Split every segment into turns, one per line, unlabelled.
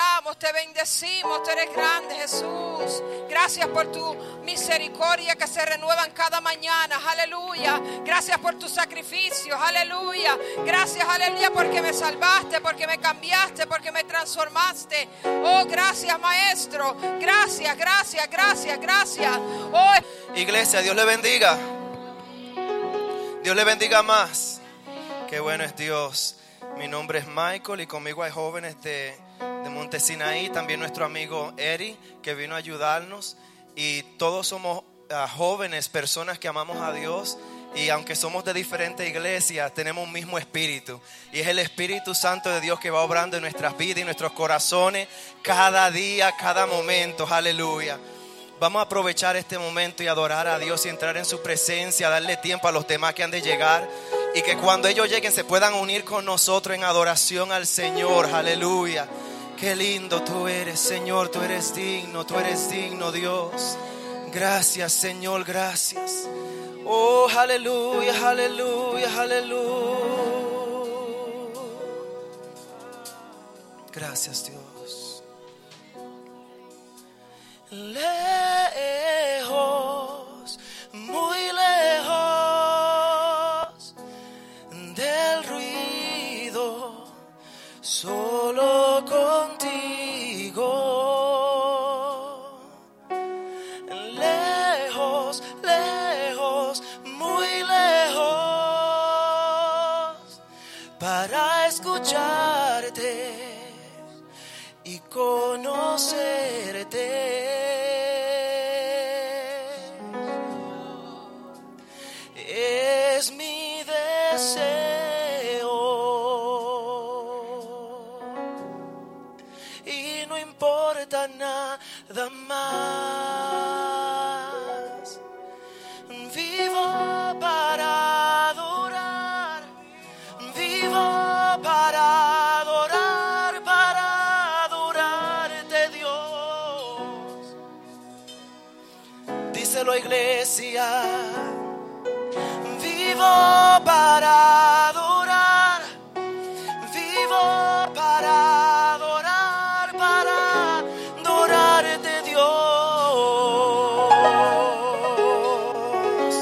alabamos, te bendecimos, tú eres grande Jesús. Gracias por tu misericordia que se renuevan cada mañana, aleluya. Gracias por tus sacrificios, aleluya. Gracias, aleluya, porque me salvaste, porque me cambiaste, porque me transformaste. Oh, gracias Maestro, gracias, gracias, gracias, gracias. Oh,
Iglesia, Dios le bendiga. Dios le bendiga más. Qué bueno es Dios. Mi nombre es Michael y conmigo hay jóvenes de, de Montesinaí, también nuestro amigo Eri, que vino a ayudarnos. Y todos somos ah, jóvenes, personas que amamos a Dios. Y aunque somos de diferentes iglesias, tenemos un mismo espíritu. Y es el Espíritu Santo de Dios que va obrando en nuestras vidas y nuestros corazones cada día, cada momento. Aleluya. Vamos a aprovechar este momento y adorar a Dios y entrar en su presencia, darle tiempo a los demás que han de llegar y que cuando ellos lleguen se puedan unir con nosotros en adoración al Señor. Aleluya. Qué lindo tú eres, Señor, tú eres digno, tú eres digno, Dios. Gracias, Señor, gracias. Oh, aleluya, aleluya, aleluya. Gracias, Dios lejos, muy lejos del ruido, solo contigo. Lejos, lejos, muy lejos, para escucharte y conocerte. Es mi deseo y no importa nada más. Vivo para adorar, vivo para adorar, para adorarte Dios. Díselo iglesia, vivo para adorar, vivo para adorar, para adorarte Dios.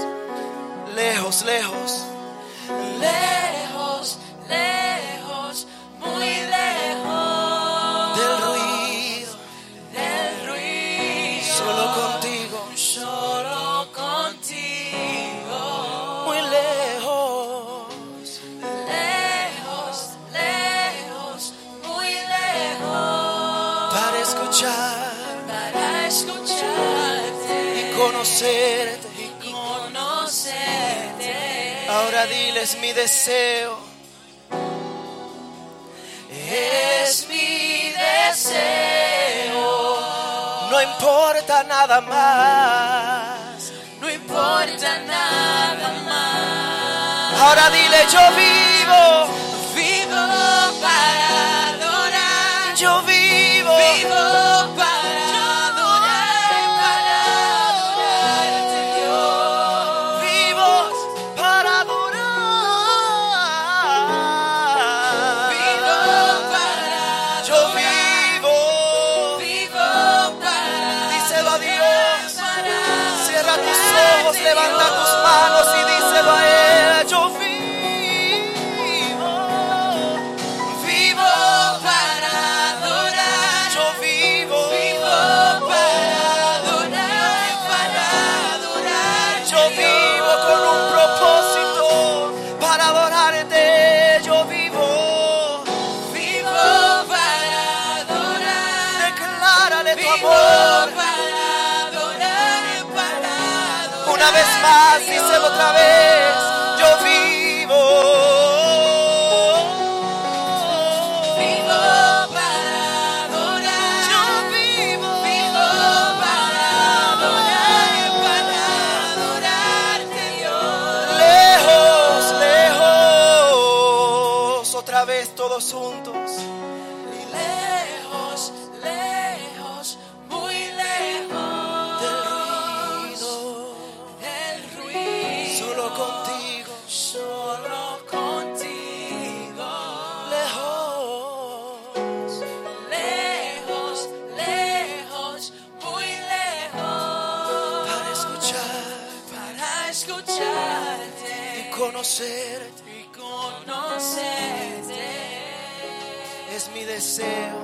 Lejos, lejos.
lejos, lejos, muy lejos
del ruido,
del ruido,
solo contigo,
solo contigo.
muy lejos,
Lejos, lejos, muy lejos
para escuchar
para escucharte
y conocerte.
y conocerte.
Ahora diles mi deseo,
Es mi deseo,
no importa nada más.
no importa nada más.
Ahora dile yo vivo,
Vivo para adorar,
yo vivo,
vivo para adorar, para adorarte Dios.
vivo para adorar.
Vivo para
yo vivo.
Vivo para
Díselo a Dios.
para
Cierra tus
adorarte,
ojos, levanta
Dios.
tus manos y díselo a él. Yo vivo,
Vivo para adorar,
yo vivo,
vivo para adorar, para adorar.
Yo vivo con un propósito para adorarte. Yo vivo,
Vivo para adorar,
declárale tu
vivo
amor.
para adorar, para adorar.
Una vez más, díselo otra vez. Yo vivo.
Vivo para adorar,
Yo vivo.
vivo para adorar, para adorarte Dios.
Lejos, lejos. Otra vez todos juntos.
Lejos, lejos, muy lejos
Del ruido,
del ruido.
Solo contigo.
Solo contigo.
Lejos.
Lejos,
conocerte
y conocerte
es mi deseo.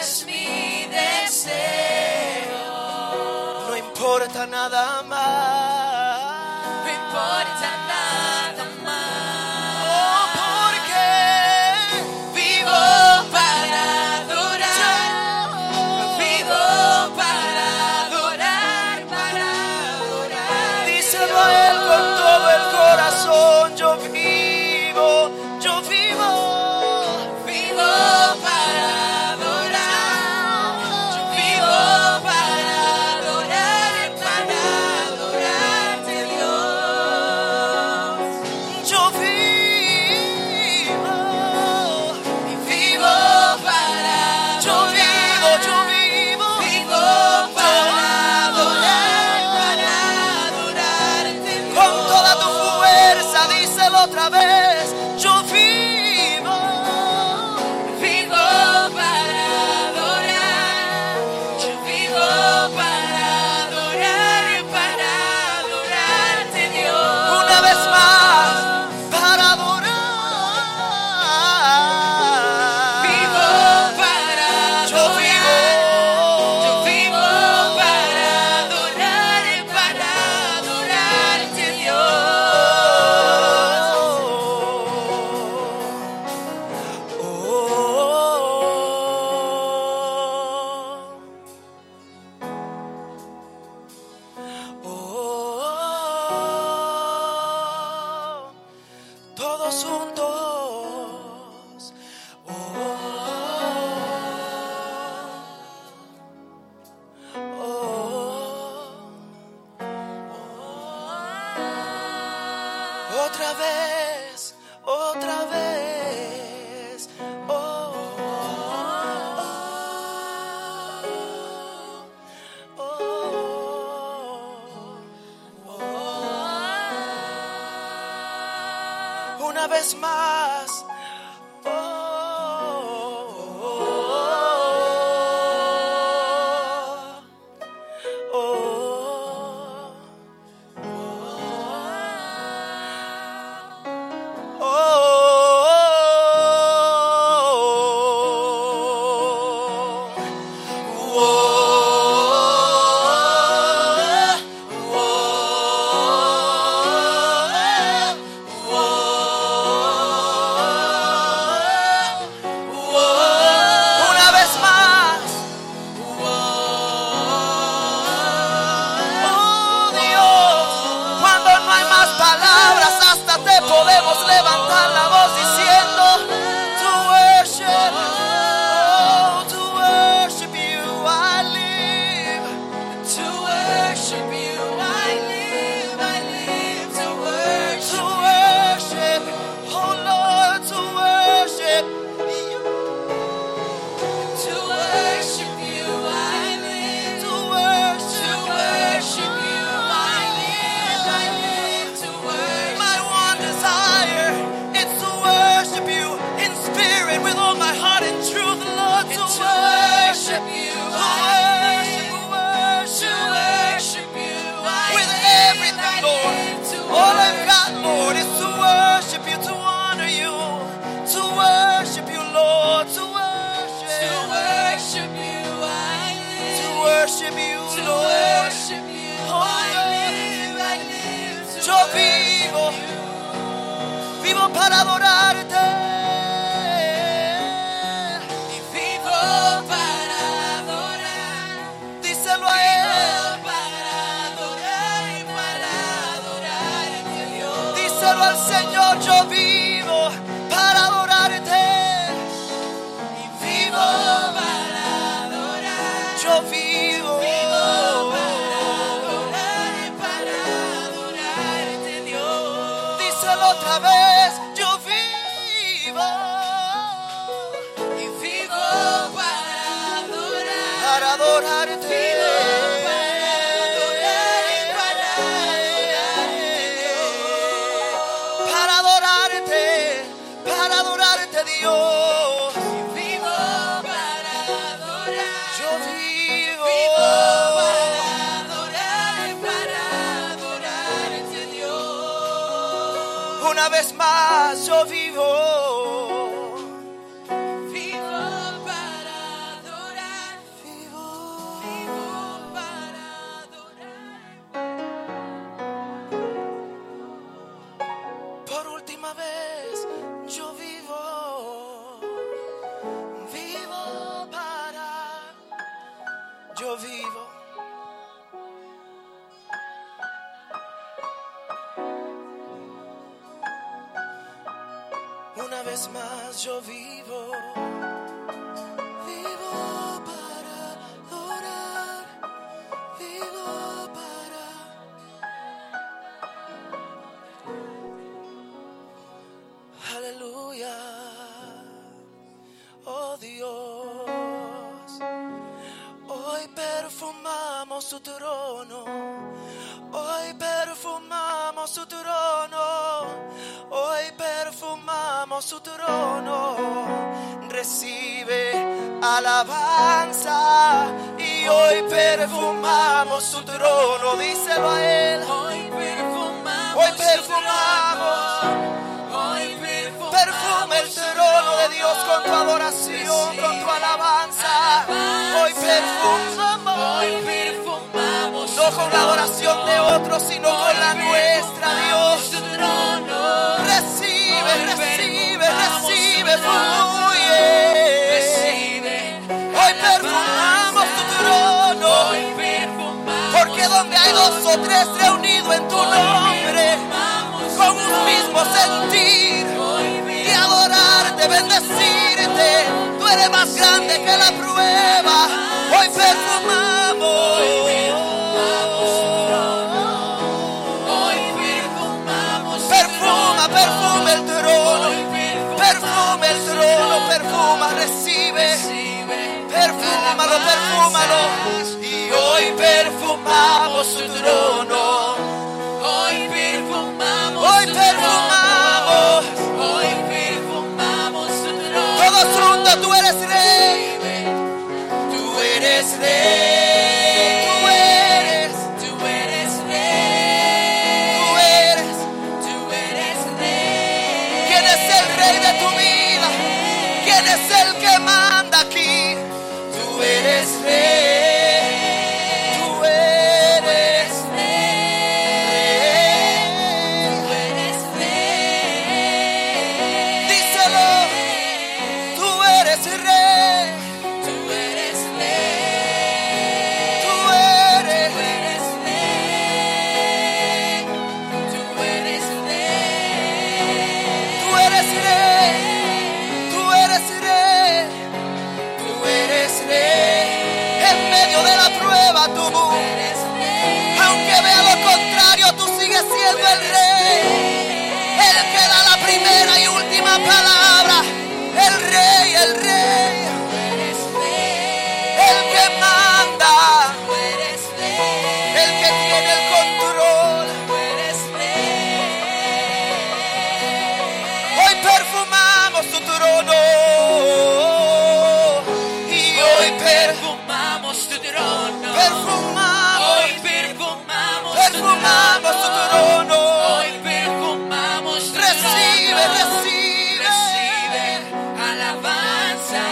es mi deseo.
No importa nada más.
No importa nada
Oh,
más.
porque
Vivo para adorar, vivo para adorar, para adorar.
díselo a él con todo el corazón. Yo vivo, yo vivo.
Vivo para adorar, yo vivo para adorar, para adorarte Dios.
Yo vivo,
Vivo para
yo vivo, yo vivo.
vivo para adorar, para adorarte Dios.
Con toda tu fuerza, díselo otra vez. Yo vivo.
Vivo para adorar, yo vivo para adorar, para adorarte Dios.
Una vez más, para adorar.
Vivo para
yo vivo.
Yo vivo para adorar, para adorarte Dios.
Oh, oh, oh, oh. Oh, todos juntos. Oh, oh, oh. Otra vez, otra vez. Oh, oh, oh, oh, oh. Una vez más. Oh, oh, oh, oh. Una vez más, Oh Dios, cuando no hay más palabras, hasta te podemos levantar la voz diciendo, To worship, oh, to worship you I live,
To worship you, I live, I live to worship.
to worship, oh Lord, to worship you,
To worship you, I live.
to
To
worship,
worship you, I live. I live to worship.
my one desire is to worship you in spirit with all my heart and truth, Lord, to
To
worship.
worship you,
To
I live.
worship,
To
worship,
worship you, I
With
live,
everything,
I
Lord.
live to
All I've
worship.
got, Lord, is to worship you, to honor you, to worship you, Lord, to
To
worship,
worship you, I
to
live.
worship you,
To
Lord.
worship you,
Oh,
I live, I live to
Yo vivo, vivo para adorarte.
Y vivo para adorar.
Díselo
Vivo
a Él,
para adorar y para adorarte Dios.
díselo al Señor, yo vivo para adorarte.
Y vivo para adorar.
Yo vivo.
Vivo para adorar y para adorarte Dios.
Díselo otra vez, yo vivo
Y vivo para adorar.
para adorarte.
Vivo para adorar y para adorarte Dios.
Para adorarte, para adorarte Dios.
Vivo para adorar.
Yo vivo.
Vivo para adorar, para adorar
vez más yo vivo.
Vivo para adorar, vivo, vivo para adorar.
Por última vez yo vivo. Vivo para. Yo vivo. Una vez más yo vivo. Vivo para adorar. Vivo para. Aleluya, oh Dios, hoy perfumamos su trono, hoy perfumamos su trono, hoy perfumamos su trono, recibe alabanza y hoy perfumamos su trono, díselo a él,
Hoy perfumamos,
hoy perfumamos.
hoy perfumamos.
Perfume el trono de Dios con tu adoración, con tu alabanza. Hoy perfumamos,
Hoy perfumamos.
no con la adoración de otros, sino con la nuestra, Dios. Recibe, recibe, recibe, fluye. Hoy perfumamos tu trono, porque donde hay dos o tres reunidos en tu nombre, con un mismo sentir. de adorarte, bendecirte. Tú eres más grande que la prueba. Hoy perfumamos. Perfuma, perfuma el trono. Perfuma el trono, perfuma, recibe. Perfúmalo, perfúmalo. Y hoy perfumamos su trono.
Hoy perfumamos.
Hoy
su
perfumamos.
trono. Hoy perfumamos su trono.
Todos juntos, tú eres rey.
Tú eres rey.
Tú eres,
Tú eres rey.
tú eres.
Tú eres rey.
¿Quién es el rey de tu vida? ¿Quién es el que manda aquí? Tú eres rey. Tú eres rey.
Tú eres rey.
Díselo. Tú eres rey.
Tú eres rey.
Tú
Tú
eres.
eres rey. Tú eres rey.
Tú eres rey. Tú eres rey. Tú eres rey. En medio de la prueba
Tú
tú.
eres rey.
Aunque vea lo contrario, tú sigues siendo el rey. El que da la primera y última palabra. El rey, el rey.
Eres rey.
El que manda.
Tú eres rey.
El que tiene el control.
Tú eres rey.
Hoy perfumamos tu trono. Y hoy per-
Perfumamos tu trono. Hoy
perfumamos.
perfumamos
Perfumamos tu trono.
Hoy perfumamos tu
Recibe,
trono.
recibe.
Recibe alabanza.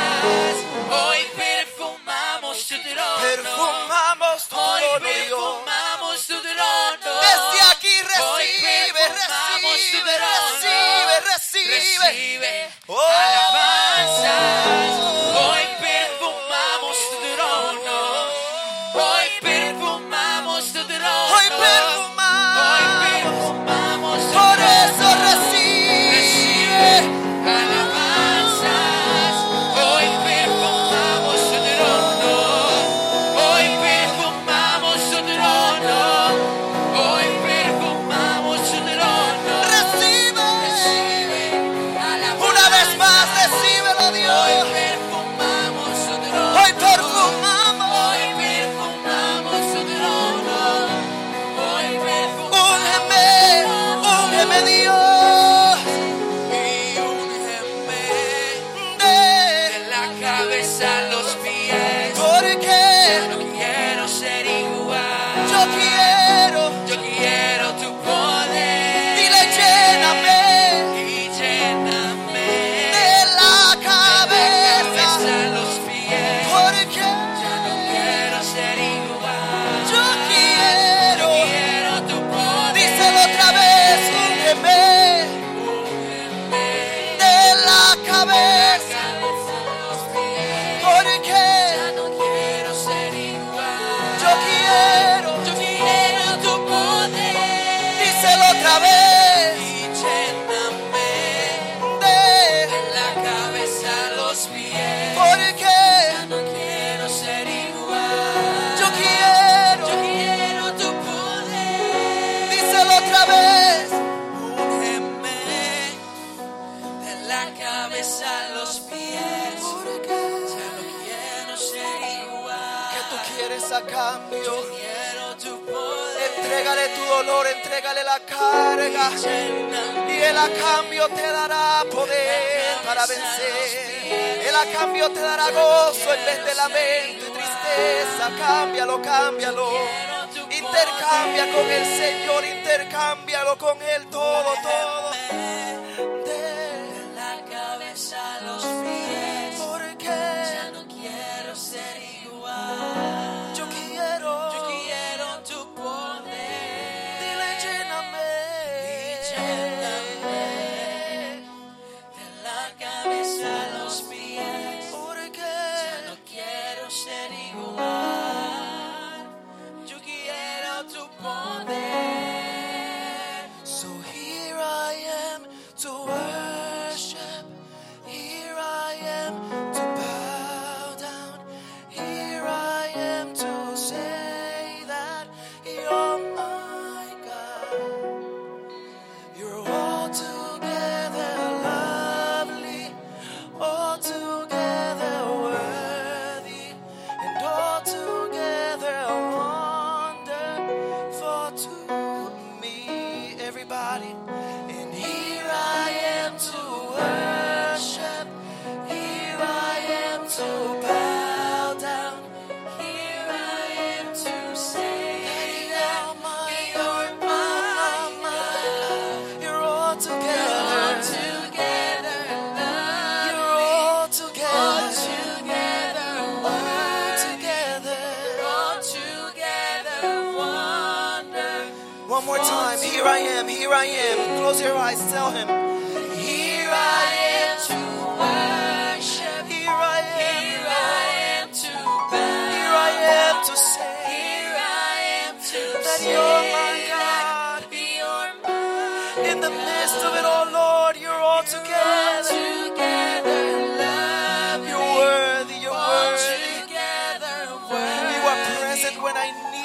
porque
Ya no quiero ser igual.
yo quiero,
Yo quiero tu poder.
díselo otra vez,
Úngeme de la cabeza a los pies.
porque
Ya no quiero ser
que tú
igual.
quieres a cambio,
Yo quiero tu poder.
entrégale tu dolor, entrégale la carga,
Lléname
y él a cambio te dará poder para vencer, él a cambio te dará gozo en vez de lamento y tristeza, cámbialo, cámbialo.
quiero tu
Intercambia con el Señor, intercámbialo con Él todo, todo.
poder.
De
De la cabeza a los pies. Ya
porque
no quiero ser igual.
yo quiero,
Yo quiero tu poder.
dile lléname.
De la cabeza a los pies. No
Porque
quiero ser igual. Yo quiero tu poder.
so here I am to worship, here I am to bow down, here I am to say that you're my God. You're all together lovely, all together worthy, and all together wonderful to me, everybody. And here I am to worship, here I am to bow down, here I am to say that you're my God. You're all together.
Together,
You're
love.
all
All
together.
together,
All
one.
together.
All together, wonder.
One more time. Here I am. Here I am. Close your eyes. Tell him. Here I am.
To worship.
Here I
Here
am.
I am to bow.
Here I am to say
Here I am to
that
say
you're my
that
God.
you're mine.
In the midst of it all, Lord, you're all
All
together.
together, love.
You're worthy. You're
All
worthy.
together,
You
worthy.
are present when I
All
need you,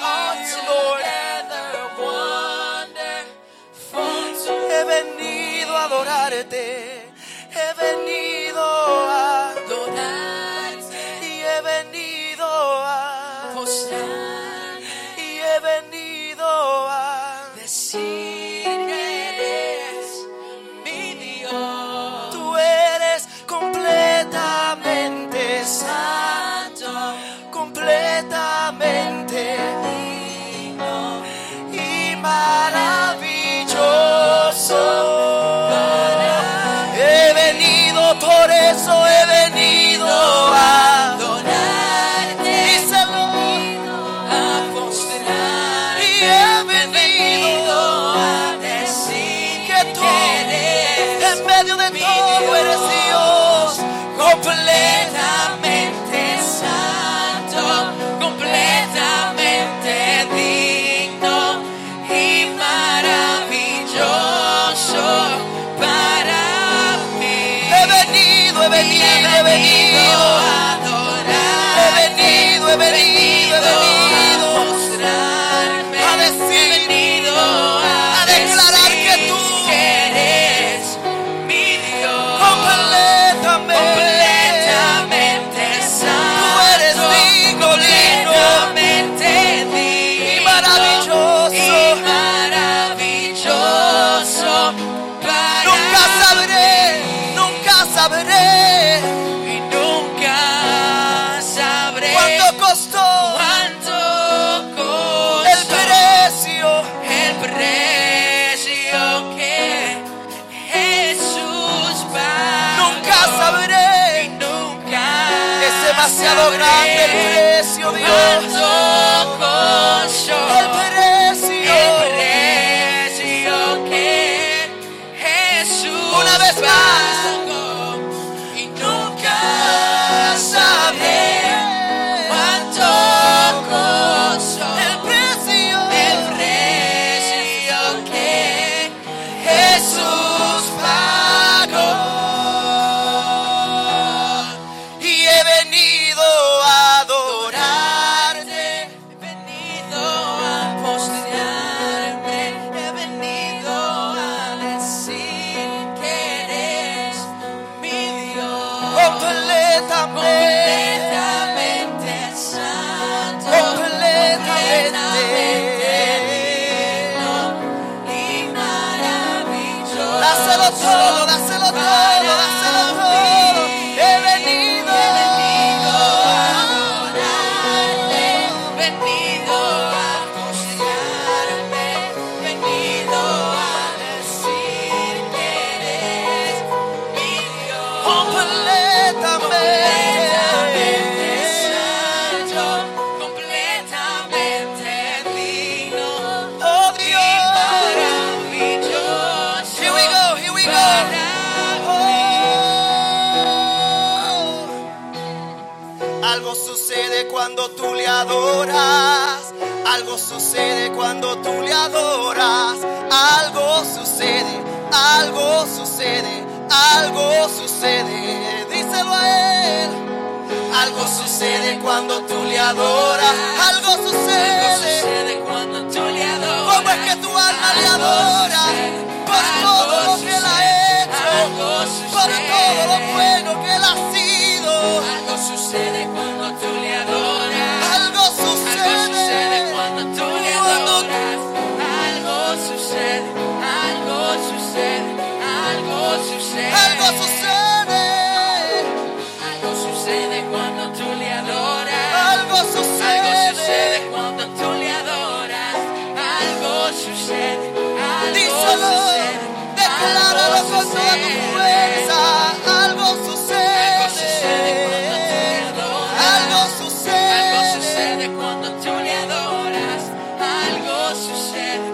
Lord.
together, wonderful.
He venido a adorarte, he venido a
Donarte,
y he venido a
posar,
y he venido a
decir que eres mi Dios.
tú eres completamente santo,
Santo,
completamente
digno,
y maravilloso. He venido por eso he venido a
adorarte,
díselo
a postrar,
y he venido
a decir
que tú
eres
en medio de
mi
todo eres
Dios.
Dios
completamente santo, completamente digno y maravilloso para mí.
he venido he venido he venido
a adorar,
he venido he venido
a
he venido
mostrarme,
a decir,
he venido a,
a declarar que
decir
tú
que eres mi Dios.
completamente
Completamente santo.
tú eres digno digno
Completamente
y
digno y
maravilloso
maravilloso para
nunca sabré nunca sabré
y nunca sabré
cuánto costó
cuánto costó
el precio
el precio que Jesús pagó.
Nunca sabré,
nunca
es demasiado
sabré
grande el precio, Dios.
cuánto costó
El precio.
el precio que Jesús
Una vez más.
pagó. y nunca sabré cuánto costó
El precio.
el precio que Jesús pagó.
Y he
todo, dáselo todo, dáselo todo. He venido.
Venido a aconsejarme, venido a decir que eres mi Dios. Completamente
Completamente.
santo, completamente digno
Oh
y
Dios.
maravilloso.
Here we go, here we go. Algo sucede cuando tú le adoras. Algo sucede cuando tú le adoras. Algo sucede, algo sucede, algo sucede. Díselo a él. Algo sucede cuando tú le adoras. Algo sucede.
sucede cuando tú le adoras.
¿Cómo es que tu alma le
Algo
adora?
sucede,
Por todo
algo
lo que él
sucede,
ha hecho.
algo
Por todo lo
sucede.
bueno que él ha sido.
Algo sucede cuando tú le adoras.
Algo
Algo sucede
sucede.
cuando tú le adoras. Algo sucede, algo sucede, algo sucede.
Algo sucede.
Algo sucede cuando tú le adoras.
Algo
Algo sucede
sucede.
cuando tú le adoras. Algo sucede, algo
Díselo.
sucede.
Decláralo
algo
con toda tu
sucede.
fuerza. Algo
Algo sucede cuando tú le
sucede.
adoras.
Algo
Algo
sucede.
sucede cuando tú le adoras. Algo sucede,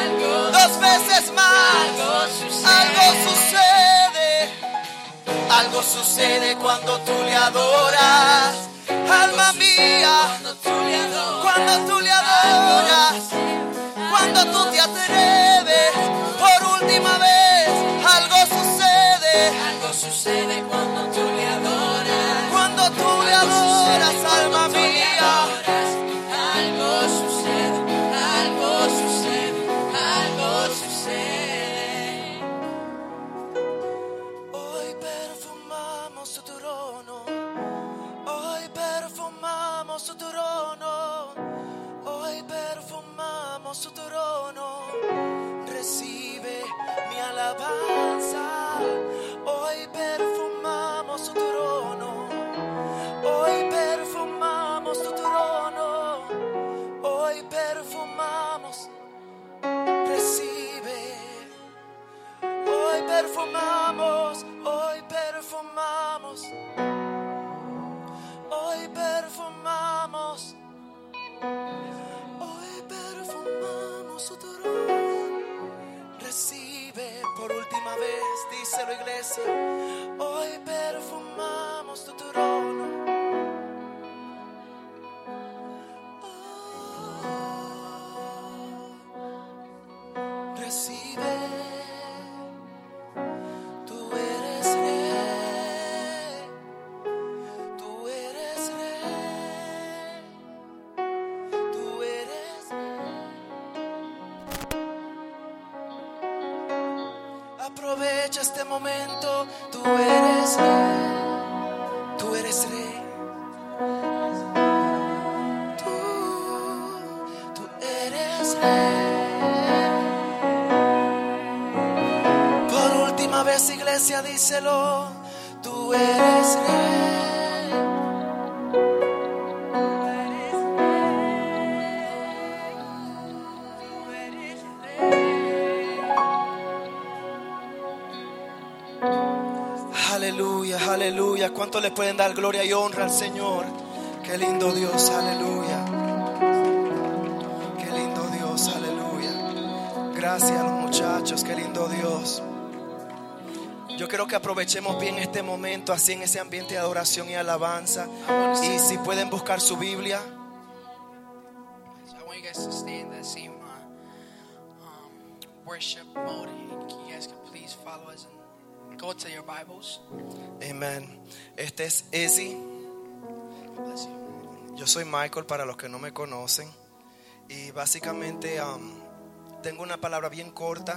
algo
Dos veces más.
Algo sucede.
Algo sucede, algo sucede cuando tú le adoras, alma mía,
Cuando tú le adoras.
cuando tú le adoras, cuando tú te atreves, por última vez, algo sucede,
Algo sucede cuando tú le adoras.
cuando tú le adoras, alma mía,
Algo sucede, algo sucede, algo sucede.
hoy perfumamos su trono, hoy perfumamos su trono, hoy perfumamos su trono. Recibe mi alabanza. Hoy perfumamos tu trono. Hoy perfumamos tu trono. Hoy perfumamos. Recibe. Hoy perfumamos. Hoy perfumamos. Hoy perfumamos. Hoy perfumamos su trono. Recibe por última vez, díselo iglesia. Hoy perfumamos tu trono. Oh, Recibe, tú eres rey, tú eres rey. Tú eres Aprovecha este momento, tú eres rey, tú eres rey. Tú, tú eres rey. Por última vez, iglesia, díselo, tú eres rey. Aleluya, aleluya. ¿Cuánto le pueden dar gloria y honra al Señor? Qué lindo Dios, aleluya. Qué lindo Dios, aleluya. Gracias a los muchachos, qué lindo Dios. Yo creo que aprovechemos bien este momento, así en ese ambiente de adoración y alabanza. Y si pueden buscar su Biblia,
So I want you guys to stay in that same uh, um, worship mode. You guys can please follow us and go to your Bibles.
amén. Este es Izzy.
Bless you.
Yo soy Michael para los que no me conocen y básicamente um, tengo una palabra bien corta.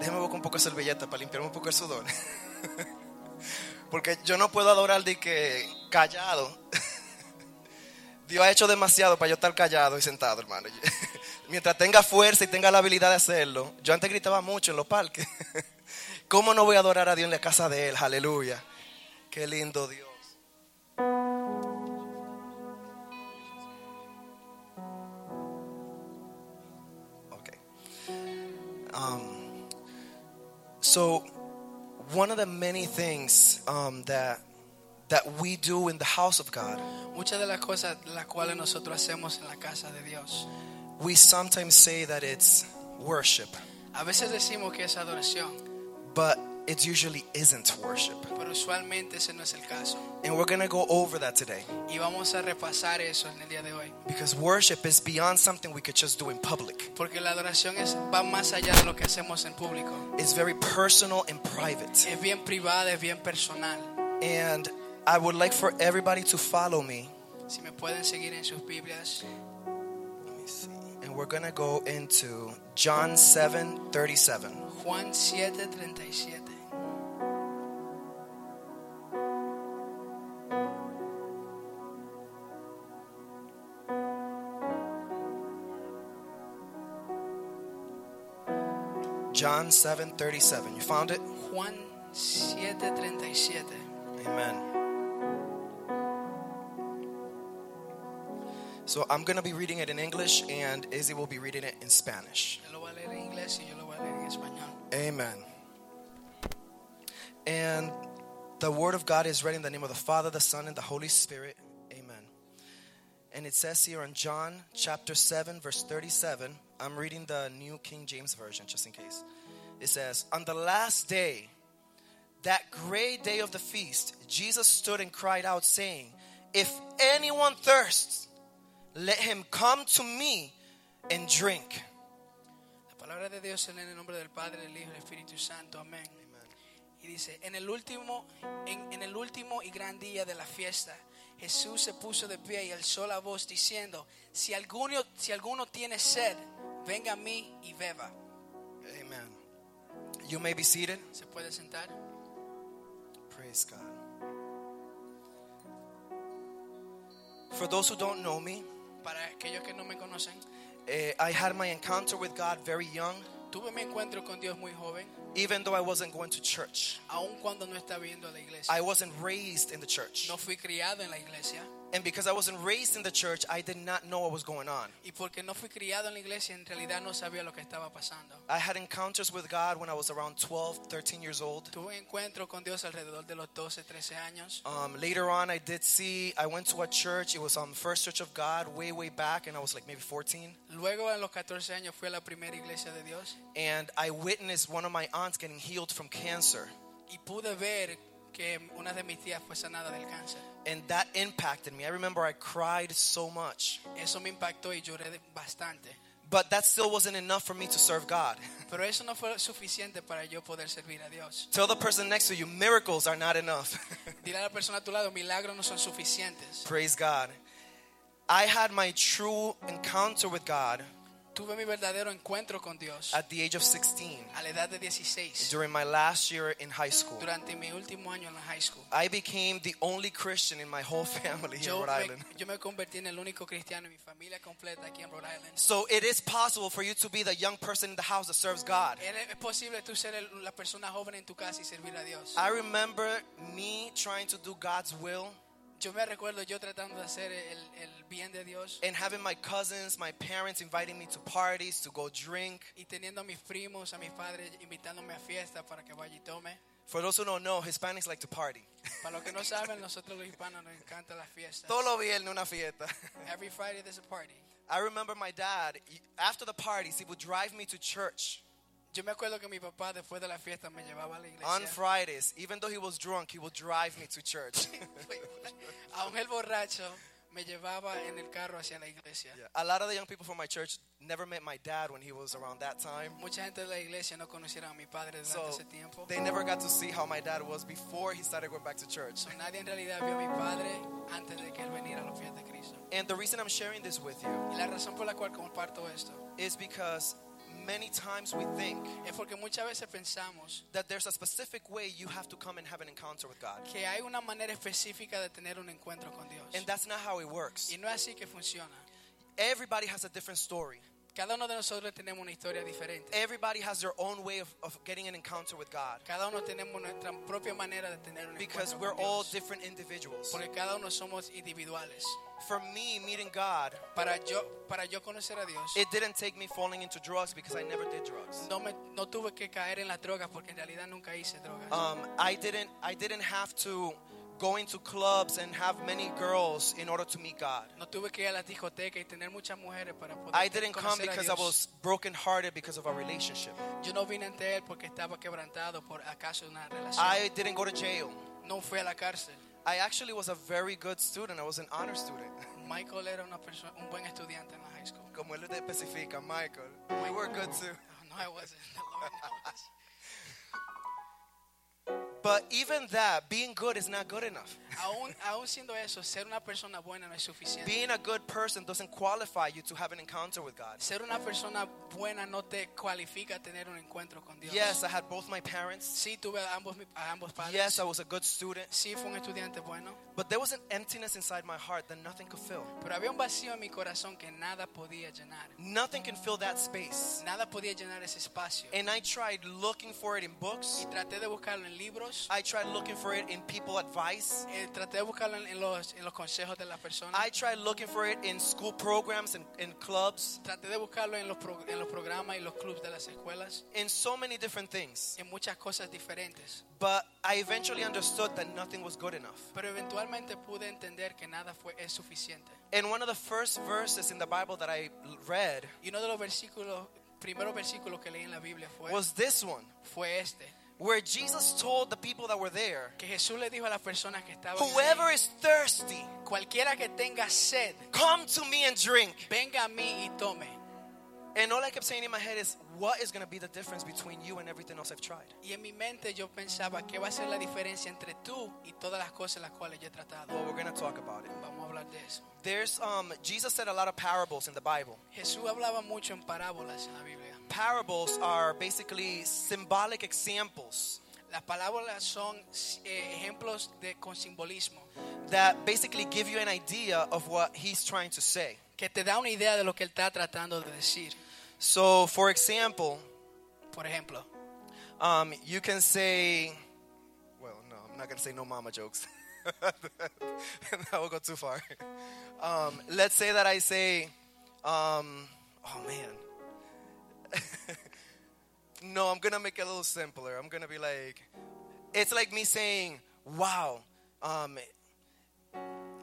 Déjame buscar un poco de servilleta para limpiarme un poco el sudor. Porque yo no puedo adorar de que callado. Dios ha hecho demasiado para yo estar callado y sentado, hermano. Mientras tenga fuerza y tenga la habilidad de hacerlo. Yo antes gritaba mucho en los parques.
¿Cómo no voy a adorar a Dios en la casa de Él? Aleluya. Qué lindo Dios. Ok. Um, so, one of the many things um, that that we do in the house of God,
Muchas de las cosas las cuales nosotros hacemos en la casa de Dios.
we sometimes say that it's worship,
A veces decimos que es adoración,
but it usually isn't worship.
pero usualmente ese no es el caso.
And we're going to go over that today
Y vamos a repasar eso en el día de hoy.
because worship is beyond something we could just do in public.
Porque la adoración es, va más allá de lo que hacemos en público.
It's very personal and private.
Es bien privada, es bien personal.
And I would like for everybody to follow me.
Si me pueden seguir en sus Biblias,
Let me see. And we're going to go into John 7 37.
Juan 7:37.
John 7 37. You found it?
Juan 7:37.
Amen. So I'm going to be reading it in English and Izzy will be reading it in Spanish.
Él lo va a leer en inglés y yo lo voy a leer en español.
Amen. And the word of God is read in the name of the Father, the Son, and the Holy Spirit. Amen. And it says here in John chapter 7, verse 37. I'm reading the New King James Version just in case. It says, On the last day, that great day of the feast, Jesus stood and cried out, saying, If anyone thirsts, let him come to me and drink.
La palabra de Dios se lee en el nombre del Padre, del Hijo y del Espíritu Santo. Amén. Y dice, en el último en, en el último y gran día de la fiesta, Jesús se puso de pie y alzó la voz diciendo, si alguno si alguno tiene sed, venga a mí y beba.
Amen. You may be seated.
¿Se puede sentar?
Praise God. For those who don't know me,
Para aquellos que no me conocen,
eh, I had my encounter with God very young,
tuve mi encuentro con Dios muy joven,
even though I wasn't going to church.
aun cuando no estaba viendo a la iglesia.
I wasn't raised in the church.
No fui criado en la iglesia
And because I wasn't raised in the church, I did not know what was going on.
y porque no fui criado en la iglesia, en realidad no sabía lo que estaba pasando.
I had encounters with God when I was around 12, 13 years old.
Tuve encuentro con Dios alrededor de los 12, 13 años.
Um, later on, I did see, I went to a church. It was um, First Church of God way, way back, and I was like maybe 14.
Luego a los 14 años fui a la primera iglesia de Dios
And I witnessed one of my aunts getting healed from cancer.
y pude ver que una de mis tías fue sanada del cáncer.
And that impacted me. I remember I cried so much.
Eso me impactó y lloré de- bastante.
But that still wasn't enough for me to serve God.
Pero eso no fue suficiente para yo poder servir a Dios.
Tell the person next to you, miracles are not enough.
Dile a la persona a tu lado, milagros no son suficientes.
Praise God. I had my true encounter with God
Tuve mi verdadero encuentro con Dios
at the age of 16
a la edad de 16,
during my last year in high school.
durante mi último año en la high school.
I became the only Christian in my whole family here in
Yo
Rhode Island.
me, yo me convertí en el único cristiano en mi familia completa aquí en Rhode Island.
So it is possible for you to be the young person in the house that serves God.
Eres- Es posible tú ser el- la persona joven en tu casa y servir a Dios.
I remember me trying to do God's will
Yo me recuerdo yo tratando de hacer el, el bien de Dios
and having my cousins, my parents inviting me to parties to go drink.
y teniendo a mis primos, a mis padres invitándome a fiestas para que vaya y tome.
For those who don't know, Hispanics like to party.
Para los que no saben, nosotros los hispanos nos encanta las fiestas.
Todo lo viernes una fiesta.
Every Friday there's a party.
I remember my dad, after the parties, he would drive me to church
Yo me acuerdo que mi papá después de la fiesta me llevaba a la
on
iglesia.
Fridays. Even though he was drunk, he would drive me to church.
Aún el borracho me llevaba en el carro hacia la iglesia.
Yeah. A lot of the young people from my church never met my dad when he was around that time.
Mucha gente de la iglesia no conocieron a mi padre durante
So
ese tiempo.
they never got to see how my dad was before he started going back to church.
So, nadie en realidad vio a mi padre antes de que él viniera a la fiesta de Cristo.
And the reason I'm sharing this with you
Y la razón por la cual comparto esto
is because many times we think
es porque muchas veces pensamos
that there's a specific way you have to come and have an encounter with God.
que hay una manera específica de tener un encuentro con Dios.
And that's not how it works.
Y no es así que funciona.
Everybody has a different story.
Cada uno de nosotros tenemos una historia diferente.
Everybody has their own way of, of getting an encounter with God
Cada uno tenemos nuestra propia manera de tener un
because
encuentro
we're
con
all
Dios.
different individuals.
Porque cada uno somos individuales.
For me, meeting God,
Para yo, para yo conocer a Dios,
it didn't take me falling into drugs because I never did drugs.
no, me, no tuve que caer en las drogas porque en realidad nunca hice drogas.
Um, I didn't I didn't have to go into clubs and have many girls in order to meet God.
no tuve que ir a las discotecas y tener muchas mujeres para poder
I didn't come
conocer a
because I
Dios.
was brokenhearted because of our relationship.
Yo no vine ante él porque estaba quebrantado por acaso una relación.
I didn't go to jail.
no fui a la cárcel.
I actually was a very good student. I was an honor student.
Michael era una persona, un buen estudiante en la high school.
Como él te especifica, Michael. We were good too.
No, I wasn't. The Lord knows.
But even that, being good is not good enough.
aún, aún siendo eso, ser una persona buena no es suficiente.
Being a good person doesn't qualify you to have an encounter with God.
ser una persona buena no te cualifica a tener un encuentro con Dios.
Yes, I had both my parents.
sí, tuve a ambos, mi- a ambos padres.
Yes, I was a good student.
sí, fue un estudiante bueno.
But there was an emptiness inside my heart that nothing could fill.
Pero había un vacío en mi corazón que nada podía llenar.
Nothing can fill that space.
Nada podía llenar ese espacio.
And I tried looking for it in books.
Traté de buscarlo en libros.
I tried looking for it in people advice.
Eh, traté de buscarlo en, en los, en los consejos de las personas.
I tried looking for it in school programs and, and clubs.
Traté de buscarlo en los, pro- en los programas y los clubs de las escuelas.
In so many different things.
En muchas cosas diferentes.
But I eventually understood that nothing was good enough.
Pero eventualmente pude entender que nada fue, es suficiente.
And one of the first verses in the Bible that I l- read
Y uno de los versículos, primeros versículos que leí en la Biblia fue,
was this one,
fue este.
where Jesus told the people that were there,
Que Jesús le dijo a las personas que estaban
Whoever
ahí,
is thirsty,
cualquiera que tenga sed,
come to me and drink.
venga a mí y tome.
And all I kept saying in my head is, What is going to be the difference between you and everything else I've tried?
Y en mi mente yo pensaba, ¿qué va a ser la diferencia entre tú y todas las cosas las cuales yo he tratado?
Well, we're going to talk about it.
Vamos a hablar de eso.
There's, um, Jesus said a lot of parables in the Bible.
Jesús hablaba mucho en parábolas en la Biblia.
Parables are basically symbolic examples
Las parábolas son eh, ejemplos de, con simbolismo
that basically give you an idea of what he's trying to say.
que te da una idea de lo que él está tratando de decir.
So, for example,
Por ejemplo,
Um, you can say, well, no, I'm not gonna say no mama jokes. that will go too far. Um, let's say that I say, um, oh man. no, I'm gonna make it a little simpler. I'm gonna be like, it's like me saying, wow, um,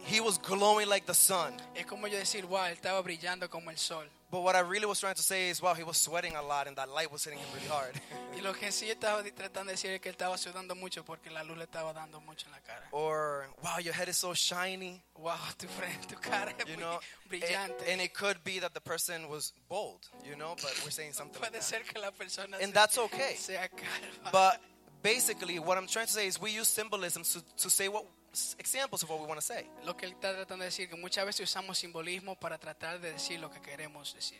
he was glowing like the sun.
es como yo decir, wow, él estaba brillando como el sol.
But what I really was trying to say is, wow, he was sweating a lot and that light was hitting him really hard.
Y lo que sí yo estaba di- tratando de decir es que él estaba sudando mucho porque la luz le estaba dando mucho en la cara.
or, wow, your head is so shiny.
Wow, tu frente, tu cara es
you
muy
know eh,
brillante.
and, and it could be that the person was bold you know but we're saying something like
Puede
that.
ser que la persona
and
se-
that's okay
sea calva.
but basically what i'm trying to say is we use symbolism to, to say what examples of what we want to say
lo que él está tratando de decir que muchas veces usamos simbolismo para tratar de decir lo que queremos decir.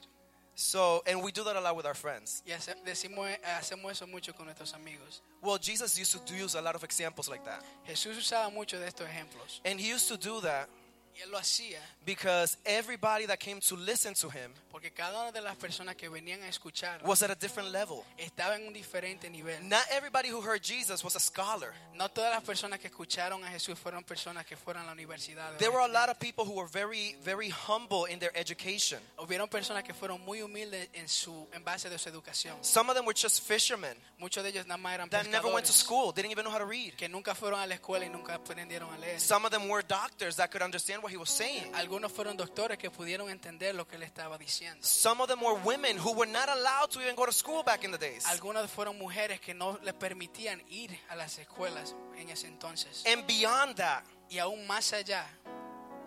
so and we do that a lot with our friends
Y hace- decimos, hacemos eso mucho con nuestros amigos.
well jesus used to do- use a lot of examples like that
Jesús usaba mucho de estos ejemplos.
and he used to do that
Y él lo hacía
because everybody that came to listen to him
porque cada una de las personas que venían a escuchar
was at a different level
estaba en un diferente nivel.
not everybody who heard jesus was a scholar
No todas las personas que escucharon a Jesús fueron personas que fueron a la universidad.
there were a lot of people who were very very humble in their education
Hubieron personas que fueron muy humildes en su en base de su educación.
some of them were just fishermen
Muchos de ellos nada más eran
that never went to
pescadores
school, didn't even know how to read.
que nunca fueron a la escuela y nunca aprendieron a leer.
Some of them were doctors that could understand what he was saying.
Algunos fueron doctores que pudieron entender lo que él estaba diciendo.
Some of them were women who were not allowed to even go to school back in the days.
Algunas fueron mujeres que no les permitían ir a las escuelas en ese entonces.
And beyond that,
Y aún más allá,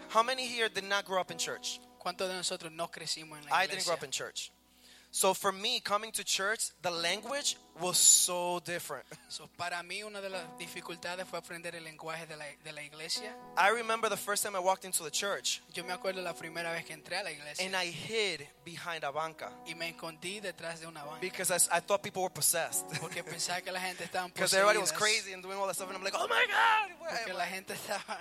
how many here did not grow up in church?
¿cuántos de nosotros no crecimos en la
I didn't grow
iglesia?
up in church. So for me, coming to church, the language was so different.
So, para mí una de las dificultades fue aprender el lenguaje de la, de la iglesia.
I remember the first time I walked into the church
Yo me acuerdo la primera vez que entré a la iglesia
and I hid behind a banca
y me escondí detrás de una banca
because I, s- I thought people were possessed.
porque pensaba que la gente estaba
Because everybody
poseídas,
was crazy and doing all that stuff. And I'm like, oh my God.
porque la gente estaba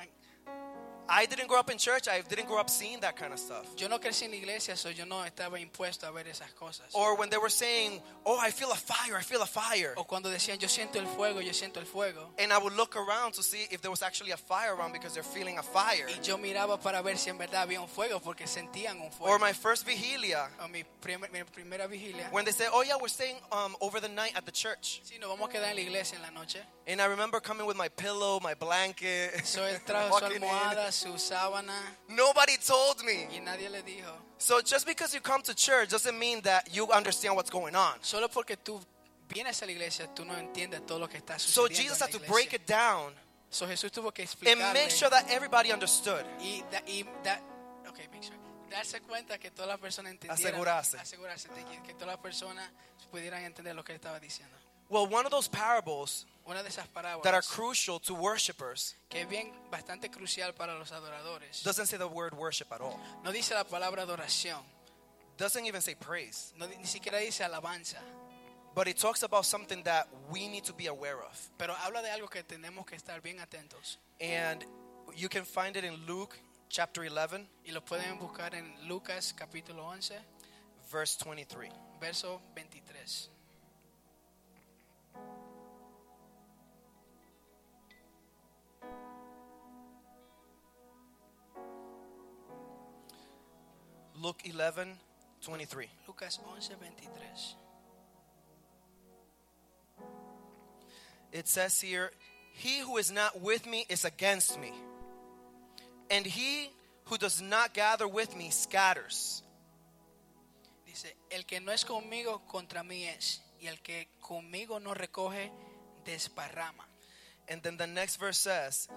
I didn't grow up in church. I didn't grow up seeing that kind of stuff.
Yo no crecí en la iglesia, so yo no estaba impuesto a ver esas cosas.
Or when they were saying, "Oh, I feel a fire. I feel a fire."
O cuando decían, yo siento el fuego, yo siento el fuego.
And I would look around to see if there was actually a fire around because they're feeling a fire.
Y yo miraba para ver si en verdad había un fuego, porque sentían un fuego.
Or my first vigilia,
O mi, primer- mi primera vigilia.
when they say, "Oh yeah, we're staying um, over the night at the church,"
Sí, nos vamos a quedar en la iglesia en la noche.
and I remember coming with my pillow, my blanket,
So él trajo su
walking in.
almohada, su sábana,
Nobody told me.
y nadie le dijo.
So just because you come to church doesn't mean that you understand what's going on.
Solo porque tú vienes a la iglesia, tú no entiendes todo lo que está
So
sucediendo.
Jesus
en
had
la
to break
iglesia.
it down
So Jesús tuvo que
and
explicarle
make sure that everybody understood.
y, da- y da- okay, make sure. darse cuenta que todas las personas entendieran,
Asegurarse.
asegurarse de que, que todas las personas pudieran entender lo que él estaba diciendo.
Well, one of those parables
Una de esas
that are
parábolas
crucial to worshipers
que es bien bastante crucial para los adoradores.
doesn't say the word worship at all.
No dice la palabra adoración,
Doesn't even say praise.
no di- ni siquiera dice alabanza,
But it talks about something that we need to be aware of.
pero habla de algo que tenemos que estar bien atentos
And you can find it in Luke chapter 11,
y lo pueden buscar en Lucas capítulo 11,
verse 23.
verso 23.
Luke 11, 23.
Lucas 11, 23.
It says here, He who is not with me is against me, and he who does not gather with me scatters.
Dice, el que no es conmigo contra mí es, y el que conmigo no recoge desparrama.
And then the next verse says,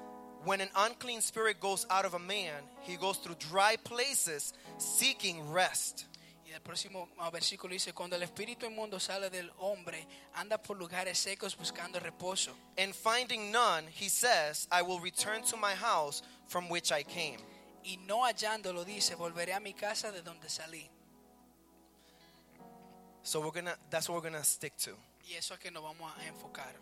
When an unclean spirit goes out of a man, he goes through dry places seeking rest.
Y el próximo ah, versículo dice, cuando el espíritu inmundo sale del hombre, anda por lugares secos buscando reposo.
And finding none, he says, I will return to my house from which I came.
Y no hallándolo dice, volveré a mi casa de donde salí.
So we're gonna that's what we're gonna stick to.
Y eso es que nos vamos a enfocar.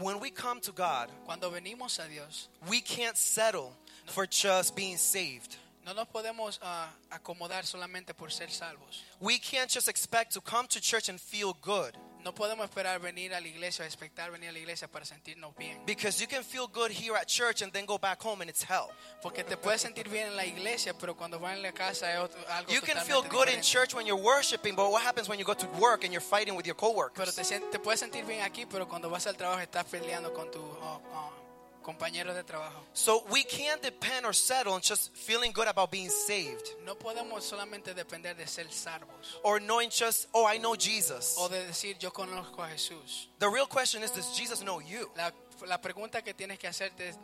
When we come to God,
Cuando venimos a Dios,
we can't settle for just being saved.
no nos podemos ah, acomodar solamente por ser salvos.
We can't just expect to come to church and feel good.
No podemos esperar venir a la iglesia, expectar venir a la iglesia para sentirnos bien.
Because you can feel good here at church and then go back home and it's hell.
Porque te puedes sentir bien en la iglesia, pero cuando vas en la casa es otro- algo
You can
totalmente
feel good in
diferente.
church when you're worshiping, but what happens when you go to work and you're fighting with your
Pero
coworkers?
te, sien- te puedes sentir bien aquí, pero cuando vas al trabajo estás peleando con tus oh, oh, compañeros de trabajo.
So we can't depend or settle on just feeling good about being saved
No podemos solamente depender de ser salvos
or knowing just, oh, I know Jesus.
o de decir yo conozco a Jesús.
The real question is, does Jesus know you?
La, la pregunta que tienes que hacerte es,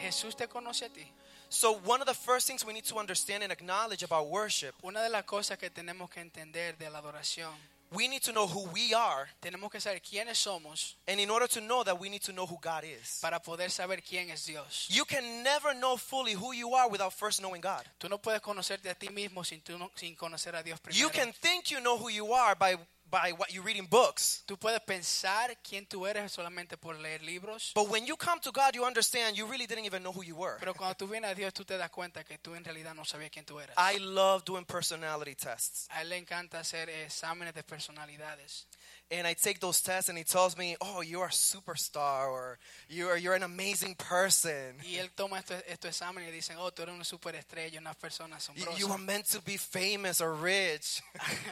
¿Jesús te conoce a ti?
So one of the first things we need to understand and acknowledge about worship,
Una de las cosas que tenemos que entender de la adoración,
we need to know who we are.
tenemos que saber quiénes somos
And in order to know that, we need to know who God is.
para poder saber quién es Dios.
You can never know fully who you are without first knowing God.
Tú no puedes conocerte a ti mismo sin, tú no- sin conocer a Dios primero.
You can think you know who you are by by what you read in books.
Tú puedes pensar quién tú eres solamente por leer libros.
But when you come to God, you understand you really didn't even know who you were.
Pero cuando tú vienes a Dios, tú te das cuenta que tú en realidad no sabías quién tú eras.
I love doing personality tests.
A él le encanta hacer exámenes de personalidades.
And I take those tests and he tells me, "Oh, you are a superstar or you are you're an amazing person.
Y él toma estos estos exámenes y dicen, oh, tú eres una superestrella, una persona
You, you are
asombrosa.
meant to be famous or rich."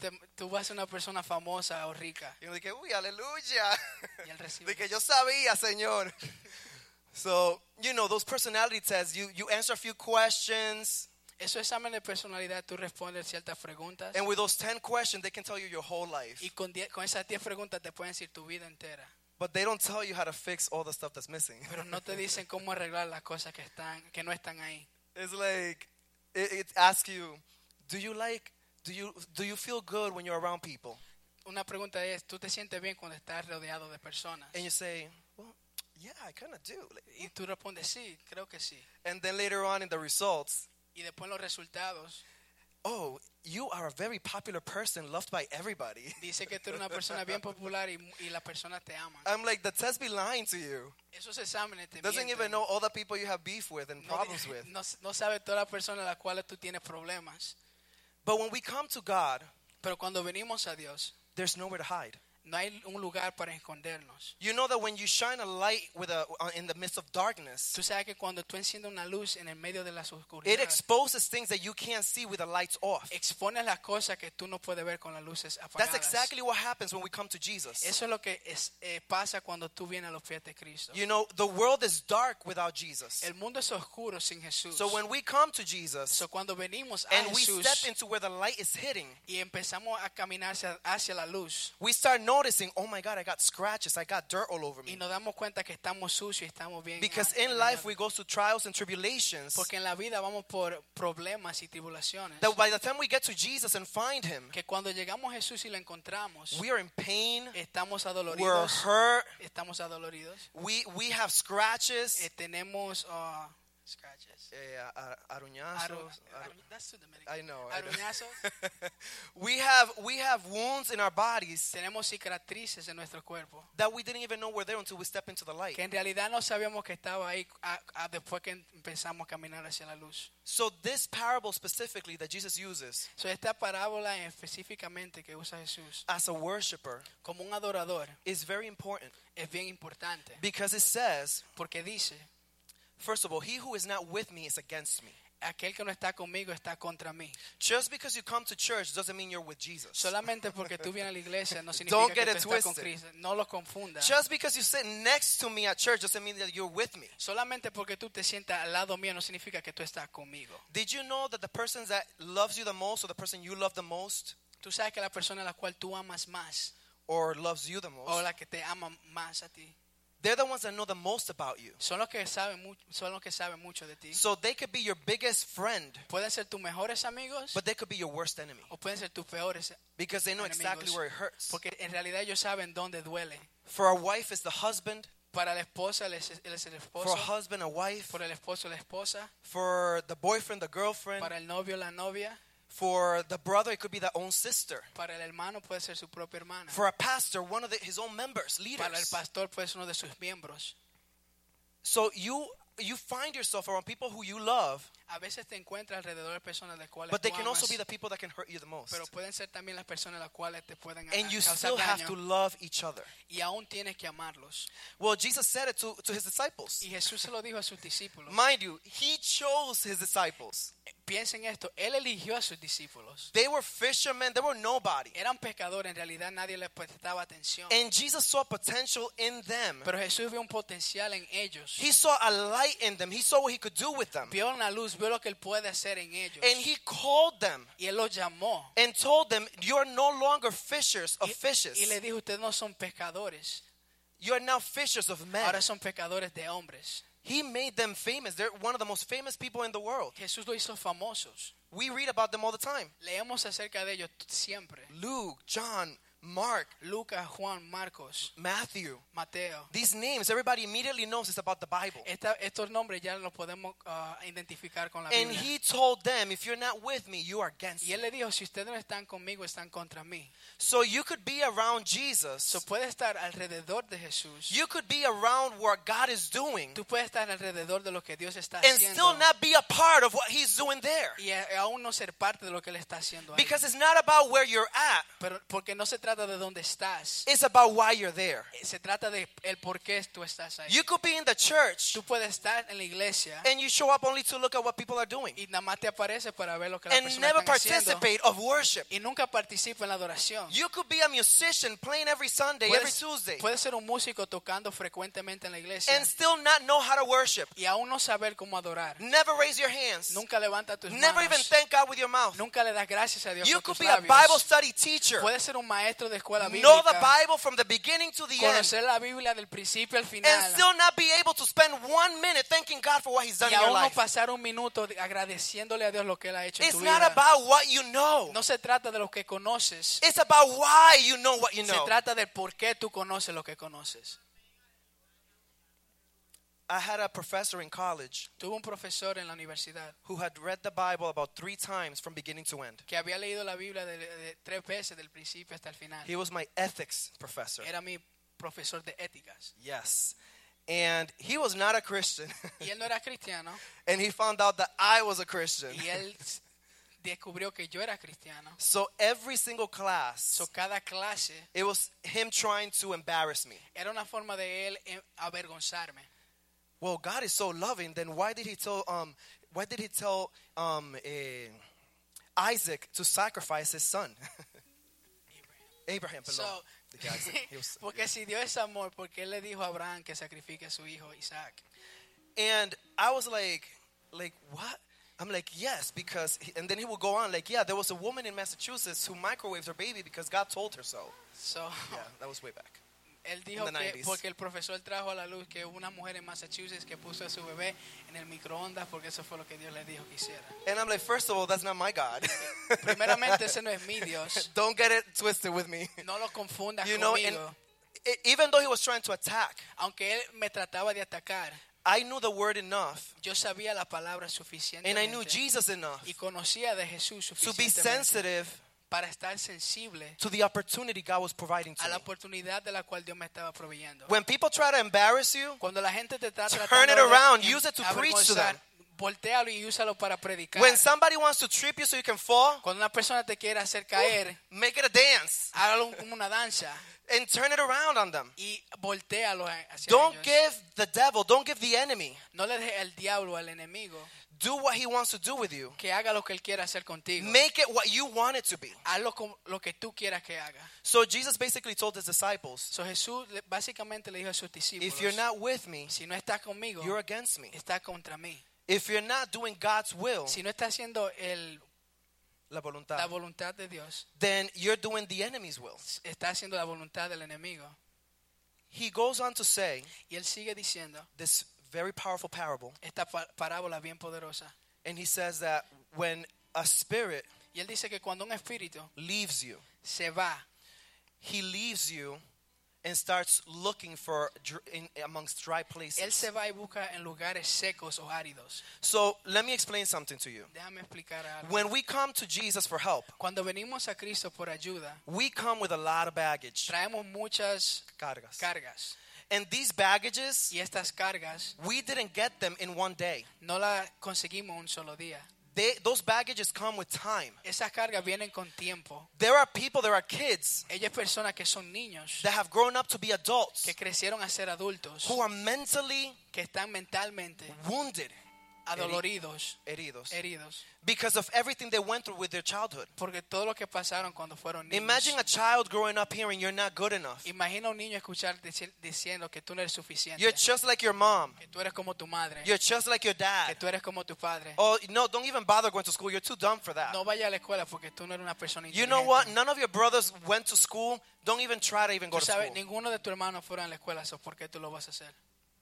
Te- tú vas a ser una persona famosa o rica.
Y uno dice, "Uy, aleluya."
Y él recibe.
De que yo sabía, Señor. So, you know, those personality tests, you you answer a few questions.
Esos exámenes de personalidad, tú respondes ciertas preguntas.
And with those 10 questions, they can tell you your whole life.
Y con, die- con esas 10 preguntas te pueden decir tu vida entera.
But they don't tell you how to fix all the stuff that's missing.
Pero no te dicen cómo arreglar las cosas que, están, que no están ahí.
It's like it, it asks you, do you like do you do you feel good when you're around people?
Una pregunta es, ¿tú te sientes bien cuando estás rodeado de personas?
And you say, well, yeah, I kind of do. Like,
Y tú respondes, sí, creo que sí.
And then later on in the results,
Y después los resultados,
oh, you are a very popular person loved by everybody.
Dice que tú eres una persona bien popular y, y las personas te aman.
I'm like, the test be lying to you.
Esos exámenes te
Doesn't
mienten.
even know all the people you have beef with and
no,
problems with.
no, no sabe todas las personas a las cuales tú tienes problemas.
But when we come to God,
Pero cuando venimos a Dios,
there's nowhere to hide.
no hay un lugar para escondernos.
You know that when you shine a light with a, uh, in the midst of darkness,
Tú sabes que cuando tú enciendes una luz en el medio de las
it
oscuridades,
exposes things that you can't see with the lights off.
expones las cosas que tú no puedes ver con las luces apagadas.
That's exactly what happens when we come to Jesus.
Eso es lo que es, eh, pasa cuando tú vienes a los pies de Cristo.
You know, the world is dark without Jesus.
El mundo es oscuro sin Jesús.
So when we come to Jesus
So, cuando venimos a
and we
Jesús
step into where the light is hitting,
y empezamos a caminar hacia, hacia la luz
we start noticing, oh my God, I got scratches, I got dirt all over
y
me.
nos damos cuenta que estamos sucios y estamos bien.
Because
ah,
in life we go through trials and tribulations.
porque en la vida vamos por problemas y tribulaciones.
That by the time we get to Jesus and find Him,
que cuando llegamos a Jesús y lo encontramos,
we are in pain,
estamos
we're
adoloridos.
hurt,
Estamos adoloridos.
we we have scratches.
Eh, tenemos ah, scratches.
Eh, a- a-
Aru-
aruñazos, aru-
aru- that's too Dominican.
I know, I know.
Aruñazos.
we have we have wounds in our bodies
tenemos cicatrices en nuestro cuerpo
that we didn't even know were there until we step into the light.
que en realidad no sabíamos que estaba ahí a- a después que empezamos a caminar hacia la luz.
So this parable specifically that Jesus uses
So, esta parábola específicamente que usa Jesús
as a worshiper
como un adorador
is very important
es bien importante
because it says,
porque dice,
first of all, he who is not with me is against me.
aquel que no está conmigo está contra mí.
Just because you come to church doesn't mean you're with Jesus.
Solamente porque tú vienes a la iglesia no significa
Don't
que
get
tú
it
estás con
twisted.
Cristo. No lo confundas.
Just because you sit next to me at church doesn't mean that you're with me.
Solamente porque tú te sientas al lado mío no significa que tú estás conmigo.
Did you know that the person that loves you the most or the person you love the most
Tú sabes que la persona a la cual tú amas más
or loves you the most,
o la que te ama más a ti
they're the ones that know the most about you.
son los que saben mucho, son los que saben mucho de ti.
So they could be your biggest friend,
Pueden ser tus mejores amigos
but they could be your worst enemy
o pueden ser tus peores
because they know exactly
Enemigos.
where it hurts.
porque en realidad ellos saben dónde duele.
For a wife is the husband,
Para la esposa él es él es el
for a
esposo,
husband a wife,
por el esposo la esposa,
for the boyfriend the girlfriend,
para el novio la novia,
for the brother it could be their own sister.
para el hermano puede ser su propia hermana,
For a pastor, one of the, his own members,
para el
leaders.
pastor puede ser uno de sus miembros.
So you you find yourself around people who you love,
A veces te encuentras alrededor de personas de cuales
but they
tú
can also
amas,
be the people that can hurt you the most.
pero pueden ser también las personas las cuales te pueden
And you
causar
still have
daño,
to love each other.
y aún tienes que amarlos.
Well, Jesus said it to, to his disciples.
Y Jesús se lo dijo a sus discípulos.
Mind you, he chose his disciples.
Piensen esto, él eligió a sus discípulos.
They were fishermen, they were nobody.
Eran pescadores, en realidad nadie les prestaba atención.
And Jesus saw potential in them.
Pero Jesús vio un potencial en ellos.
He saw a light in them. He saw what he could do with them.
Vio la luz, vio lo que él puede hacer en ellos.
And he called them
y él los llamó.
and told them, You're no longer fishers of
Y, y
fishes.
le dijo, ustedes no son pescadores,
You're now fishers of men.
ahora son pescadores de hombres.
He made them famous. They're one of the most famous people in the world.
Jesús los hizo famosos.
We read about them all the time.
Leemos acerca de ellos t- siempre.
Luke, John, Mark,
Lucas, Juan, Marcos,
Matthew.
Mateo.
These names, everybody immediately knows it's about the Bible.
Esta- estos nombres ya los podemos ah, identificar con la
And
Biblia.
he told them, if you're not with me, you are against
Y
me.
él le dijo, si ustedes no están conmigo, están contra mí.
So you could be around Jesus.
So puede estar alrededor de Jesús.
You could be around what God is doing
Tú puedes estar alrededor de lo que Dios está
and
haciendo
still not be a part of what he's doing there.
y a- aún no ser parte de lo que él está haciendo. ahí.
Because it's not about where you're at,
Pero porque no se trata de dónde estás,
it's about why you're there.
se trata de el por qué tú estás ahí.
You could be in the church
Tú puedes estar en la iglesia
and you show up only to look at what people are doing
y nada más te aparece para ver lo que la
and
persona
never
está haciendo
participate of worship.
y nunca participa en la adoración.
You could be a musician playing every Sunday, every
Puedes,
Tuesday,
puedes ser un músico tocando frecuentemente en la iglesia
and still not know how to worship.
y aún no saber cómo adorar.
Never raise your hands.
Nunca levanta tus
Never even
manos.
thank God with your mouth.
Nunca le das gracias a Dios
You
con
could be
tus
a
labios.
Bible study teacher.
Puedes ser un maestro de escuela
Know the
bíblica.
Bible from the beginning to the end
conocer la Biblia del principio al
and
final
still not be able to spend one minute thanking God for what He's done
y
in your
aún no
life.
pasar un minuto de- agradeciéndole a Dios lo que Él ha hecho en tu
It's not
vida.
about what you know.
no se trata de lo que conoces,
It's about why you know what you
se
know.
trata del por qué tú conoces lo que conoces.
I had a professor in college
Tuve un profesor en la universidad
who had read the Bible about three times from beginning to end.
que había leído la Biblia de, de tres veces del principio hasta el final.
He was my ethics professor.
Era mi profesor de éticas.
Yes. And he was not a Christian.
Y él no era cristiano
and he found out that I was a Christian.
y él s- descubrió que yo era cristiano.
So every single class,
So, cada clase
it was him trying to embarrass me.
era una forma de él eh, avergonzarme.
Well, God is so loving. Then why did he tell um why did he tell um eh, Isaac to sacrifice his son? Abraham, perdón.
So,
The guy said he was-
porque si Dios es amor, porque él le dijo a Abraham que sacrifique a su hijo Isaac.
And I was like, like what? I'm like, yes, because, he- and then he would go on, like, yeah, there was a woman in Massachusetts who microwaved her baby because God told her so.
So,
Yeah, that was way back.
Él dijo
In the
que
90s.
porque el profesor trajo a la luz que hubo una mujer en Massachusetts que puso a su bebé en el microondas porque eso fue lo que Dios le dijo que hiciera.
And I'm like, first of all, that's not Oh my God.
Primeramente, ese no es mi Dios.
Don't get it twisted with me.
No lo confundas
You know, and
conmigo.
e- even though he was trying to attack,
Aunque él me trataba de atacar,
I knew the word enough,
yo sabía la palabra
and
suficiente
I knew Jesus enough
y conocía de Jesús
to be
suficientemente
sensitive
para estar sensible
to the opportunity God was providing
a
to me.
la oportunidad de la cual Dios me estaba proveyendo.
When people try to embarrass you,
Cuando la gente te está
Turn
tratando
it
de
around,
em-
use it to preach to
avergonzar, voltéalo y úsalo para predicar.
when somebody wants to trip you so you can fall,
Cuando una persona te quiere hacer caer,
make it a dance.
hágalo como una danza
and turn it around on them.
y voltealo hacia
Don't
ellos.
give the devil, don't give the enemy,
no le dejes al diablo, al enemigo,
do what he wants to do with you.
que haga lo que él quiera hacer contigo.
Make it what you want it to be.
Hazlo con lo que tú quieras que haga.
So Jesus basically told his disciples,
So Jesús le- básicamente le dijo a sus discípulos,
if you're not with me,
si no estás conmigo,
you're against me.
estás contra mí.
If you're not doing God's will,
Si no estás haciendo el-
la
la
voluntad,
voluntad de Dios,
then you're doing the enemy's will.
estás haciendo la voluntad del enemigo.
He goes on to say
Y él sigue diciendo
this very powerful parable,
esta pa- parábola bien poderosa.
and he says that when a spirit
Y él dice que cuando un espíritu
leaves you,
se va,
he leaves you and starts looking for dr- in, amongst dry places.
él se va y busca en lugares secos o áridos.
So let me explain something to you.
Déjame explicar algo.
When we come to Jesus for help,
Cuando venimos a Cristo por ayuda,
we come with a lot of baggage.
traemos muchas
Cargas.
cargas.
And these baggages,
Y estas cargas
we didn't get them in one day.
no las conseguimos un solo día.
They, those baggages come with time.
Esas cargas vienen con tiempo.
There are people, there are kids
Ellas personas que son niños,
that have grown up to be adults
que crecieron a ser adultos,
who are mentally
que están mentalmente
wounded,
adoloridos,
heridos,
heridos,
because of everything they went through with their childhood.
porque todo lo que pasaron cuando fueron niños.
Imagine a child growing up hearing you're not good enough.
Imagina a un niño escuchar decir- diciendo que tú no eres suficiente,
You're just like your mom.
que tú eres como tu madre,
You're just like your
que
dad.
tú eres como tu padre.
Oh, no, don't even bother going to school. You're too dumb for that.
No vaya a la escuela porque tú no eres una persona
You
inteligente.
know what? None of your brothers went to school. Don't even try to even go
Tú
to
sabes,
school.
ninguno de tus hermanos fueron a la escuela, so ¿por qué tú lo vas a hacer?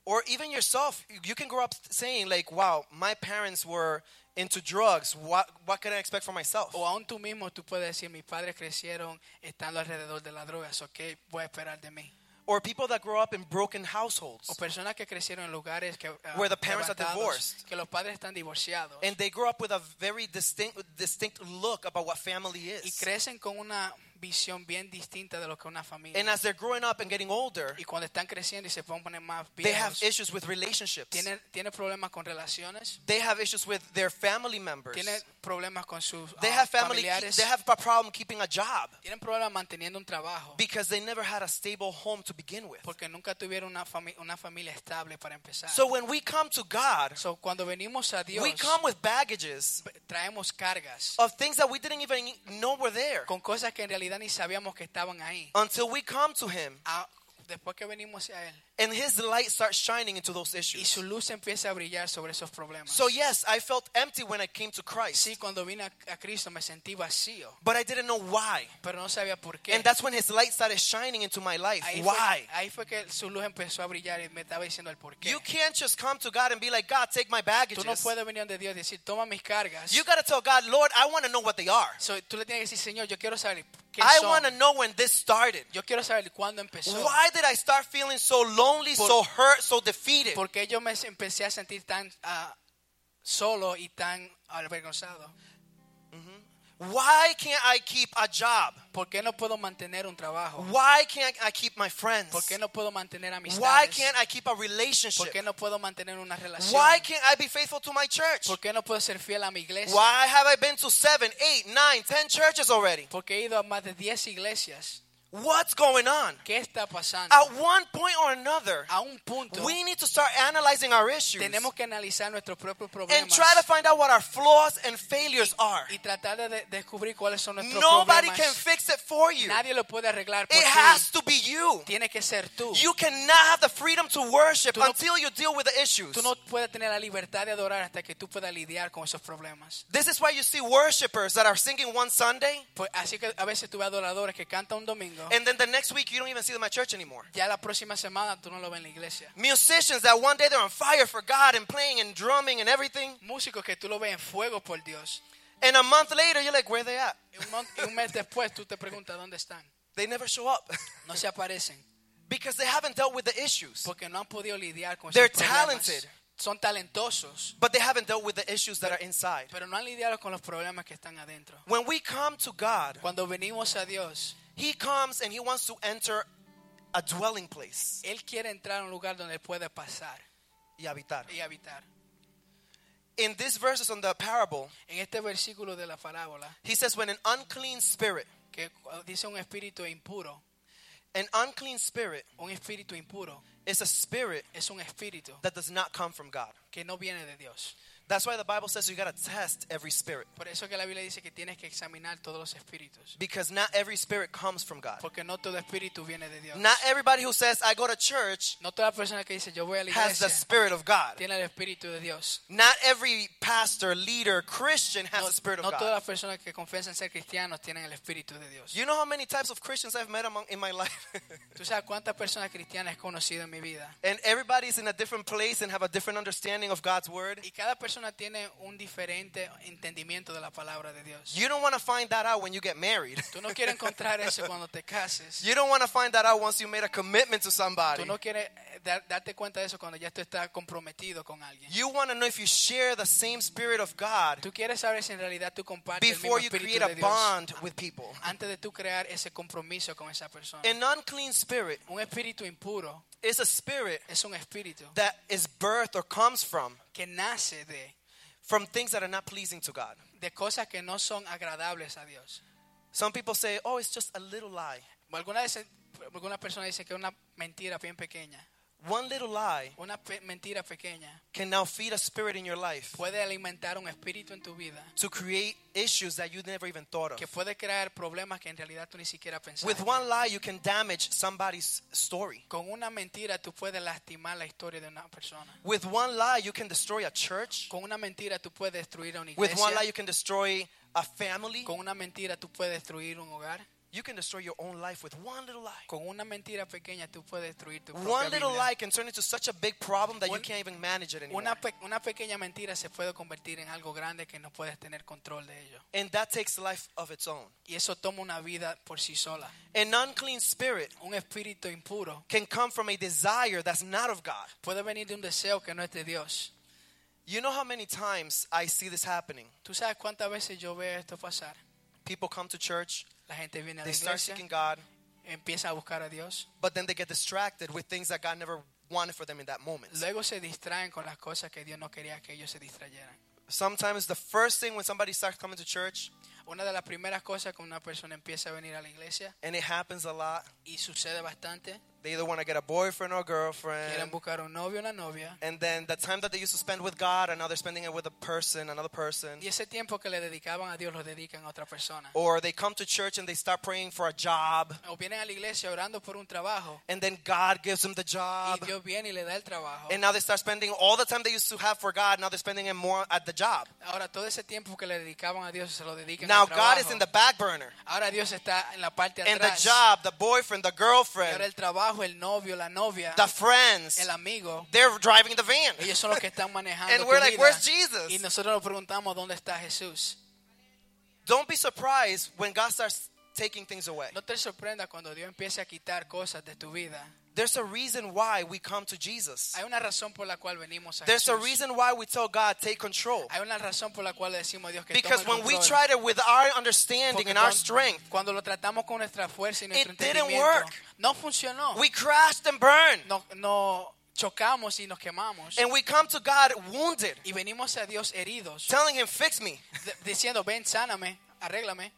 Or even yourself, you can grow up saying like, "Wow, my parents were into drugs. What what can I expect for myself?"
O aún tú mismo tú puedes decir, mis padres crecieron estando alrededor de la droga, so ¿qué voy a esperar de mí?
Or people that grow up in broken
O
houseeds
personas que crecieron en lugares que, ah,
Where the parents are
levantados,
divorced.
que los padres están divorciados
and they grow up with a very distinct distinct look about what family
y
is.
crecen con una visión bien distinta de lo que es una familia.
And as they're growing up and getting older,
y cuando están creciendo y se ponen más
they have
viejos,
issues with relationships.
tiene, tiene problemas con relaciones,
They have issues with their family members.
tiene problemas con sus
They
ah,
have family.
familiares,
They have a problem keeping a job
tienen problemas manteniendo un trabajo.
because they never had a stable home to begin with.
porque nunca tuvieron una, fami- una familia estable para empezar.
So when we come to God,
So, cuando venimos a Dios,
we come with baggages
p- traemos cargas
of things that we didn't even know were there
con cosas que en realidad ni sabíamos que estaban ahí.
until we come to Him
A- después que venimos a Él
and His light starts shining into those
y
issues.
su luz empieza a brillar sobre esos problemas.
So, yes, I felt empty when I came to
sí,
Christ,
cuando vine a, a Cristo me sentí vacío,
but I didn't know why.
pero no sabía por qué.
And that's when His light started shining into my life.
ahí,
Why?
fue, ahí fue que su luz empezó a brillar y me estaba diciendo el por qué.
You can't just come to God and be like, God, take my baggages.
Tú no puedes venir de Dios y decir, toma mis cargas.
You got to tell God, Lord, I want to know what they are.
So, tú le tienes que decir, Señor, yo quiero saber qué
I
son.
want to know when this started.
Yo quiero saber cuándo empezó.
Why did I start feeling so lonely,
Por-
so hurt, so defeated.
porque yo me empecé a sentir tan ah, solo y tan avergonzado.
Mm-hmm. Why can't I keep a job?
¿Por qué no puedo mantener un trabajo?
Why can't I keep my friends?
¿Por qué no puedo mantener
Why
amistades?
can't I keep a
¿Por
relationship?
qué no puedo mantener una
Why
relación?
can't I be faithful to my church?
¿Por qué no puedo ser fiel a mi iglesia?
Why have I been to seven, eight, nine, ten churches already?
Porque he ido a más de 10 iglesias.
What's going on?
¿Qué está pasando?
At one point or another,
A un punto
we need to start analyzing our issues
tenemos que analizar nuestros propios
and try to
problemas
find out what our flaws and failures are.
y tratar de- de descubrir cuáles son nuestros
Nobody can
problemas.
fix it for you.
Nadie lo puede arreglar por
It
ti.
has to be you.
Tiene que ser tú.
You cannot have the freedom to worship
Tú no-
until you deal with the issues.
Tú no puedes tener la libertad de adorar hasta que tú puedas lidiar con esos problemas.
This is why you see worshipers that are singing one Sunday
Pues, así que a veces tú ves adoradores que cantan un domingo,
and then the next week you don't even see them at church anymore.
ya la próxima semana tú no lo ves en la iglesia.
Musicians that one day they're on fire for God and playing and drumming and everything,
Músicos que tú lo ves en fuego por Dios.
and a month later you're like, where they at?
Y un, mon- y un mes después tú te preguntas dónde están.
They never show up
No se aparecen
because they haven't dealt with the issues,
porque no han podido lidiar con
They're
esos problemas.
talented.
Son talentosos,
but they haven't dealt with the issues that are inside.
pero no han lidiado con los problemas que están adentro.
When we come to God,
Cuando venimos a Dios,
He comes and He wants to enter a dwelling place
Él quiere entrar a un lugar donde puede pasar
y habitar.
y habitar.
In these verses on the parable,
En este versículo de la parábola,
He says, when an unclean spirit,
que dice un espíritu impuro,
an unclean spirit
un espíritu impuro
is a spirit
es un espíritu
that does not come from God.
que no viene de Dios.
That's why the Bible says you got to test every spirit
Por eso que la Biblia dice que tienes que examinar todos los espíritus,
because not every spirit comes from God.
porque no todo espíritu viene de Dios.
Not everybody who says, I go to church
No toda persona que dice yo voy a la
has the
iglesia
spirit of God.
tiene el espíritu de Dios.
Not every pastor, leader, Christian has
No,
the spirit of
no
God.
todas las personas que confiesan ser cristianos tienen el espíritu de Dios.
You know how many types of Christians I've met among in my life,
Tú sabes cuántas personas cristianas he conocido en mi vida.
and everybody's in a different place and have a different understanding of God's word.
Y cada persona tiene un diferente entendimiento de la palabra de Dios.
You don't want to find that out when you get married.
Tú no quieres encontrar eso cuando te cases.
You don't want to find that out once you made a commitment to somebody.
Tú no quieres eh, dar- darte cuenta de eso cuando ya tú estás comprometido con alguien.
You want to know if you share the same spirit of God
Tú quieres saber si en realidad tú compartes el mismo
before you
espíritu
create
de
a
Dios
bond with people.
antes de tú crear ese compromiso con esa persona.
An unclean spirit
un espíritu impuro
is a spirit
es un espíritu
that is birthed or comes from
que nace de,
from things that are not pleasing to God.
de cosas que no son agradables a Dios.
Some people say, "Oh, it's just a little lie."
Algunas veces algunas personas dicen que es una mentira bien pequeña.
One little lie
Una pe- mentira pequeña
can now feed a spirit in your life
puede alimentar un espíritu en tu vida
to create issues that you never even thought
que
of.
puede crear problemas que en realidad tú ni siquiera pensaste.
With one lie, you can damage somebody's story.
Con una mentira tú puedes lastimar la historia de una persona.
With one lie, you can destroy a church.
Con una mentira tú puedes destruir a una
With one lie,
iglesia.
you can destroy a family.
Con una mentira tú puedes destruir un hogar.
You can destroy your own life with one little lie.
Con una mentira pequeña tú puedes destruir tu propia
One little
Biblia.
lie can turn into such a big problem that you
Un-
can't even manage it anymore.
Una, pe- una pequeña mentira se puede convertir en algo grande que no puedes tener control de ello.
And that takes life of its own.
Y eso toma una vida por sí sola.
An unclean spirit
Un espíritu impuro
can come from a desire that's not of God.
puede venir de un deseo que no es de Dios.
You know how many times I see this happening?
¿Tú sabes cuántas veces yo veo esto pasar?
People come to church,
La gente viene a la
they start
iglesia,
seeking God,
empieza a buscar a Dios,
but then they get distracted with things that God never wanted for them in that moment.
luego se distraen con las cosas que Dios no quería que ellos se distrayeran.
Sometimes the first thing when somebody starts coming to church,
Una de las primeras cosas que una persona empieza a venir a la iglesia
and it happens a lot,
y sucede bastante,
they either want to get a boyfriend or
quieren
girlfriend.
buscar un novio o una novia.
And then the time that they used to spend with God, and now they're spending it with a person, another person.
Y ese tiempo que le dedicaban a Dios lo dedican a otra persona.
Or they come to church and they start praying for a job,
o vienen a la iglesia orando por un trabajo
and then God gives them the
y
job.
Dios viene y le da el trabajo.
And now they start spending all the time they used to have for God. Now they're spending it more at the job.
Ahora todo ese tiempo que le dedicaban a Dios se lo dedican
Now
al trabajo.
God is in the back burner.
Ahora Dios está en la parte de
And the
atrás.
job, the boyfriend, the
Y ahora
girlfriend,
el trabajo, el novio, la novia,
the friends,
el amigo,
they're driving the van.
ellos son los que están manejando
And
tu
we're like,
vida.
where's
Y
Jesus?
nosotros nos preguntamos dónde está Jesús.
Don't be surprised when God starts taking things away.
No te sorprenda cuando Dios empiece a quitar cosas de tu vida.
There's a reason why we come to Jesus.
Hay una razón por la cual venimos a
There's a
Jesús.
reason why we tell God, take control.
Hay una razón por la cual le decimos a Dios que
Because
tome el
when we
control.
tried it with our
Porque
understanding and our
cuando-
strength,
Cuando lo tratamos con nuestra fuerza y nuestro
It didn't
entendimiento,
work.
no funcionó.
we crashed and burned.
no, no chocamos y nos quemamos.
And we come to God wounded,
y venimos a Dios heridos,
telling Him, fix me.
de- diciendo, ven, sáname, arréglame.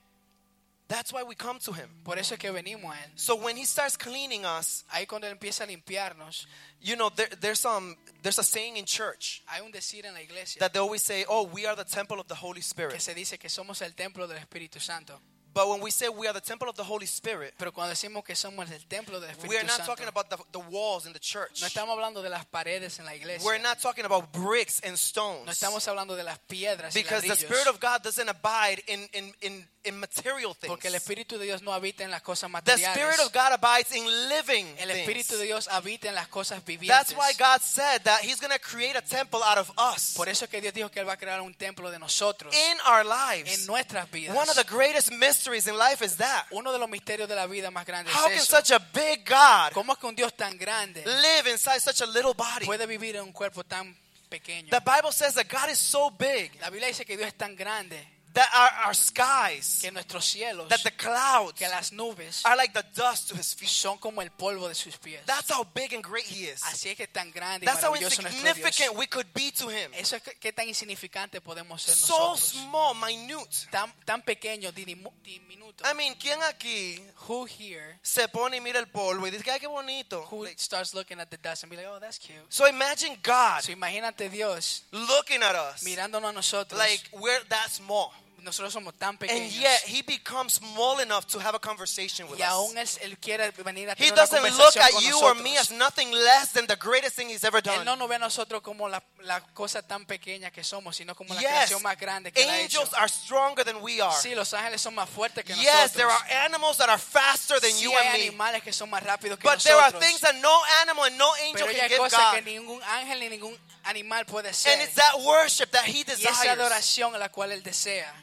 That's why we come to Him.
Por eso es que venimos a Él.
So when He starts cleaning us,
Ahí cuando Él empieza a limpiarnos,
you know, there, there's, um, there's a saying in church
hay un decir en la iglesia
that they always say, oh, we are the temple of the Holy
que
Spirit.
se dice que somos el templo del Espíritu Santo.
But when we say we are the temple of the Holy Spirit,
Pero cuando decimos que somos el templo del
we are
Espíritu
not talking
Santo,
about the, the walls in the church.
no estamos hablando de las paredes en la iglesia.
We're not talking about bricks and stones.
No estamos hablando de las piedras y
Because the
ladrillos.
Spirit of God doesn't abide in, in, in, in material things.
Porque el Espíritu de Dios no habita en las
The
cosas materiales.
Spirit of God abides in living
el Espíritu
things.
de Dios habita en las cosas vivientes.
That's why God said that He's going to create a temple out of us
Por eso es que Dios dijo que Él va a crear un templo de nosotros
in our
en
lives.
nuestras vidas.
One of the greatest mysteries in life is that.
Uno de los misterios de la vida más grandes
How can
es eso.
such a big God
¿Cómo es que un Dios tan grande
live inside such a little body?
puede vivir en un cuerpo tan pequeño?
The Bible says that God is so big
La Biblia dice que Dios es tan grande
that our, our skies,
que nuestros cielos,
that the clouds
que las nubes
are like the dust to His feet.
son como el polvo de sus pies.
That's how big and great He is.
Así es que es tan grande y
That's how
maravilloso nuestro Dios.
insignificant we could be to Him.
Eso es que, qué tan insignificante podemos ser
So
nosotros.
small, minute.
tan, tan pequeño, dinimu- diminuto.
I mean, ¿quién aquí
who here,
se pone y mira el polvo y dice, ay, qué bonito?
who
Like,
starts looking at the dust and be like, oh, that's cute.
so imagine God
So imagínate Dios
looking at us
mirándonos a nosotros.
like we're that small.
nosotros somos tan
And
pequeños.
yet he becomes small enough to have a conversation with
y aún
us.
él, él quiere venir a
He
tener una
doesn't look
conversación
at
con
you or me as
nosotros.
nothing less than the greatest thing he's ever
Él no
done.
nos ve a nosotros como la, la cosa tan pequeña que somos, sino como la
Yes,
creación más grande que él ha hecho.
angels are stronger than we are.
Sí, los ángeles son más fuertes que
Yes, there
nosotros.
are animals that are faster than
sí
you
hay
and me.
animales que son más rápidos que
But there are
nosotros.
things that no animal and no angel
pero
can
hay
give
cosas
God.
que ningún ángel ni ningún animal puede
And
ser.
it's that worship that he
Y esa
desires.
adoración a la cual Él desea.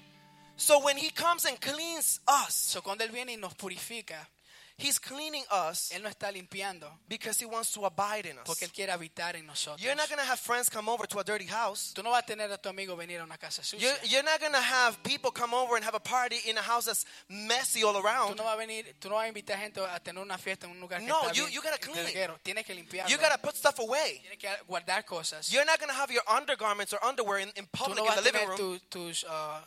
So when he comes and cleans us,
So, cuando Él viene y nos purifica,
he's cleaning us
Él nos está limpiando
because he wants to abide in us.
porque Él quiere habitar en nosotros.
You're not going to have friends come over to a dirty house.
Tú no vas a tener a tu amigo venir a una casa
You're,
sucia.
you're not going to have people come over and have a party in a house that's messy all
Tú
around.
no vas a venir, tú no vas a invitar gente a tener una fiesta en un lugar que
No,
está
you-
bien
you gotta clean it.
reguero. Tienes que limpiarlo.
You got to put stuff away.
Tienes que guardar cosas.
You're not going to have your undergarments or underwear in, in
tú
public
no
in
vas
the
a
living
tener
room.
tu- tus ah,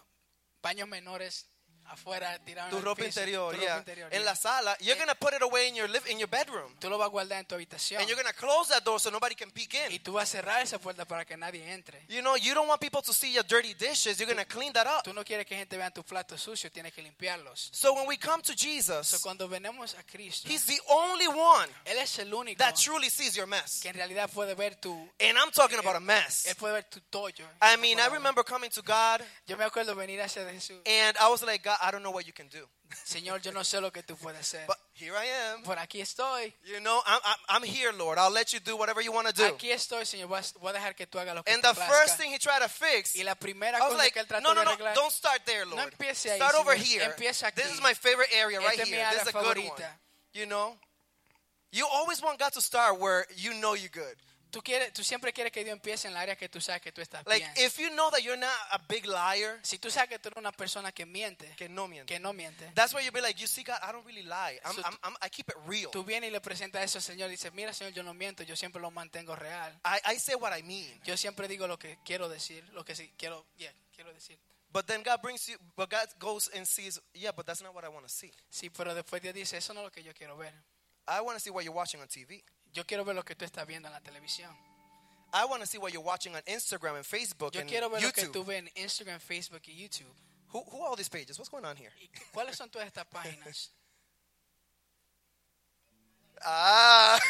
baños menores afuera tirados
Tu
en el
ropa
piso.
interior,
Tu ropa
yeah.
interior,
En
yeah.
la sala. You're
Eh.
going to put it away in your, live, in your bedroom.
Tú lo vas a guardar en tu habitación
And you're going to close that door so nobody can peek in.
y tú vas a cerrar esa puerta para que nadie entre.
You know, you don't want people to see your dirty dishes. You're going to clean that up.
Tú no quieres que gente vea tus platos sucios, tienes que limpiarlos.
So when we come to
So,
Jesus,
cuando venimos a Cristo,
He's the only one
él es el único
that truly sees your mess.
que en realidad puede ver tu
And I'm talking about a
él
mess.
puede ver tu tollo.
I mean, I remember coming to God
Yo me acuerdo venir hacia Jesús.
and I was like, God, I don't know what you can do.
Señor, yo no sé lo que tú puedes hacer.
But here I am.
Por aquí estoy.
You know, I'm, I'm, I'm here, Lord. I'll let you do whatever you want to do.
Aquí estoy, Señor. Voy a, voy a dejar que tú hagas lo que
And
te
the
plazca.
first thing He tried to fix,
y la primera
I was
cosa
like,
que él trató
no, no,
de
no,
arreglar
don't start there,
No
Lord.
empiece ahí,
Start over
Señor.
here.
Empieza aquí.
This is my favorite area right
Esta es mi
here. This is a
área
good one.
favorita.
You know? You always want God to start where you know you're good.
tú, quieres, tú siempre quieres que Dios empiece en el área que tú sabes que tú estás
Like,
bien.
if you know that you're not a big liar,
si tú sabes que tú eres una persona que miente,
que no miente.
que no miente,
That's why you'll be like, you see, God, I don't really lie. I'm,
So
I'm,
tú-
I'm, I keep it real.
tú vienes y le presentas eso al Señor y dices, mira, Señor, yo no miento, yo siempre lo mantengo real.
I, I say what I mean.
Yo siempre digo lo que quiero decir, lo que sí quiero, yeah, quiero decir.
But then God brings you, but God goes and sees, yeah, but that's not what I want to see.
Sí, pero después Dios dice, eso no es lo que yo quiero ver.
I want to see what you're watching on TV.
Yo quiero ver lo que tú estás viendo en la televisión.
I want to see what you're watching on Instagram and Facebook
Yo
and
quiero ver lo que
YouTube.
tú ves en Instagram, Facebook y YouTube.
Who, who are all these pages? What's going on here?
¿Y cu- cuáles son todas estas páginas? 아.
Ah.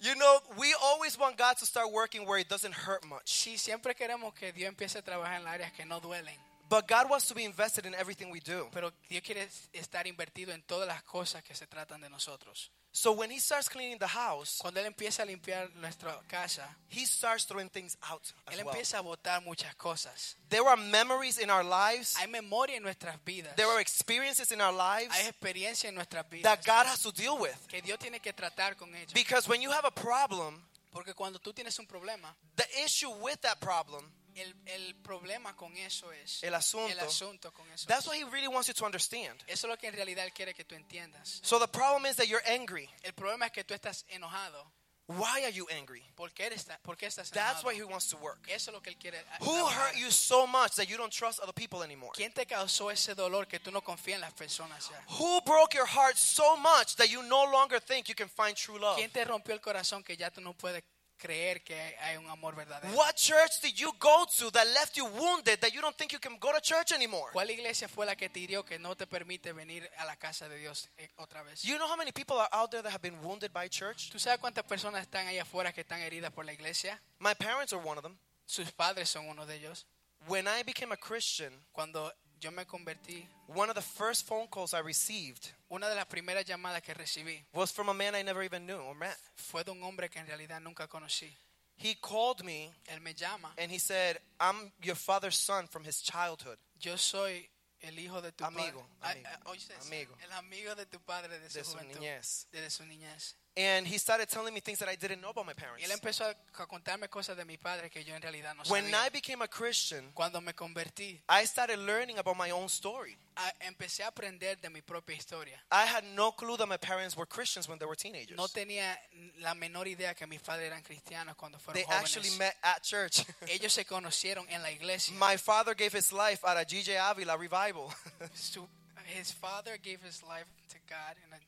you know, we always want God to start working where it doesn't hurt much.
Sí, siempre queremos que Dios empiece a trabajar en las áreas que no duelen.
But God wants to be invested in everything we do.
Pero Dios quiere estar invertido en todas las cosas que se tratan de nosotros.
So when He starts cleaning the house,
Cuando Él empieza a limpiar nuestra casa,
He starts throwing things out. as
Él
well.
empieza a botar muchas cosas.
There are memories in our lives,
Hay memoria en nuestras vidas.
there are experiences in our lives
Hay experiencia en nuestras vidas
that God has to deal with.
que Dios tiene que tratar con ellas.
Because when you have a problem,
Porque cuando tú tienes un problema,
the issue with that problem,
el, el problema con eso es
El asunto.
el asunto con eso.
that's
es.
what He really wants you to understand.
Eso es lo que en realidad Él quiere que tú entiendas.
So the problem is that you're angry.
El problema es que tú estás enojado.
Why are you angry?
¿Por qué, eres ta- por qué estás
That's
enojado?
why He wants to work.
Eso es lo que Él quiere. a-
Who
trabajar.
hurt you so much that you don't trust other people anymore?
¿Quién te causó ese dolor que tú no confías en las personas ya?
Who broke your heart so much that you no longer think you can find true love?
¿Quién te rompió el corazón que ya tú no puedes creer que hay- hay un amor verdadero?
What church did you go to that left you wounded that you don't think you can go to church anymore?
¿Cuál iglesia fue la que te hirió que no te permite venir a la casa de Dios eh, otra vez?
You know how many people are out there that have been wounded by church?
¿Tú sabes cuántas personas están allá afuera que están heridas por la iglesia?
My parents are one of them.
Sus padres son uno de ellos.
When I became a Christian,
Cuando yo me convertí,
one of the first phone calls I received
una de las primeras llamadas que recibí
was from a man I never even knew or met.
fue de un hombre que en realidad nunca conocí.
He called me
Él me llama.
and he said, I'm your father's son from his childhood.
Yo soy el hijo de tu
Amigo,
padre.
amigo,
Ah, ah, oye, sí,
amigo.
El amigo de tu padre desde
De su
juventud,
niñez.
Desde su niñez.
And he started telling me things that I didn't know about my
Y él
parents.
empezó a a contarme cosas de mi padre que yo en realidad no
When I
sabía.
became a Christian,
Cuando me convertí,
I started learning about my own story.
a- Ah, empecé a aprender de mi propia historia.
I had no clue that my parents were Christians when they were teenagers.
No tenía la menor idea que mis padres eran cristianos cuando fueron
They actually
jóvenes.
met at church.
Ellos se conocieron en la iglesia.
my father gave his life at a GJ Avila revival.
Su- his father gave his life to God in, a-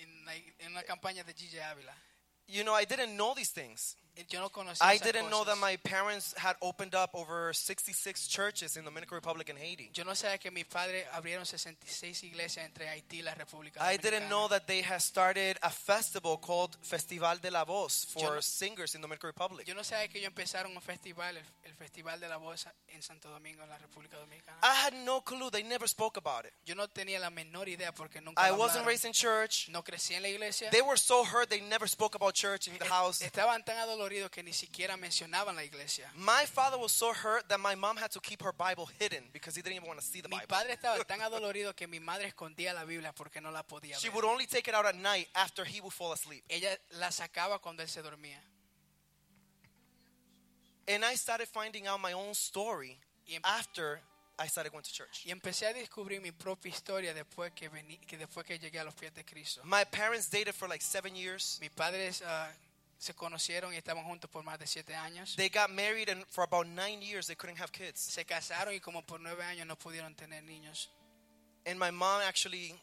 in la- en una campaña de G.J. Ávila.
you know, I didn't know these things.
Yo no conocía
I
esas
didn't know
cosas.
that my parents had opened up over 66 churches in the Dominican Republic and Haiti.
Yo no sabía que mis padres abrieron 66 iglesias entre Haití y la República
I
Dominicana.
didn't know that they had started a festival called Festival de la Voz
Yo
for
no-
singers in Dominican Republic.
Yo no sabía que ellos empezaron un festival, el, el Festival de la Voz en Santo Domingo, en la República Dominicana.
I had no clue. They never spoke about it.
Yo no tenía la menor idea porque nunca
I
lo
wasn't
hablaron.
raised in church.
no crecí en la iglesia.
They were so hurt they never spoke about church in the house.
Estaban tan adoloridos que ni siquiera mencionaban la iglesia.
My father was so hurt that my mom had to keep her Bible hidden because he didn't even want to see the
Mi
Bible.
padre estaba tan adolorido que mi madre escondía la Biblia porque no la podía
She
ver.
would only take it out at night after he would fall asleep.
Ella la sacaba cuando él se dormía.
And I started finding out my own story
Y, em-
after I started going to church.
y empecé a descubrir mi propia historia después que, vení- que después que llegué a los pies de Cristo.
My parents dated for like seven years.
Mis padres ah, se conocieron y estaban juntos por más de siete años.
They got married, and for about nine years, they couldn't have kids.
se casaron y como por nueve años no pudieron tener niños.
And my mom actually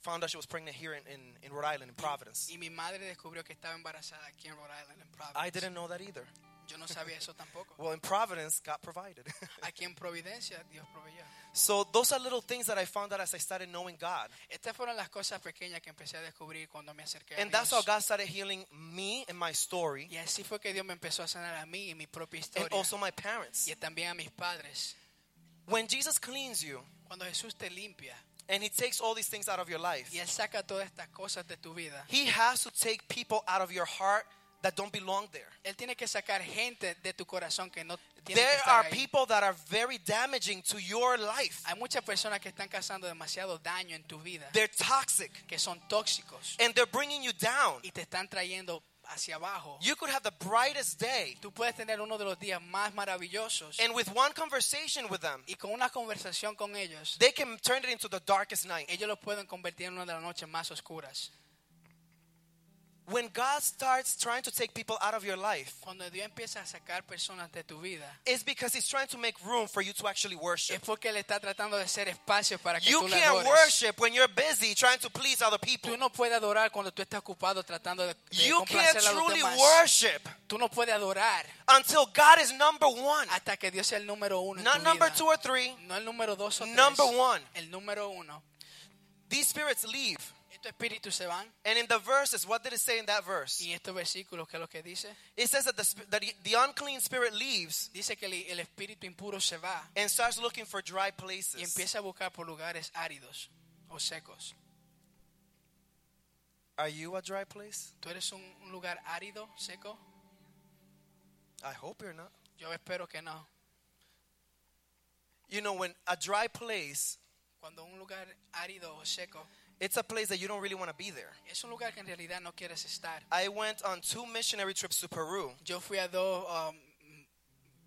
found out she was pregnant here in, in, in Rhode Island, in Providence.
Y mi madre descubrió que estaba embarazada aquí en Rhode Island, en Providence.
I didn't know that either.
Yo no sabía eso tampoco.
Well, in Providence, God provided.
Aquí en Providencia Dios proveyó.
so those are little things that I found out as I started knowing God.
Estas fueron las cosas pequeñas que empecé a descubrir cuando me acerqué
And
a
that's how
Dios.
God started healing me and my story,
Y así fue que Dios me empezó a sanar a mí y mi propia
and
historia.
also my parents.
y también a mis padres.
When Jesus cleans you
Cuando Jesús te limpia
and He takes all these things out of your life,
y Él saca todas estas cosas de tu vida,
He has to take people out of your heart that don't belong there.
Él tiene que sacar gente de tu corazón que no tiene que
There
estar
are
ahí.
people that are very damaging to your life.
Hay muchas personas que están causando demasiado daño en tu vida,
They're toxic
que son tóxicos.
and they're bringing you down.
y te están trayendo hacia abajo.
You could have the brightest day,
Tú puedes tener uno de los días más maravillosos
and with one conversation with them,
y con una conversación con ellos,
they can turn it into the darkest night.
ellos lo pueden convertir en una de las noches más oscuras.
When God starts trying to take people out of your life,
Cuando Dios empieza a sacar personas de tu vida,
it's because He's trying to make room for you to actually worship.
es porque Él está tratando de hacer espacio para que
You
tú le
can't
adores.
worship when you're busy trying to please other people.
Tú no puedes adorar cuando tú estás ocupado tratando de, de
You can't
complacer a los
truly
demás.
worship
Tú no puedes adorar
until God is number one,
hasta que Dios sea el número uno en
not
tu
number
vida.
two or three.
no el número dos o tres.
Number one.
El número uno.
These spirits leave.
estos espíritus se van.
And in the verses, what did it say in that verse?
Y estos versículos, ¿qué es lo que dice?
It says that the, sp- that the unclean spirit leaves
Dice que el, el espíritu impuro se va
and starts looking for dry
y
places.
empieza a buscar por lugares áridos o secos.
Are you a dry place?
¿Tú eres un, un lugar árido, seco?
I hope you're not.
Yo espero que no.
You know, when a dry place,
Cuando un lugar árido o seco
it's a place that you don't really want to be there.
es un lugar que en realidad no quieres estar.
I went on two missionary trips to Peru,
Yo fui a dos um,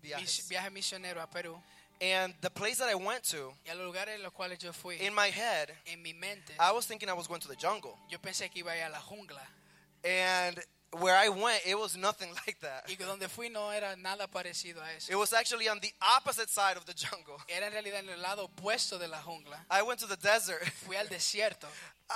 mis-
viajes.
viajes misioneros a Perú
and the place that I went to,
y a los lugares en los cuales yo fui,
in my head,
en mi mente,
I was thinking I was going to the jungle,
yo pensé que iba a ir a la jungla.
and where I went, it was nothing like that.
Y que donde fui no era nada parecido a eso.
It was actually on the opposite side of the jungle.
Era en realidad en el lado opuesto de la jungla.
I went to the desert.
Fui al desierto.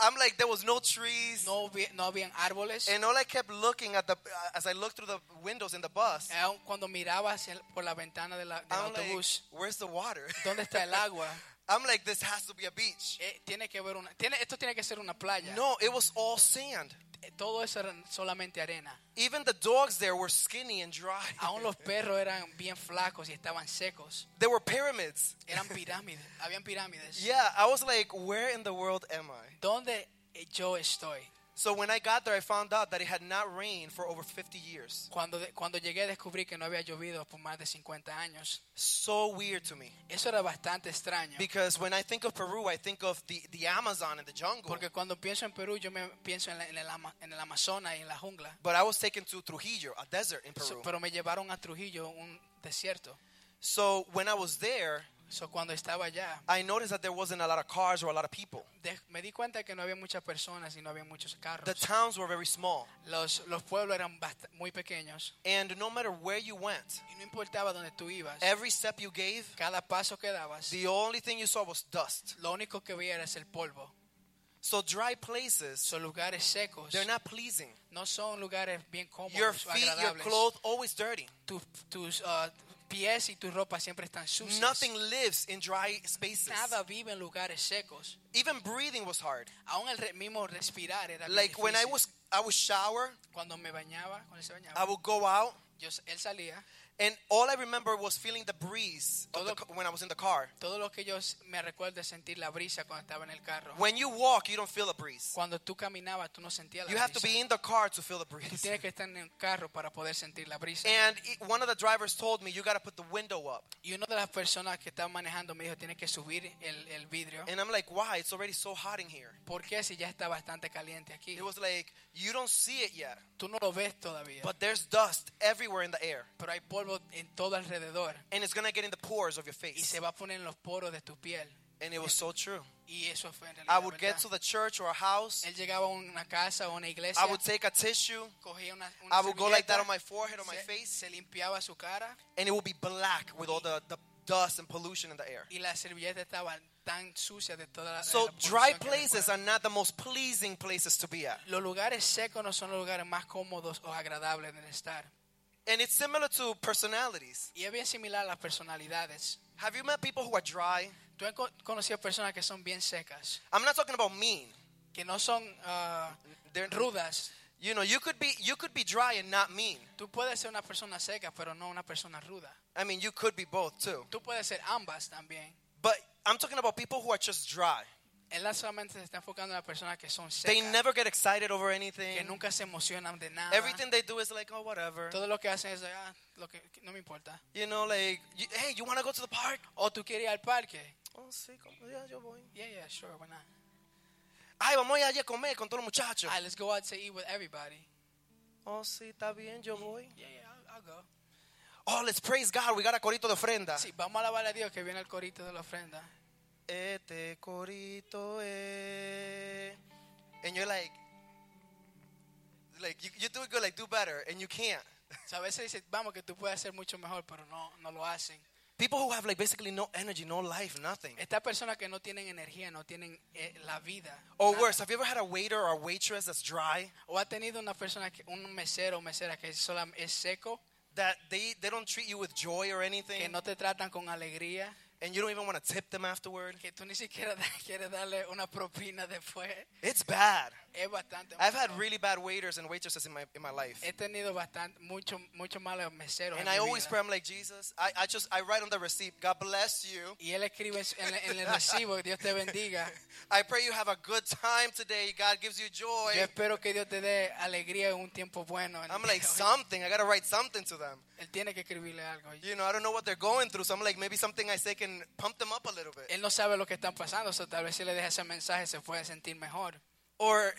I'm like, there was no trees,
No, hubi- no habían árboles.
and all I kept looking at the as I looked through the windows in the bus.
Aun cuando miraba hacia el- por la ventana de la- del
I'm like,
autobús,
where's the water?
¿dónde está el agua?
I'm like, this has to be a beach.
Eh, tiene que ver una, tiene, esto tiene que ser una playa.
No, it was all sand.
Eh, Todo eso era solamente arena.
Even the dogs there were skinny and dry.
Aún los perros eran bien flacos y estaban secos.
There were pyramids.
Eran pirámides. Habían pirámides.
Yeah, I was like, where in the world am I?
¿Dónde eh, yo estoy?
So when I got there, I found out that it had not rained for over 50 years.
Cuando, de- cuando llegué descubrí que no había llovido por más de 50 años.
So weird to me.
Eso era bastante extraño.
Because when I think of Peru, I think of the, the Amazon and the jungle.
Porque cuando pienso en Perú, yo me pienso en, la- en el, ama- en el Amazonas y en la jungla.
But I was taken to Trujillo, a desert in
So-
Peru.
pero me llevaron a Trujillo, un desierto.
So when I was there,
So, cuando estaba allá,
I noticed that there wasn't a lot of cars or a lot of people.
de- me di cuenta que no había muchas personas y no había muchos
The
carros.
towns were very small.
Los, los pueblos eran bast- muy pequeños
And no matter where you went,
y no importaba dónde tú ibas.
every step you gave,
Cada paso que dabas,
the only thing you saw was dust.
lo único que veía era el polvo.
So dry places,
Son lugares secos.
they're not pleasing.
No son lugares bien cómodos
Your
o
feet, your
agradables.
clothes, always dirty.
Tus- tus ah, pies y tu ropa siempre están sucios.
Nothing lives in dry spaces.
Nada vive en lugares secos.
Even breathing was hard.
Aún el re- mismo respirar era bien
Like when I
difícil.
was, I would shower,
cuando me bañaba, cuando él se
I
bañaba,
would go out,
yo- él salía.
and all I remember was feeling the breeze of the,
Todo-
c- when I was in the car.
Todo lo que yo s- me recuerdo es sentir la brisa cuando estaba en el carro.
When you walk, you don't feel a breeze.
Cuando tú caminabas, tú no sentías la
You
brisa.
have to be in the car to feel the
Tú
breeze.
tienes que estar en el carro para poder sentir la brisa.
And it- one of the drivers told me you got to put the window up.
y una de las personas que estaba manejando me dijo, tienes que subir el, el vidrio.
And I'm like, why? It's already so hot in here.
¿Por qué si ya está bastante caliente aquí?
It was like you don't see it yet,
Tú no lo ves todavía,
but there's dust everywhere in the air,
pero hay polvo en todo alrededor
and it's gonna get in the pores of your
y
face.
se va a poner en los poros de tu piel.
And it was so true.
Y eso fue en realidad.
I would
¿verdad?
get to the church or a house.
Él llegaba a una casa o a una iglesia,
I would take a tissue.
cogía una, una
I would go like
servilleta,
that on my forehead, on my
se,
face,
se limpiaba su cara
and it would be black with all the, the dust and pollution in the air.
y la servilleta estaba tan sucia de toda la de
So
la
dry
polución que había
places
afuera.
are not the most pleasing places to be at.
Los lugares secos no son los lugares más cómodos o agradables de estar.
And it's similar to personalities.
Y es bien similar a las personalidades.
Have you met people who are dry?
Tú has co- conocido personas que son bien secas,
I'm not talking about mean.
que no son ah,
They're
rudas.
You know, you could be you could be dry and not mean.
Tú puedes ser una persona seca, pero no una persona ruda.
I mean, you could be both too.
Tú puedes ser ambas también.
But I'm talking about people who are just dry.
Él no solamente se está enfocando en las personas que son
They
secas,
never get excited over anything.
que nunca se emocionan de nada.
Everything they do is like, oh, whatever.
Todo lo que hacen es, ah, lo que, que no me importa.
You know, like, you- hey, you want to go to the park?
O tú quieres ir al parque.
Oh, sí, como- ya, yo voy.
Yeah, yeah, sure, why not?
Ay, vamos a ir allí a comer con todos los muchachos.
Alright, let's go out to eat with everybody. Mm-hmm.
Oh, sí, está bien, yo voy.
Yeah, yeah, I'll, I'll go.
Oh, let's praise God. We got a corito de ofrenda.
Sí, vamos a alabar a Dios que viene el corito de la ofrenda.
Este corito es. And you're like, like you, you do good, like do better, and you can't.
O sea, a veces dicen, vamos, que tú puedes hacer mucho mejor, pero no, no lo hacen.
People who have like basically no energy, no life, nothing.
Estas personas que no tienen energía, no tienen eh, la vida.
Or
nada.
worse, have you ever had a waiter or a waitress that's dry
O ha tenido una persona, que, un mesero o mesera que sola, es seco,
that they they don't treat you with joy or
que
anything?
no te tratan con alegría.
and you don't even want to tip them afterward.
que tú ni siquiera da- quieres darle una propina después,
It's bad.
es bastante.
I've had
malo.
really bad waiters and waitresses in my in my life.
He tenido bastante, mucho, mucho malos meseros. en
And
mi
I always
vida.
pray, I'm like, Jesus, I, I just, I write on the receipt, God bless you.
y él escribe en su- en, el- en el recibo, Dios te bendiga.
I pray you have a good time today. God gives you joy.
Yo espero que Dios te dé alegría en un tiempo bueno. en el
I'm
día
like,
de hoy.
something. I got to write something to them.
él tiene que escribirle algo.
You know, I don't know what they're going through. So I'm like, maybe something I say can pump them up a little bit.
Él no sabe lo que están pasando, so tal vez si le deja ese mensaje se puede sentir mejor.
Or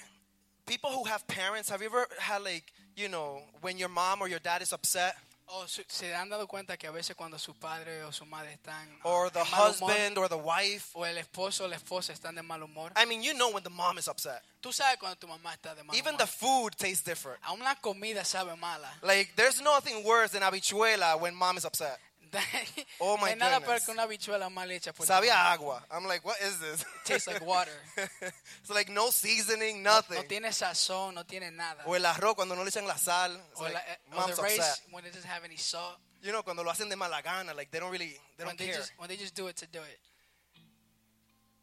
people who have parents, have you ever had, like, you know, when your mom or your dad is upset?
O su- se han dado cuenta que a veces cuando su padre o su madre están
Or
en
the
mal humor,
husband or the wife?
o el esposo o la esposa están de mal humor.
I mean, you know when the mom is upset.
Tú sabes cuando tu mamá está de mal
Even the
humor.
food tastes different.
Aún la comida sabe mala.
Like, there's nothing worse than habichuela when mom is upset. Oh,
no
my
hay nada
goodness.
peor que una bichuela mal hecha. por tu
Sabía
mamá.
agua. I'm like, what is this?
Tastes like water.
it's like no seasoning,
No
nothing.
tiene sazón, no tiene nada.
O el arroz cuando no le echan la sal. It's
O
like,
la- eh, o
mom's
the rice
upset.
when it doesn't have any salt.
You know, cuando lo hacen de mala gana, like they don't really, they
When
don't
they,
care.
just, when they just do it to do it.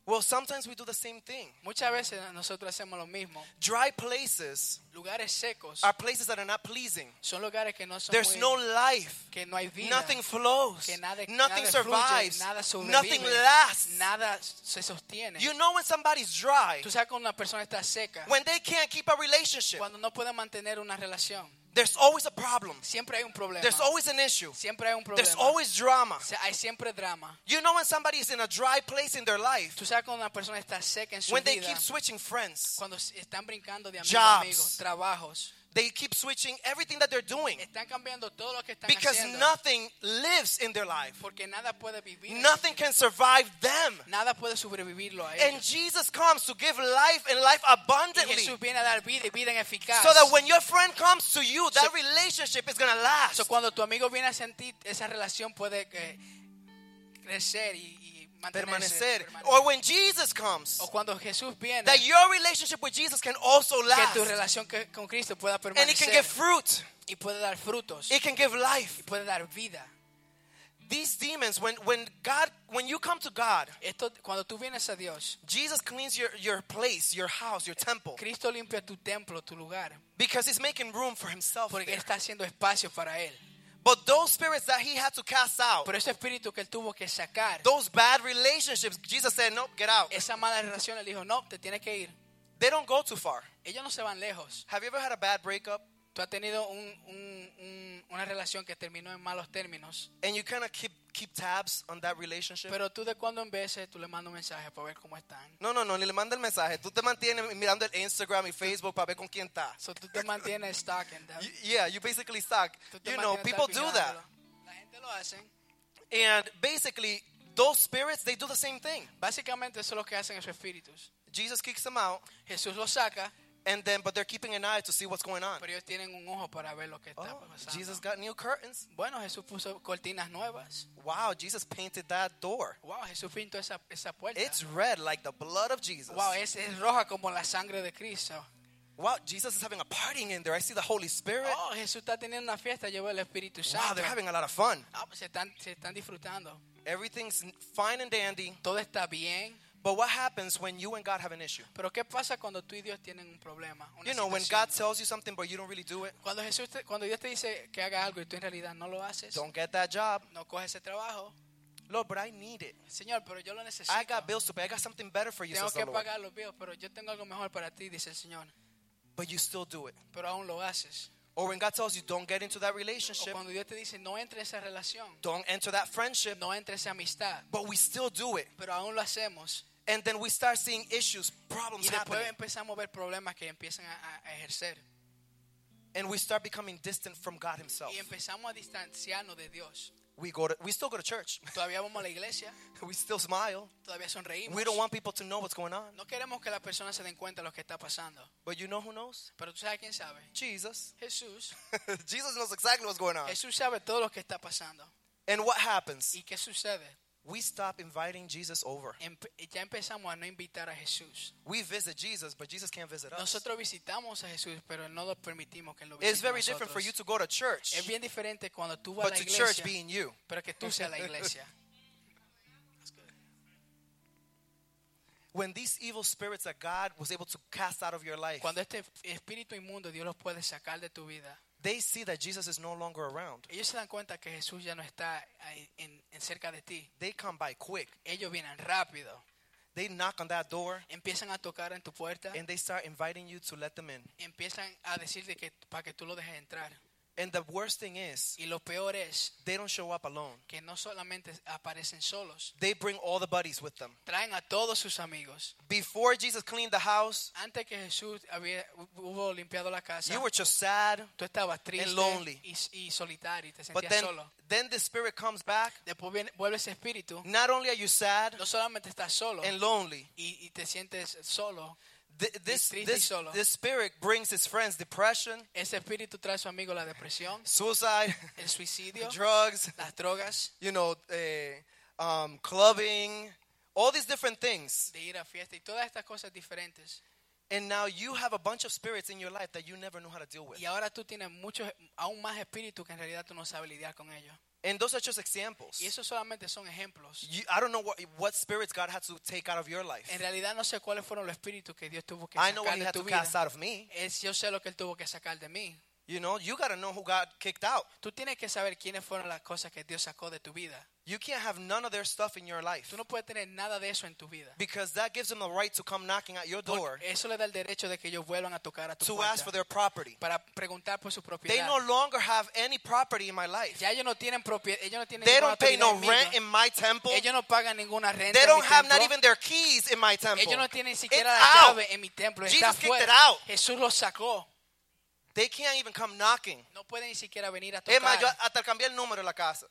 Well, sometimes we do the same thing.
Muchas veces nosotros hacemos lo mismo.
Dry places
Lugares secos
are places that are not pleasing.
son lugares que no son
There's
muy-
no life.
que no hay vida.
Nothing flows.
que nada,
Nothing
nada
survives.
Fluye, nada sobrevive,
Nothing lasts.
Nada se sostiene.
You know when somebody's dry,
Tú sabes cuando una persona está seca,
when they can't keep a relationship,
cuando no puede mantener una relación,
there's always a problem.
siempre hay un problema.
There's always an issue.
siempre hay un problema.
There's always drama.
O sea, hay siempre drama.
You know when somebody is in a dry place in their life,
Tú sabes cuando una persona está seca en su
when they
vida,
keep switching friends,
cuando s- están brincando de amigos,
Jobs.
amigos, trabajos,
they keep switching everything that they're doing
están cambiando todo lo que están
because
haciendo,
nothing lives in their life.
porque nada puede vivir, en
Nothing
su vida.
can survive them.
nada puede sobrevivirlo a
And
ellos.
Jesus comes to give life and life
Y
abundantly.
Jesús viene a dar vida y vida en eficaz.
So that when your friend comes to you, that
So-
relationship is going to last.
So, cuando tu amigo viene a sentir, esa relación puede eh, crecer y, y mantenerse.
Permanecer.
permanecer.
Or when Jesus comes,
o cuando Jesús viene,
that your relationship with Jesus can also
que
last.
tu relación que- con Cristo pueda
And it
permanecer
can give fruit,
y puede dar frutos
it can give life.
y puede dar vida.
These demons, when, when God, when you come to God,
Esto, cuando tú vienes a Dios,
Jesus cleans your, your place, your house, your temple.
Cristo limpia tu templo, tu lugar,
Because he's making room for himself.
porque
there.
está haciendo espacio para Él.
But those spirits that he had to cast out,
Por ese espíritu que Él tuvo que sacar,
those bad relationships, Jesus said, Nope, get out.
esa mala relación, Él dijo, no, te tienes que ir.
They don't go too far.
Ellos no se van lejos.
Have you ever had a bad breakup
Tú has tenido un- un- un- una relación que terminó en malos términos.
and you kind of keep, keep tabs on that relationship?
Pero tú de cuando en veces tú le mandas un mensaje para ver cómo están.
no, no, no, ni le manda el mensaje. Tú te mantienes mirando el Instagram y Facebook para ver con quién está.
So tú te mantienes stuck en that.
Y- yeah, you basically stuck.
Tú te
You know,
mantienes
people do
stuck
that.
mirándolo. La gente lo hacen.
And basically, those spirits, they do the same thing.
Básicamente eso es lo que hacen esos espíritus.
Jesus kicks them out,
Jesús los saca,
and then, but they're keeping an eye to see what's going on.
pero ellos tienen un ojo para ver lo que está
Oh,
pasando.
Jesus got new curtains.
Bueno, Jesús puso cortinas nuevas.
Wow, Jesus painted that door.
Wow, Jesús pintó esa, esa puerta.
It's red like the blood of Jesus.
wow, es, es roja como la sangre de Cristo.
Wow, Jesus is having a party in there. I see the Holy Spirit.
Oh, Jesús está teniendo una fiesta, lleva el Espíritu
wow,
Santo.
they're having a lot of fun.
Ah, pues se, están, se están disfrutando.
Everything's fine and dandy.
Todo está bien.
But what happens when you and God have an issue?
Pero ¿qué pasa cuando tú y Dios tienen un problema? una
You know, when
situación?
God tells you something but you don't really do it,
Cuando Jesús, te- cuando Dios te dice que haga algo y tú en realidad no lo haces,
don't get that job.
no coges ese trabajo,
Lord, but I need it.
Señor, pero yo lo necesito.
I got bills to pay. I got something better for you,
Tengo
says the
que
Lord.
pagar los bills, pero yo tengo algo mejor para ti, dice el Señor.
But you still do it.
Pero aún lo haces.
Or when God tells you don't get into that
O
relationship,
cuando Dios te dice no entre esa relación,
don't enter that friendship,
no entre esa amistad,
but we still do it.
pero aún lo hacemos.
And then we start seeing issues, problems
Y después
happening.
empezamos a ver problemas que empiezan a, a- a ejercer.
and we start becoming distant from God Himself.
Y empezamos a distanciarnos de Dios.
We go to, we still go to church.
Todavía vamos a la iglesia,
We still smile.
todavía sonreímos.
We don't want people to know what's going on.
No queremos que las personas se den cuenta de lo que está pasando.
But you know who knows?
Pero tú sabes quién sabe.
Jesus.
Jesús.
Jesus knows exactly what's going on.
Jesús sabe todo lo que está pasando.
And what happens?
¿Y qué sucede?
We stop inviting Jesus over.
Empe- ya empezamos a no invitar a Jesús.
We visit Jesus, but Jesus can't visit us.
Nosotros visitamos a Jesús, pero no lo permitimos que él lo visite.
It's very
a
different for you
nosotros.
to go to church,
es bien diferente cuando tú vas a
but
la
to church
iglesia,
being you.
pero que tú seas la iglesia.
when these evil spirits that God was able to cast out of your life,
Cuando este espíritu inmundo Dios los puede sacar de tu vida,
they see that Jesus is no longer around.
ellos se dan cuenta que Jesús ya no está ahí en, en cerca de ti.
They come by quick.
Ellos vienen rápido,
They knock on that door
empiezan a tocar en tu puerta,
and they start inviting you to let them in.
empiezan a decirte que para que tú lo dejes entrar.
And the worst thing is,
Y lo peor es
they don't show up alone.
que no solamente aparecen solos,
They bring all the buddies with them.
traen a todos sus amigos.
Before Jesus cleaned the house,
Antes que Jesús había, hubo limpiado la casa,
you were just sad.
tú estabas triste
and lonely.
y, y solitario y te
But
sentías
then,
solo.
then the spirit comes back.
Después viene- vuelve ese espíritu,
Not only are you sad
no solamente estás solo
and lonely,
y, y te sientes solo,
th- this,
triste y
this,
solo.
this spirit brings his friends depression,
ese espíritu trae a su amigo la depresión,
suicide,
el suicidio,
drugs,
las drogas,
you know, eh, um, clubbing, all these different things.
de ir a fiesta y todas estas cosas diferentes.
And now you have a bunch of spirits in your life that you never know how to deal with.
Y ahora tú tienes muchos, aún más espíritus que en realidad tú no sabes lidiar con ellos.
And those are just examples.
Y esos solamente son ejemplos.
You, I don't know what, what spirits God had to take out of your life.
En realidad no sé cuáles fueron los espíritus que Dios tuvo que
I know
sacar
what He
de
had to
tu vida.
cast out of me.
Es, yo sé lo que Él tuvo que sacar de mí.
You know, you got to know who God kicked out.
Tú tienes que saber quiénes fueron las cosas que Dios sacó de tu vida.
You can't have none of their stuff in your life
Tú no puedes tener nada de eso en tu vida.
because that gives them the right to come knocking at your door
Porque Eso le da el derecho de que ellos vuelvan a tocar a tu
to
puerta
ask for their property.
para preguntar por su
They
propiedad.
no longer have any property in my life.
ya ellos no tienen propiedad, ellos no tienen
They
ninguna
don't pay no
autoridad en mí,
rent in my temple.
Ellos no pagan ninguna renta.
They
en mi
don't have not
templo.
even their keys in my temple.
ellos no tienen ni
It's
siquiera la
out.
llave en mi templo.
Jesus
Está
kicked
fuera.
it out.
Jesús los sacó.
They can't even come knocking.
No pueden ni siquiera venir a
Es más, yo
tocar.
hasta cambié el número de la casa.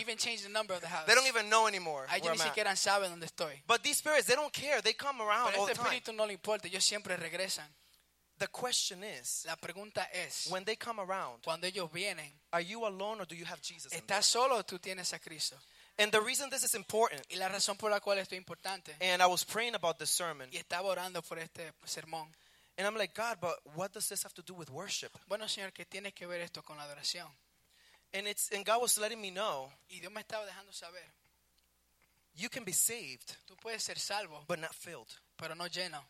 even changed the number of the house.
They don't even know anymore. where
A ellos ni
I'm at.
siquiera saben dónde estoy.
But these spirits, they don't care. They come around
Pero
all
este
the time.
espíritu no le importa. Ellos siempre regresan.
The question is,
La pregunta es,
when they come around,
cuando ellos vienen,
are you alone or do you have Jesus? in there?
¿estás solo o tú tienes a Cristo?
And the reason this is important,
Y la razón por la cual esto es importante,
and I was praying about this sermon,
y estaba orando por este sermón.
and I'm like, God, but what does this have to do with worship?
Bueno, Señor, ¿qué tiene que ver esto con la adoración?
And it's and God was letting me know,
Y Dios me estaba dejando saber,
you can be saved
tú puedes ser salvo,
but not filled.
pero no lleno.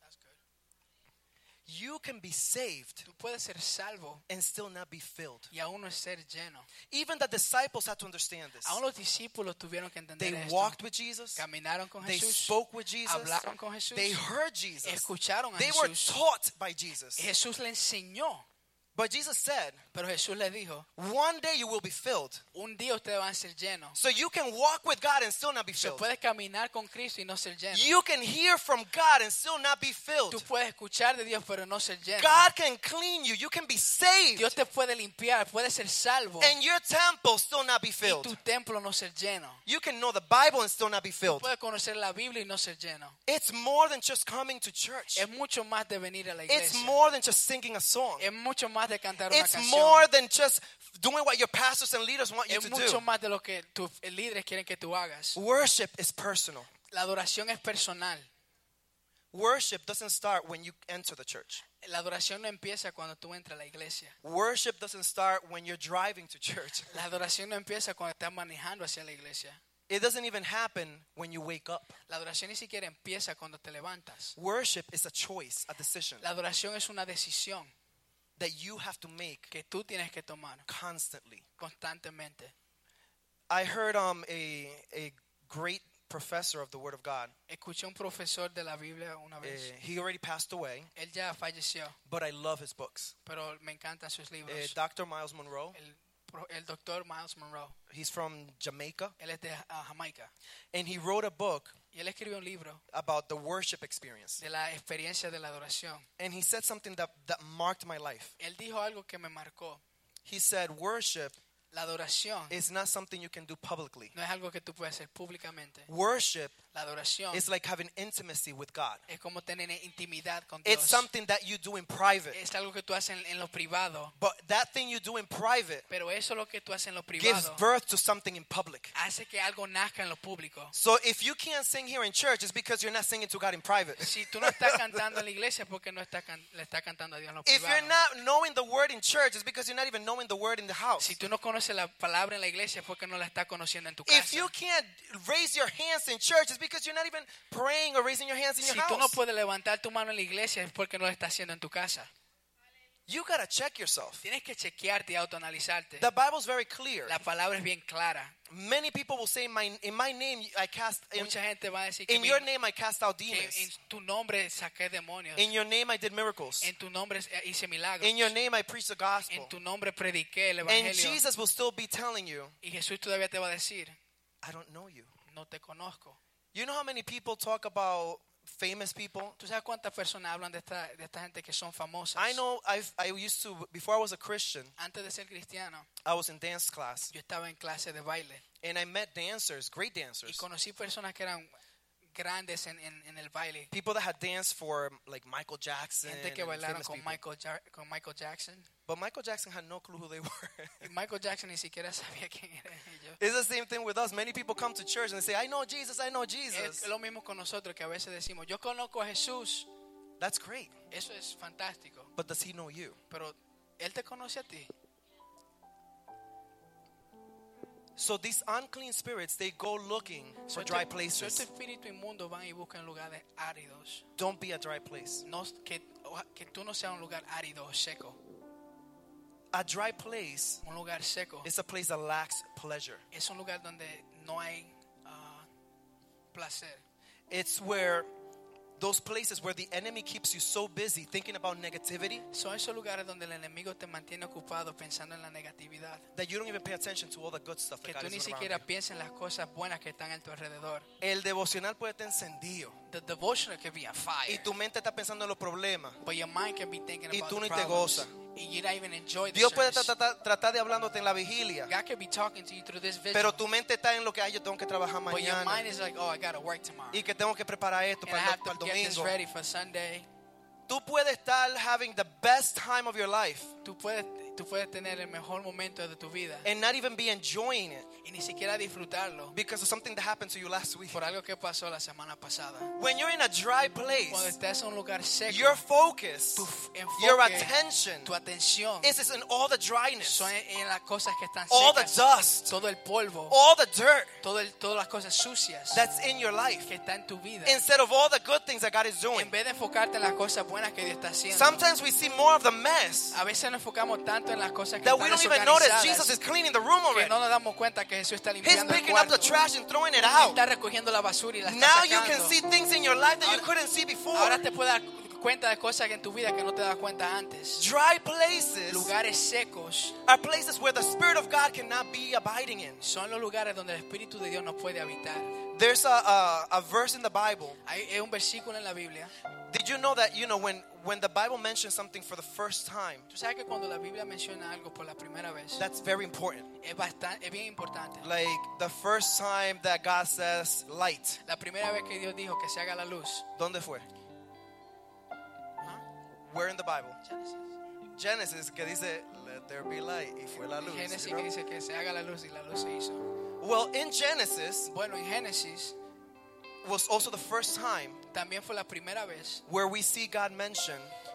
That's good.
You can be saved
Tú puedes ser salvo
and still not be filled.
y aún no ser lleno.
Even the disciples had to understand this.
Aún los discípulos tuvieron que entender
They
esto.
walked with Jesus.
Caminaron con
They
Jesús.
spoke with Jesus.
Hablaron con Jesús.
They heard Jesus.
Escucharon a
They were
Jesús.
taught by Jesus.
Jesús le enseñó,
But Jesus said,
pero Jesús le dijo,
one day you will be filled.
un día ustedes van a ser llenos.
So you can walk with God and still not be
Tú
filled.
puedes caminar con Cristo y no ser lleno.
You can hear from God and still not be
Tú
filled.
puedes escuchar de Dios, pero no ser lleno.
God can clean you. You can be saved.
Dios te puede limpiar, puedes ser salvo
And your temple still not be
y
filled.
tu templo no ser lleno.
You can know the Bible and still not be filled.
Puedes conocer la Biblia y no ser lleno.
It's more than just coming to church.
Es mucho más de venir a la
It's
iglesia.
more than just singing a song.
Es mucho más de cantar una
It's
canción.
more than just doing what your pastors and leaders want you
Es
to do.
mucho más de lo que tus eh, líderes quieren que tú hagas.
Worship is personal.
La adoración es personal.
Worship doesn't start when you enter the church.
La adoración no empieza cuando tú entras a la iglesia.
Worship doesn't start when you're driving to church.
La adoración no empieza cuando estás manejando hacia la iglesia.
It doesn't even happen when you wake up.
La adoración ni siquiera empieza cuando te levantas.
Worship is a choice, a decision
La adoración es una decisión
that you have to make
que tú tienes que tomar
constantly.
constantemente.
I heard um, a, a great professor of the Word of God.
Escuché a un profesor de la Biblia una
Uh,
vez.
he already passed away,
Él ya falleció,
but I love his books.
pero me encantan sus
Uh,
libros.
Dr. Miles Monroe,
El, pro- el doctor Miles Monroe,
he's from Jamaica,
él es de ah, Jamaica.
and he wrote a book
Y él escribió un libro
about the worship experience.
de la experiencia de la adoración.
And he said something that, that marked my life.
Él dijo algo que me marcó.
He said, Worship
La adoración
is not something you can do publicly.
no es algo que tú puedes hacer públicamente.
Worship
La adoración
is like having intimacy with God.
es como tener intimidad con Dios.
It's something that you do in private.
es algo que tú haces en, en lo privado.
But that thing you do in private
Pero eso es lo que tú haces en lo
gives
privado.
birth to something in public.
Hace que algo nazca en lo público.
So if you can't sing here in church, it's because you're not singing to God in private.
Si tú no estás cantando en la iglesia, es porque no estás can- le estás cantando a Dios en lo
If
privado.
you're not knowing the word in church, it's because you're not even knowing the word in the house.
si tú no conoce la palabra en la iglesia es porque no la está conociendo en tu casa.
If
Si
you can't raise your hands in church, it's because you're not even praying or raising your hands in your
tú no
house.
puedes levantar tu mano en la iglesia es porque no la estás haciendo en tu casa.
You gotta check yourself.
Tienes que chequearte y autoanalizarte.
The Bible's very clear.
La palabra es bien clara.
Many people will say, "My in my name I cast in,
Mucha gente va a decir que,
in
mi-
your name I cast out
que
demons.
en tu nombre saqué demonios.
In your name I did miracles.
En tu nombre hice milagros.
In your name I preached the gospel."
En tu nombre prediqué el
And
evangelio.
Jesus will still be telling you,
y Jesús todavía te va a decir,
"I don't know you."
no te conozco.
You know how many people talk about famous people?
¿Tú sabes cuántas personas hablan de esta, de esta gente que son famosas?
I know I've, I used to, before I was a Christian,
Antes de ser cristiano,
I was in dance class
yo estaba en clase de baile
and I met dancers, great
y
dancers.
conocí personas que eran grandes en, en- en el baile.
People that had danced for like Michael Jackson.
Gente que
and
bailaron
famous
con
people.
Michael, Ja- con Michael Jackson.
But Michael Jackson had no clue who they were.
Y Michael Jackson ni siquiera sabía quién era ellos.
It's the same thing with us. Many people come to church and they say, I know Jesus, I know Jesus.
Es lo mismo con nosotros que a veces decimos, yo conozco a Jesús.
That's great.
Eso es fantástico.
But does he know you?
Pero Él te conoce a ti.
So these unclean spirits, they go looking for
Suerte-
dry
suerte
places.
espíritu inmundo van y buscan lugares áridos.
Don't be a dry place.
No, que, oja- que tú no seas un lugar árido o seco.
A dry place
Un lugar seco
is a place that lacks pleasure.
es un lugar donde no hay ah, placer.
It's where those places where the enemy keeps you so busy thinking about negativity
Son esos lugares donde el enemigo te mantiene ocupado pensando en la negatividad.
that you don't even pay attention to all the good stuff
Que
that God
tú ni
is doing around
siquiera piensas en las cosas buenas que están a tu alrededor.
you. El devocional puede estar encendido
The devotional could be on
y
fire.
tu mente está pensando en los problemas.
But your mind can be thinking
Y
about
tú
the
ni te
problems.
gozas.
Y you don't even enjoy the
Dios puede
service.
tratar, tratar de hablándote en la vigilia,
God could be talking to you through this vision.
pero tu mente está en lo que "Ay, yo tengo que trabajar
But your
mañana
mind is like, oh, I gotta work tomorrow.
y que tengo que preparar esto
and I
para el,
have
para el
to get this
domingo.
ready for Sunday.
Tú puedes estar having the best time of your life
Tú puedes, tú puedes tener el mejor momento de tu vida
and not even be enjoying it
y ni siquiera disfrutarlo
because of something that happened to you last week.
por algo que pasó la semana pasada.
When you're in a dry
Cuando
place,
estás en un lugar seco,
your focus,
tu f- enfoque,
your attention
tu atención
is is in all the dryness,
son en, en las cosas que están
all the
secas,
dust,
todo el polvo,
all the dirt
todo el- todas las cosas sucias
that's in your life
que está en tu vida.
instead of all the good things that God is doing.
En vez de enfocarte en las cosas buenas que Dios está haciendo,
Sometimes we see more of the mess
a veces nos enfocamos tanto en las cosas que
that we
están
don't even notice
desorganizadas
Jesus is cleaning the room
que
already.
no nos damos cuenta que Jesús está
He's
limpiando el
picking up
cuarto.
the trash and throwing it
Él
out.
está recogiendo la basura y la está
Now you can
sacando.
see things in your life that you
Ahora-
couldn't see before.
Ahora te puedes dar cuenta de cosas que en tu vida que no te das cuenta antes.
Dry places
Lugares secos
are places where the Spirit of God cannot be abiding in.
son los lugares donde el Espíritu de Dios no puede habitar.
There's a, a, a verse in the Bible.
Hay hay un versículo en la Biblia.
Did you know that, you know, when, when the Bible mentions something for the first time,
Tú sabes que cuando la Biblia menciona algo por la primera vez,
that's very important.
es, bastante, es bien importante.
Like the first time that God says light.
La primera vez que Dios dijo que se haga la luz.
¿Dónde fue?
¿ah?
Where in the Bible?
Génesis.
Genesis que dice, let there be light. Y fue la luz. you
Génesis
know?
que dice que se haga la luz y la luz se hizo.
Well, in Genesis
Bueno, en Génesis
was also the first time
también fue la primera vez
where we see God mention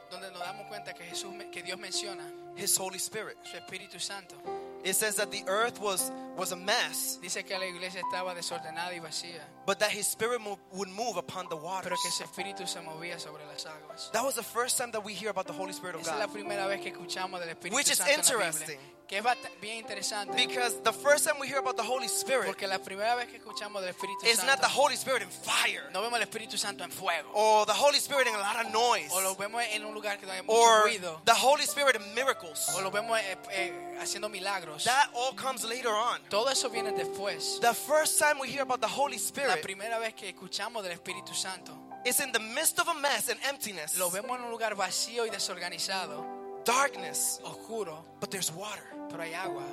donde nos damos cuenta que Jesús me- que Dios menciona
His Holy Spirit.
su Espíritu Santo.
It says that the earth was was a mess,
Dice que la iglesia estaba desordenada y vacía,
but that His Spirit move, would move upon the
pero
waters.
que ese espíritu se movía sobre las aguas.
That was the first time that we hear about the Holy Spirit of
Esa es la
God.
primera vez que escuchamos del Espíritu
Which is
Santo en la Biblia,
interesting.
que es bast- bien interesante,
Because the first time we hear about the Holy Spirit
porque la primera vez que escuchamos del Espíritu
is not the
Santo,
Holy Spirit in fire
no vemos el Espíritu Santo en fuego,
or the Holy Spirit in a lot of noise
o lo vemos en un lugar que hay mucho
or
ruido,
the Holy Spirit in miracles.
o lo vemos eh, eh, haciendo milagros.
That all comes later on.
Todo eso viene después.
The first time we hear about the Holy
La
Spirit
primera vez que escuchamos del Espíritu Santo,
is in the midst of a mess and emptiness,
lo vemos en un lugar vacío y desorganizado,
darkness,
oscuro,
but there's water.
pero hay agua.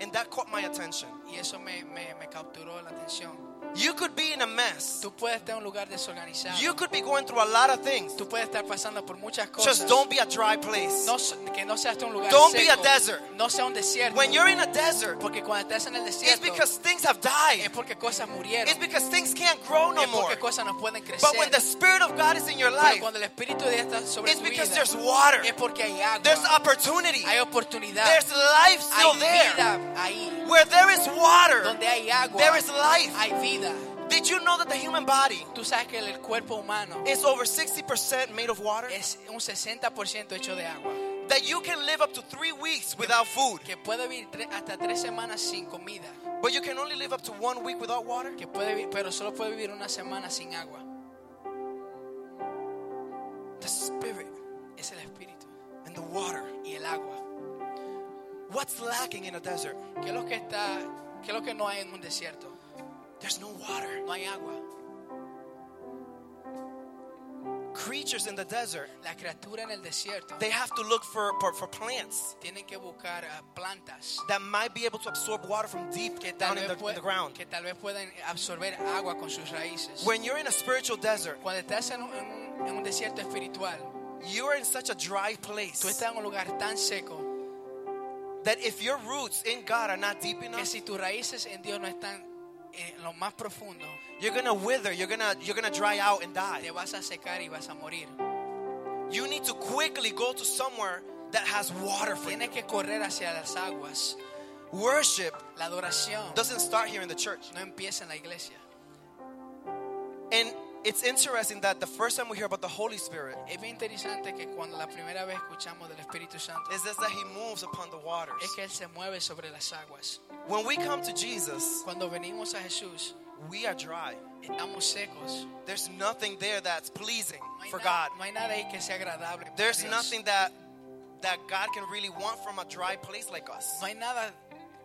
And that caught my attention.
Y eso me, me, me capturó la atención.
You could be in a mess.
Tú puedes estar en un lugar desorganizado.
You could be going through a lot of things.
Tú puedes estar pasando por muchas cosas.
Just don't be a dry place.
No se- que no seas un lugar
Don't be
seco.
a desert.
No sea un desierto.
When you're in a desert,
porque cuando estás en el
it's
desierto
because things have
es
died.
porque cosas murieron.
It's because things can't grow no
es
more.
porque cosas no pueden crecer.
But when the Spirit of God is in your
Pero
life,
cuando el espíritu de Dios está sobre
it's
tu
because
vida,
there's water,
es porque hay agua.
there's opportunity,
hay oportunidad.
there's life still
hay
there.
vida ahí.
Where there is water,
Donde hay agua,
there is life.
hay vida.
Did you know that the human body
Tú sabes que el cuerpo humano
is over 60% made of water?
es un 60% hecho de agua.
That you can live up to three weeks without food,
Que puede vivir tre- hasta tres semanas sin comida.
but you can only live up to one week without water?
Que puede vi- pero solo puede vivir una semana sin agua.
The Spirit
Es el espíritu
and the water.
y el agua.
What's lacking in a desert?
¿Qué es lo que está, qué es lo que no hay en un desierto?
There's no water.
No hay agua.
Creatures in the desert,
La criatura en el desierto
they have to look for, for, for plants
tienen que buscar ah, plantas
that might be able to absorb water from deep
que tal,
down in
vez
the, in
pue-
the ground.
que tal vez puedan absorber agua con sus raíces.
When you're in a spiritual desert,
Cuando estás en un, en un- en un desierto espiritual,
you are in such a dry
tú
place
estás en un lugar tan seco
that if your roots in God are not deep
que
enough,
si tus raíces en Dios no están en lo más profundo,
you're gonna wither, you're gonna you're gonna dry out and
te
die.
vas a secar y vas a morir.
You need to quickly go to somewhere that has water for you.
Tienes que correr hacia las aguas.
Worship
La adoración
doesn't start here in the church.
no empieza en la iglesia.
And it's interesting that the first time we hear about the Holy Spirit,
Es bien interesante que cuando la primera vez escuchamos del Espíritu Santo,
it says that He moves upon the waters.
es que Él se mueve sobre las aguas.
When we come to Jesus,
Cuando venimos a Jesús,
we are dry.
estamos secos.
There's nothing there that's pleasing
No hay,
for
nada,
God.
no hay nada ahí que sea agradable. para
There's
Dios.
nothing that that God can really want from a dry place like us.
No hay nada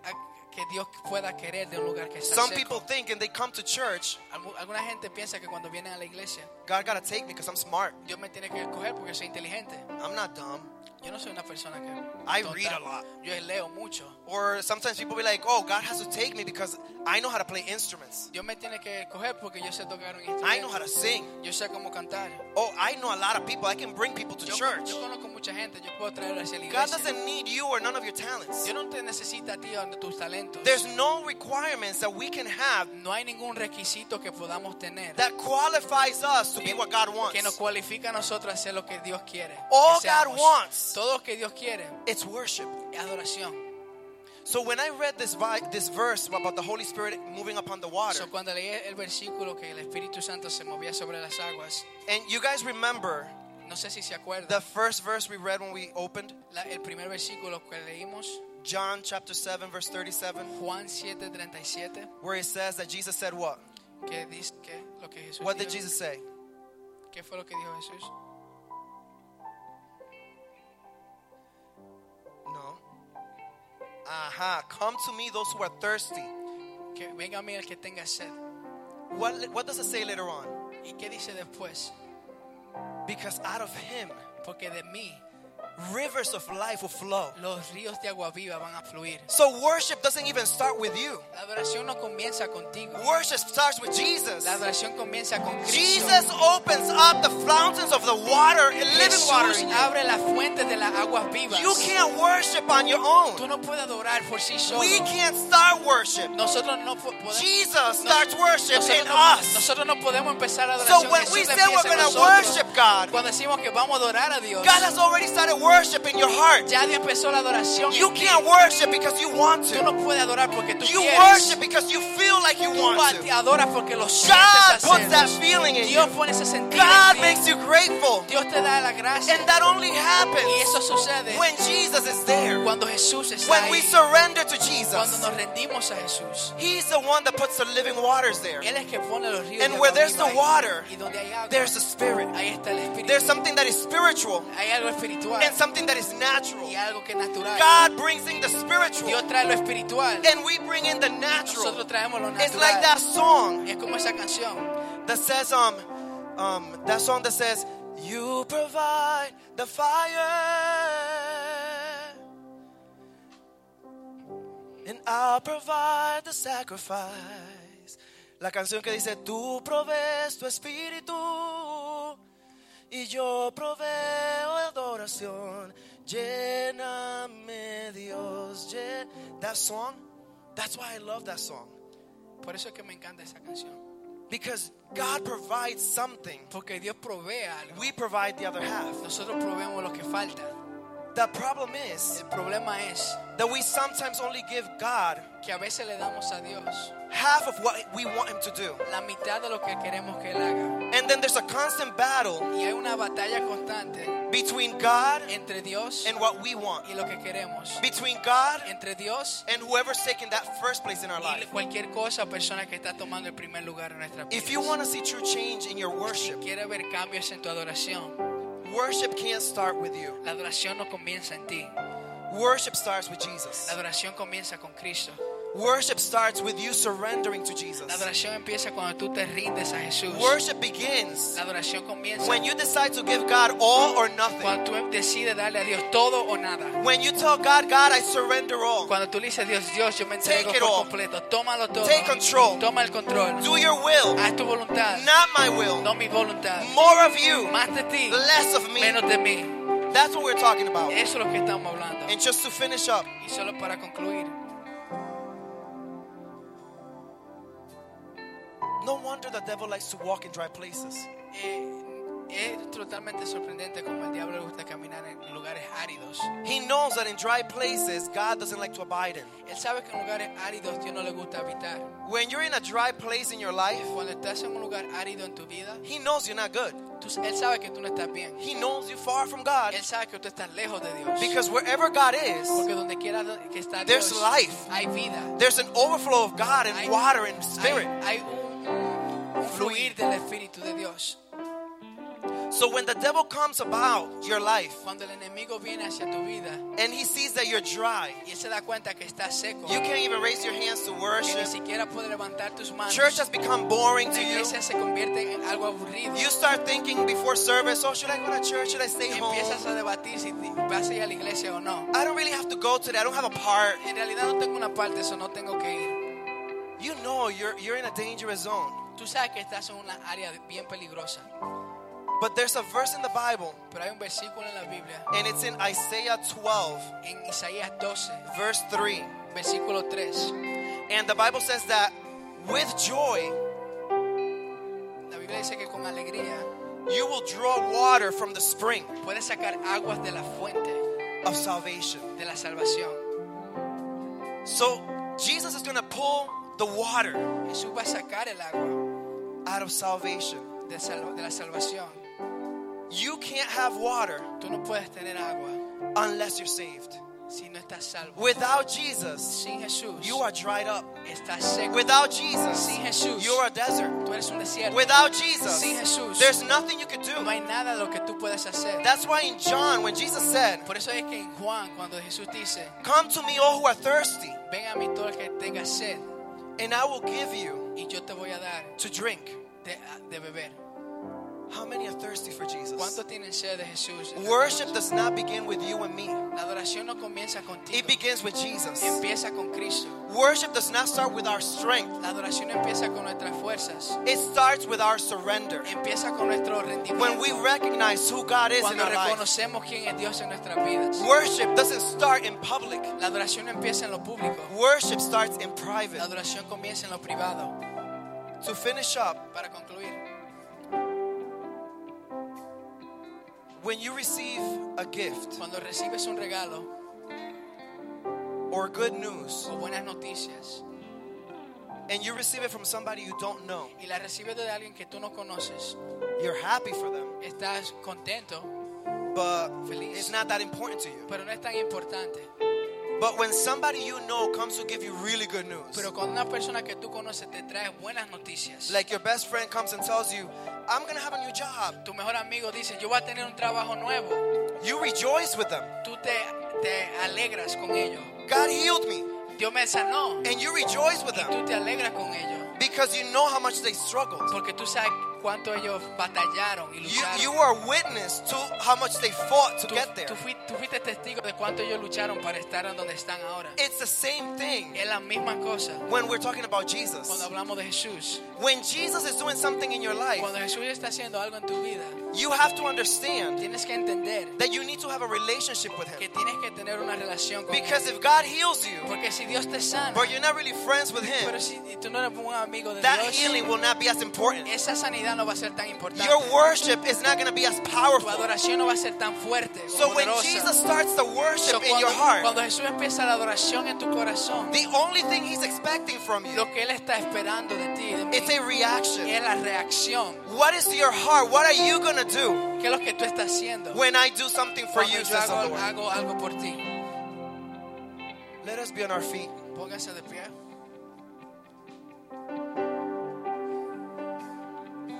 a- que Dios pueda querer de un lugar que está
Some
seco.
people think and they come to church,
Algu- Alguna gente piensa que cuando vienen a la iglesia,
God gotta take me because I'm smart.
Dios me tiene que escoger porque soy inteligente.
I'm not dumb.
Yo no soy una persona que.
I
tonta.
read a lot.
Yo leo mucho.
Or sometimes people be like, oh, God has to take me because I know how to play instruments.
Dios me tiene que escoger porque yo sé tocar un instrumento.
I know how to sing.
Yo sé cómo cantar.
Oh, I know a lot of people. I can bring people to
Yo,
church.
yo conozco mucha gente, yo puedo traer hacia la
God
iglesia.
doesn't need you or none of your talents.
Dios no te necesita a ti o a tus talentos.
There's no requirements that we can have
no hay ningún requisito que podamos tener
that qualifies us to be
que,
what God
que
wants.
nos cualifica a nosotros a hacer lo que Dios quiere.
All
que seamos.
God wants.
Todo lo que Dios quiere
It's worship.
es adoración.
So when I read this vi- this verse about the Holy Spirit moving upon the water,
So, cuando leí el versículo que el Espíritu Santo se movía sobre las aguas,
and you guys remember
no sé si se acuerdan,
the first verse we read when we opened,
la- el primer versículo que leímos,
John chapter 7 verse 37,
Juan 7:37,
where it says that Jesus said what?
que dice que lo que Jesús
What did
dijo,
Jesus say?
¿Qué fue lo que dijo Jesús?
No. Aha, come to me those who are thirsty.
Que venga a mí el que tenga sed.
What what does it say later on?
¿Y qué dice después?
Because out of him
Porque de mí
rivers of life will flow.
los ríos de agua viva van a fluir.
So worship doesn't even start with you.
La adoración no comienza contigo.
Worship starts with Jesus.
La adoración comienza con Cristo.
Jesus opens up the fountains of the water and living water.
Jesús
in you.
abre la fuente de las aguas vivas.
You can't worship on your
Tú
own.
no puedes adorar por sí solo.
We can't start worship.
Nosotros no po- podemos.
Jesus
Nos-
starts worship
nosotros
in
no,
us.
nosotros no podemos empezar a adoración.
So when
Jesús
we
la
say
empieza
we're
en
gonna
nosotros.
worship God,
cuando decimos que vamos a adorar a Dios,
God has already started worship in your heart.
ya Dios empezó la adoración.
You can't worship because you want
tú
to.
no puedes adorar porque tú
You
quieres.
worship because you feel like you
Tú
want to.
adoras porque lo sientes
God
hacer.
puts that feeling in
Dios
you.
pone ese sentido. en
God
ti.
makes you grateful.
Dios te da la gracia.
And that only
y eso
happens
sucede
when Jesus is there.
cuando Jesús está
When
ahí.
we surrender to
cuando
Jesus.
nos rendimos a Jesús.
He's the one that puts the living waters there.
Él es que pone los ríos.
And
de
where
agua
there's the
viva ahí.
water,
y donde hay agua,
There's the spirit.
ahí está el espíritu.
There's something that is spiritual
hay algo espiritual
and something that is natural.
y algo que es natural.
God brings in the spiritual
Dios trae lo espiritual.
and we bring in the natural.
Nosotros traemos lo natural.
It's like that song
Es como esa canción
that says um um that song that says you provide the fire and I'll provide the sacrifice. La canción que dice, tú provees tu espíritu y yo proveo adoración. Lléname Dios. llen-". That song, that's why I love that song.
Por eso es que me encanta esa canción.
Because God provides something.
Porque Dios provee algo.
We provide the other half.
Nosotros proveemos lo que falta.
The problem is
El problema es
that we sometimes only give God
que a veces le damos a Dios
half of what we want Him to do.
la mitad de lo que queremos que Él haga.
And then there's a constant battle
Y hay una batalla constante
between God
entre Dios
and what we want,
y lo que queremos.
between God
Entre Dios
and whoever's taking that first place in our
y
life.
cualquier cosa o persona que está tomando el primer lugar en nuestra vida.
If you want to see true change in your worship,
Quiere ver cambios en tu adoración.
worship can't start with you.
La adoración no comienza en ti.
Worship starts with
La
Jesus.
adoración comienza con Cristo.
Worship starts with you surrendering to
La
Jesus.
adoración empieza cuando tú te rindes a Jesús.
Worship begins
La adoración comienza
when you decide to give God all or nothing.
cuando tú decides darle a Dios todo o nada.
When you tell God, God, I surrender all.
Cuando tú le dices Dios, Dios, yo me
Take
entrego
it
por
all.
completo. Tómalo todo.
Take control.
Toma el control.
Do your will,
Haz tu voluntad.
not my will.
No mi voluntad.
More of you,
Más de ti.
less of me.
Menos de mí.
That's what we're talking about.
Eso es lo que estamos hablando.
And just to finish up,
Y solo para concluir.
no wonder the devil likes to walk in dry places.
eh, es totalmente sorprendente como el diablo le gusta caminar en lugares áridos.
He knows that in dry places, God doesn't like to abide in.
Él sabe que en lugares áridos Dios no le gusta habitar.
When you're in a dry place in your life,
Cuando estás en un lugar árido en tu vida,
He knows you're not good.
tú- Él sabe que tú no estás bien.
He knows you're far from God.
Él sabe que tú estás lejos de Dios.
Because wherever God is,
Porque donde quiera do- que está
There's
Dios,
life.
hay vida.
there's an overflow of God
Hay-
and water and
Hay,
spirit.
hay un, un fluir del Espíritu de Dios.
So when the devil comes about your life
Cuando el enemigo viene hacia tu vida
and he sees that you're dry,
y él se da cuenta que estás seco,
you can't even raise your hands to
que ni
worship.
siquiera puede levantar tus manos,
Church has become boring to
la
you.
iglesia se convierte en algo aburrido.
You start thinking before service, oh, should I go to church? Should I stay home?
Empiezas a debatir si te- vas a ir a la iglesia o no.
I don't really have to go today. I don't have a part.
En realidad no tengo una parte, eso no tengo que ir.
You know you're, you're in a dangerous zone.
Tú sabes que estás en una área bien peligrosa,
But there's a verse in the Bible,
pero hay un versículo en la Biblia,
and it's in Isaiah 12,
en Isaías 12,
verse 3.
versículo 3.
And the Bible says that with joy
La Biblia dice que con alegría
you will draw water from the spring
puedes sacar aguas de la fuente
of salvation.
de la salvación.
So Jesus is going to pull the water
Jesús va a sacar el agua
out of salvation.
de, sal- de la salvación.
You can't have water
Tú no puedes tener agua
unless you're saved.
si no estás salvo.
Without Jesus,
Sin Jesús,
you are dried up.
estás seco.
Without Jesus,
Sin Jesús.
you're a desert.
Tú eres un desierto.
Without Jesus,
Sin Jesús.
there's nothing you could do.
no hay nada de lo que tú puedes hacer.
That's why in John, when Jesus said,
Por eso es que en Juan, cuando Jesús dice,
Come to me, all who are thirsty,
ven a mí todo el que tenga sed
and I will give you
y yo te voy a dar
to drink.
de, de beber.
How many are thirsty for Jesus?
¿Cuántos tienen sed de Jesús?
Worship does not begin with you and me,
La adoración no comienza contigo.
it begins with Jesus.
Empieza con Cristo.
Worship does not start with our strength,
La adoración empieza con nuestras fuerzas,
it starts with our surrender.
empieza con nuestro
When
rendimiento.
we recognize who God is in
Cuando
our life,
reconocemos quién es Dios en nuestras vidas.
worship doesn't start in public,
La adoración empieza en lo público.
worship starts in
La
private.
adoración comienza en lo privado.
To finish up,
Para concluir,
when you receive a gift
cuando recibes un regalo
or good news
o buenas noticias
and you receive it from somebody you don't know,
y la recibes de alguien que tú no conoces,
you're happy for them.
estás contento,
but
Feliz.
it's not that important to you.
pero no es tan importante.
But when somebody you know comes to give you really good news,
Pero cuando una persona que tú conoces te trae buenas noticias,
like your best friend comes and tells you, I'm gonna have a new job,
tu mejor amigo dice, yo voy a tener un trabajo nuevo,
you rejoice with them.
tú te, te alegras con ello.
God healed me,
Dios me sanó.
and you rejoice with
Y
them
tú te alegras con ello.
because you know how much they struggled.
Porque tú sabes cuánto ellos batallaron y
You,
lucharon.
you were witness to how much they fought to
tú,
get there.
tú fui- tú fuiste testigo de cuánto ellos lucharon para estar en donde están ahora.
It's the same thing
Es la misma cosa
when we're talking about
cuando
Jesus.
hablamos de Jesús.
When Jesus is doing something in your life,
Cuando Jesús está haciendo algo en tu vida,
you have to understand
tienes que entender
that you need to have a relationship with
que
Him.
tienes que tener una relación con Él.
Because if God heals you,
Porque si Dios te sana,
but you're not really friends with
pero
Him,
si tú no eres un amigo de
that
Dios,
healing will not be as important.
esa sanidad no va a ser tan importante.
Your worship is not going to be as
tu
powerful.
adoración no va a ser tan fuerte. o
So when
poderosa.
Jesus starts the
So
worship in
cuando,
your heart,
cuando Jesús empieza la adoración en tu corazón,
the only thing He's expecting from you
lo que Él está esperando de ti de mí,
is a reaction.
es la reacción.
What is your heart? What are you going to do
¿Qué es lo que tú estás haciendo?
when I do something for
Cuando
you,
yo
says the
hago,
Lord?
hago algo por ti.
Let us be on our feet.
Póngase de pie.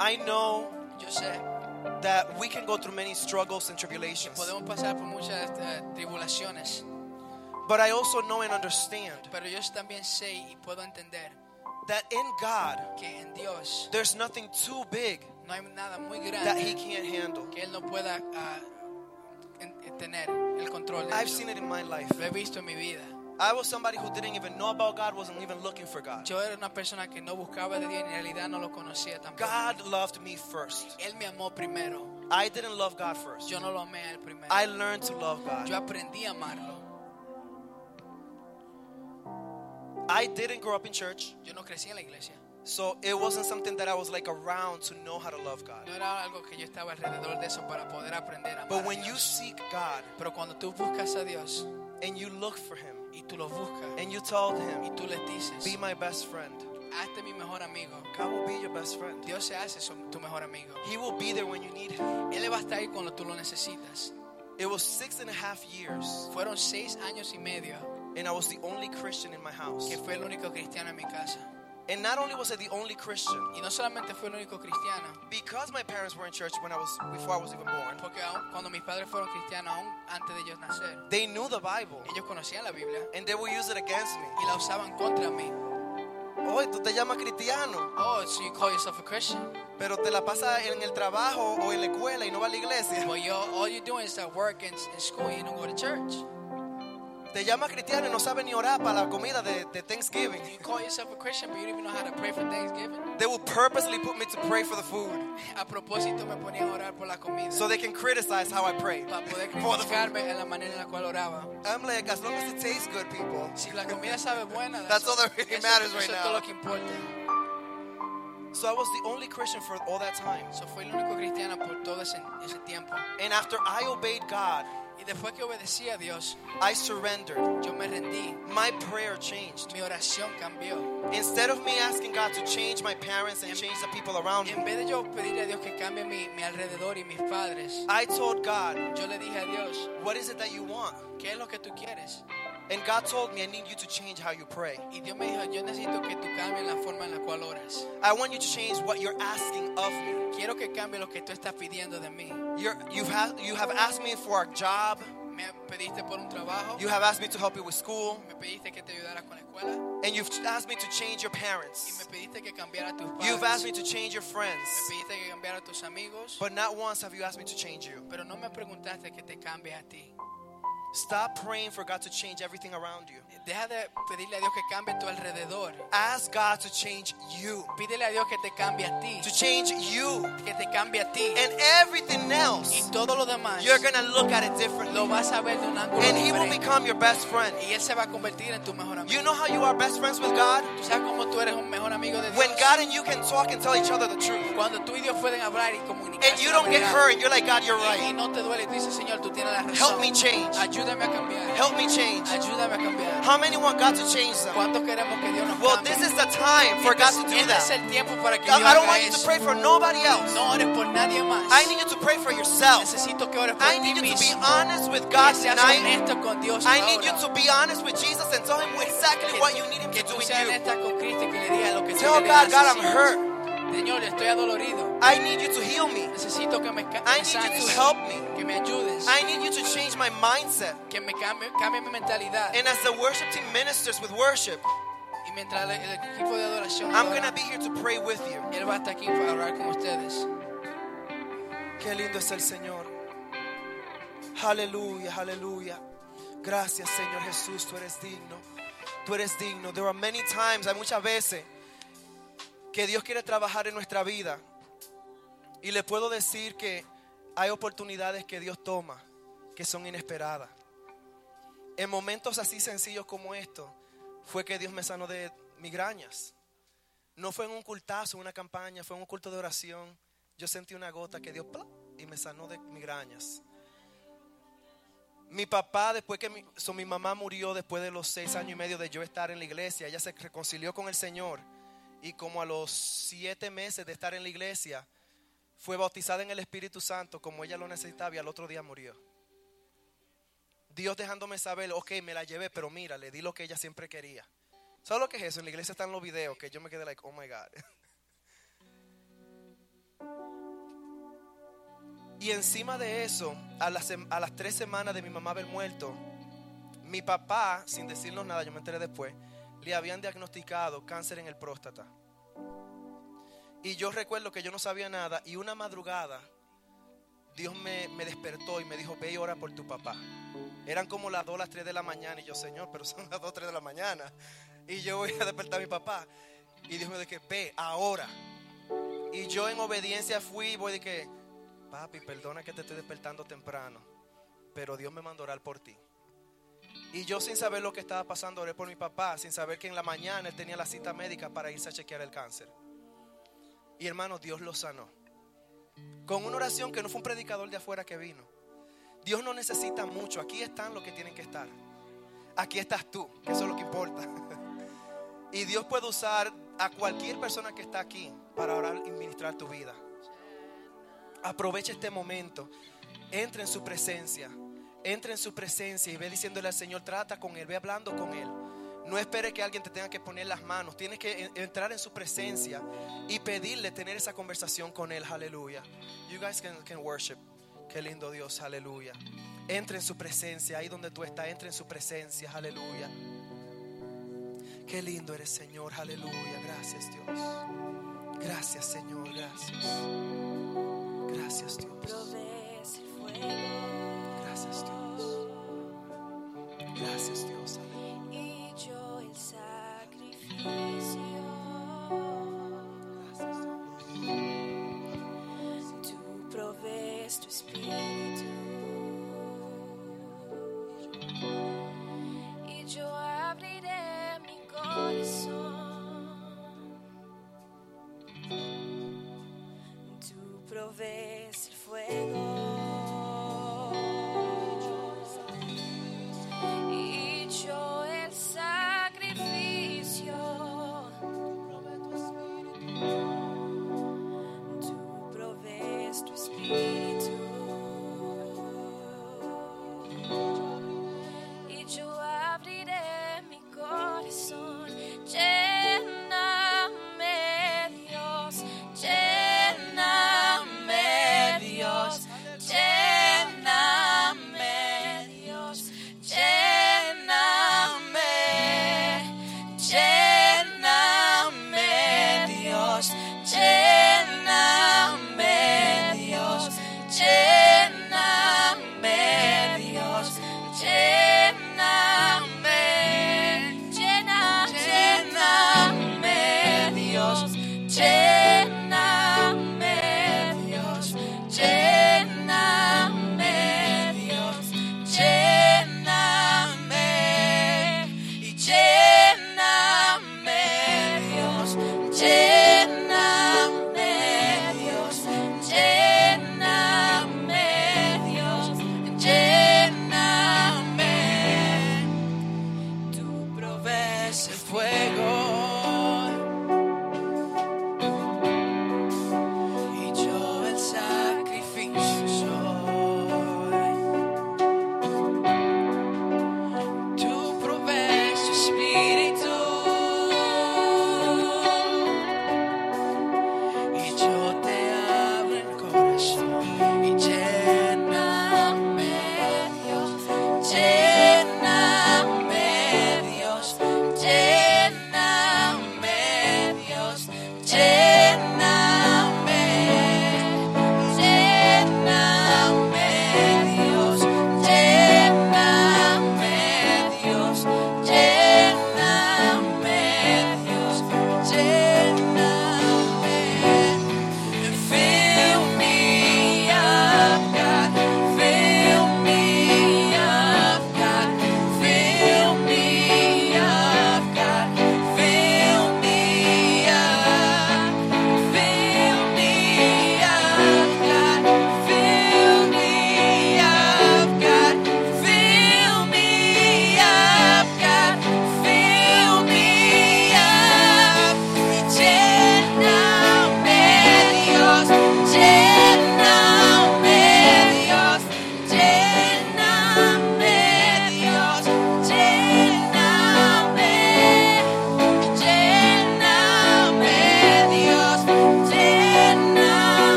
I know
Yo sé,
that we can go through many struggles and tribulations,
podemos pasar por muchas eh, tribulaciones,
but I also know and understand
pero yo también sé y puedo entender
that in God,
que en Dios
there's nothing too big
no hay nada muy
that He
grande
can't handle.
que Él no pueda ah, en- tener el control. de
I've
eso.
seen it in my life.
Lo he visto en mi vida.
I was somebody who didn't even know about God, wasn't even looking for God.
Yo era una persona que no buscaba de Dios y en realidad no lo conocía tampoco.
God loved me first.
Él me amó primero.
I didn't love God first.
Yo no lo amé a él primero.
I learned to love
Yo
God.
aprendí a amarlo.
I didn't grow up in church,
Yo no crecí en la iglesia.
so it wasn't something that I was like around to know how to love God.
No era algo que yo estaba alrededor de eso para poder aprender a amar.
But
a
when you
Dios.
seek God
Pero cuando tú buscas a Dios
and you look for Him
y tú lo buscas
and you told
y
Him,
tú le dices,
Be my best friend,
hazte mi mejor amigo.
God will be your best friend.
Dios se hace su- tu mejor amigo.
He will be there when you need Him.
Él va a estar ahí cuando tú lo necesitas.
It was six and a half years,
Fueron seis años y medio
and I was the only Christian in my house.
que fue el único cristiano en mi casa.
And not only was I the only Christian,
Y no solamente fue el único cristiano,
because my parents were in church when I was before I was even born,
Porque aún cuando mis padres fueron cristianos, aún antes de ellos nacer,
they knew the Bible
ellos conocían la Biblia
and they would use it against me.
y la usaban contra mí.
Hoy tú te llamas cristiano,
Oh, so you call yourself a Christian?
pero te la pasas en el trabajo o en la escuela y no vas a la iglesia.
Well, you're, all you're doing is at work and in school. You don't go to church.
Te llamas cristiano y no sabes ni orar para la comida de, de Thanksgiving.
You call yourself a Christian, but you don't even know how to pray for Thanksgiving.
They will purposely put me to pray for the food
A propósito, me ponían a orar por la comida
so they can criticize how I pray.
para poder
For the food.
criticarme en la manera en la cual oraba.
I'm like, as long as it tastes good, people.
Si la comida sabe buena,
That's all that really
eso-
matters
eso
right
es
now.
todo lo que importa.
So I was the only Christian for all that time.
Eso fue el único cristiano por todo ese, ese tiempo.
And after I obeyed God,
Y después que obedecí a Dios,
I surrendered.
yo me rendí.
My prayer changed.
Mi oración cambió.
Instead of me asking God to change my parents and change the people around
En
me,
vez de yo pedirle a Dios que cambie mi, mi alrededor y mis padres,
I told God,
yo le dije a Dios,
What is it that you want?
¿qué es lo que tú quieres?
And God told me, I need you to change how you pray.
Y Dios me dijo, yo necesito que tú cambies la forma en la cual oras.
I want you to change what you're asking of me.
Quiero que cambie lo que tú estás pidiendo de mí.
You're, you've ha- you have asked me for a job.
Me pediste por un trabajo,
You have asked me to help you with school.
me pediste que te ayudara con la escuela
And you've asked me to change your
y me
parents.
pediste que cambiara a tus
You've asked
padres.
me to
Me
change your friends.
pediste que cambiara a tus amigos,
But not once have you asked me to change you.
pero no me preguntaste que te cambie a ti.
Stop praying for God to change everything around you.
Deja de pedirle a Dios que cambie tu alrededor.
Ask God to change you.
Pídele a Dios que te cambie a ti,
To change you.
que te cambie a ti.
And everything else.
Y todo lo demás.
You're going to look at it differently.
lo vas a ver de un ángulo
And He will
diferente.
become your best friend.
y él se va a convertir en tu mejor amigo.
You know how you are best friends with God?
Tú sabes cómo tú eres un mejor amigo de Dios.
When God and you can talk and tell each other the truth.
Cuando tú y Dios pueden hablar y comunicar.
And you don't get hurt and you're like, God, you're
Y, y
right.
no te duele. Y tú dices, Señor, tú tienes la razón.
Help me change.
Ayúdame a cambiar.
Help me change.
Ayúdame a cambiar.
How many want God to change them?
¿Cuántos queremos que Dios nos
Well,
cambie?
this is the time for God to do
Este es
that.
el tiempo para que
God,
Dios
I don't
haga
want you to
eso.
pray for nobody else.
No ores por nadie más.
I need you to pray for yourself.
Necesito que ores por
I
ti
need you to be
mismo.
honest with
Que
God
seas
tonight.
honesto con Dios
I need you
ahora.
to be honest with Jesus and tell Him exactly
Que
what
tú-
you need Him
que
to
tú
do with
seas
you.
honesta con Cristo y que le digas lo que tú
Tell
le
God, God, I'm
necesitas.
hurt.
Señor, estoy adolorido.
I need you to heal me.
Necesito que me, ca-
I
me
need you
sanes,
to help me.
que me ayudes,
I need you to change my mindset.
que me cambie, cambie mi mentalidad.
And as the worship team ministers with worship,
Y mientras el, el equipo de adoración
I'm
adora,
going to be here to pray with you.
Él va a estar aquí para orar con ustedes.
Qué lindo es el Señor. Aleluya, aleluya. Gracias, Señor Jesús, tú eres digno. Tú eres digno. There are many times, hay muchas veces que Dios quiere trabajar en nuestra vida. Y le puedo decir que hay oportunidades que Dios toma que son inesperadas. En momentos así sencillos como estos, fue que Dios me sanó de migrañas. No fue en un cultazo, una campaña, fue en un culto de oración. Yo sentí una gota que Dios ¡plop! y me sanó de migrañas. Mi papá, después que mi, so, mi mamá murió, después de los seis años y medio de yo estar en la iglesia, ella se reconcilió con el Señor. Y como a los siete meses de estar en la iglesia, fue bautizada en el Espíritu Santo como ella lo necesitaba y al otro día murió. Dios dejándome saber, ok, me la llevé, pero mira, le di lo que ella siempre quería. ¿Sabes lo que es eso? En la iglesia están los videos que yo me quedé like, oh my God. Y encima de eso, a las, sem- a las tres semanas de mi mamá haber muerto, mi papá, sin decirnos nada, yo me enteré después, le habían diagnosticado cáncer en el próstata. Y yo recuerdo que yo no sabía nada y una madrugada Dios me, me despertó y me dijo, ve y ora por tu papá. Eran como las 2, las 3 de la mañana y yo, Señor, pero son las 2, 3 de la mañana. Y yo voy a despertar a mi papá. Y Dios me dijo, ve ahora. Y yo en obediencia fui y voy de que, papi, perdona que te estoy despertando temprano, pero Dios me mandó a orar por ti. Y yo sin saber lo que estaba pasando, oré por mi papá, sin saber que en la mañana él tenía la cita médica para irse a chequear el cáncer. Y hermano, Dios lo sanó. Con una oración que no fue un predicador de afuera que vino. Dios no necesita mucho. Aquí están los que tienen que estar. Aquí estás tú, que eso es lo que importa. Y Dios puede usar a cualquier persona que está aquí para orar y ministrar tu vida. Aprovecha este momento. Entra en su presencia. Entra en su presencia y ve diciéndole al Señor, trata con Él, ve hablando con Él. No espere que alguien te tenga que poner las manos. Tienes que en- entrar en su presencia y pedirle tener esa conversación con Él. Aleluya. You guys can, can worship. Qué lindo Dios. Aleluya. Entra en su presencia. Ahí donde tú estás, entra en su presencia. Aleluya. Qué lindo eres, Señor. Aleluya. Gracias, Dios. Gracias, Señor. Gracias. Gracias, Dios.
Provees el fuego
Gracias Dios. Gracias Dios. Aleluya.
y yo el sacrificio.
Gracias Dios.
Tú provees tu espíritu y yo abriré mi corazón. Tú provees el fuego y yo el sacrificio. Tú provees tu espíritu y yo abriré mi corazón. Lléname Dios, lléname Dios,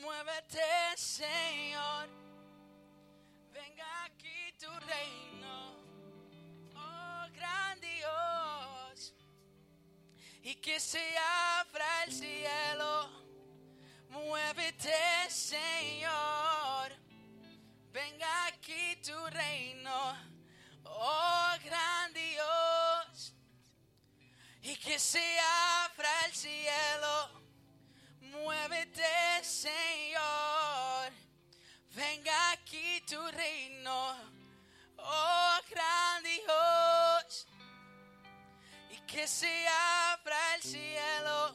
fuerte, Señor. Venga aquí tu reino, oh gran Dios. Y que se abra el cielo. Muévete, Señor. Venga aquí tu reino, oh gran Dios. Y que se abra el cielo. Muévete, Señor. Venga aquí tu reino, oh gran Dios. Y que se abra el cielo.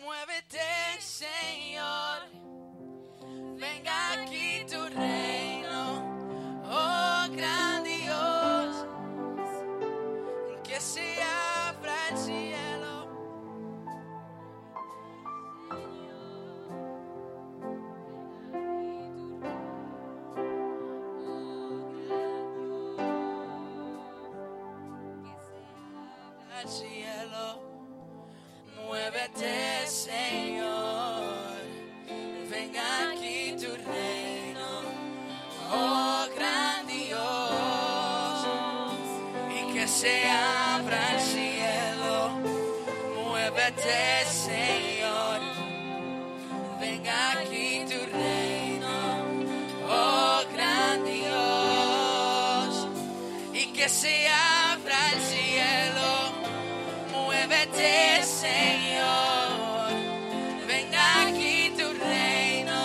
Muévete, Señor. Venga aquí tu reino, oh gran Dios. Que se abra el cielo. al cielo. Muévete, Señor. Venga aquí tu reino. Oh, gran Dios. Y que se abra el cielo. Muévete, Señor. Venga aquí tu reino. Oh, gran Dios y que se abra el cielo. Muévete, Señor. Venga aquí tu reino,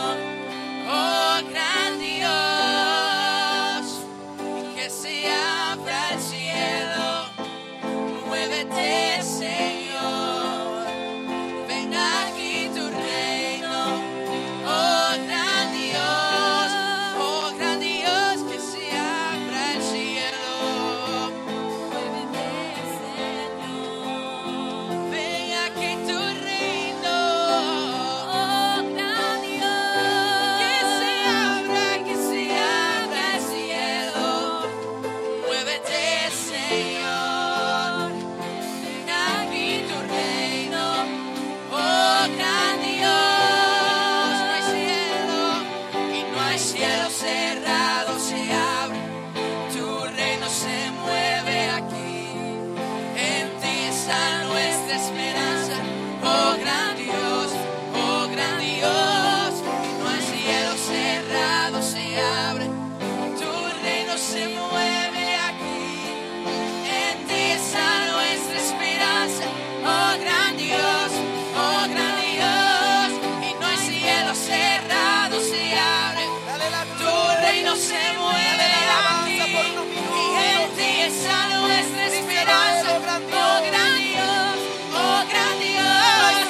oh gran Dios. Y que se abra el cielo. Muévete, Señor. Venga aquí tu reino, oh gran Dios, oh gran Dios, que se abra el cielo. Ven aquí tu
Oh, Oh, Oh, Este Oh,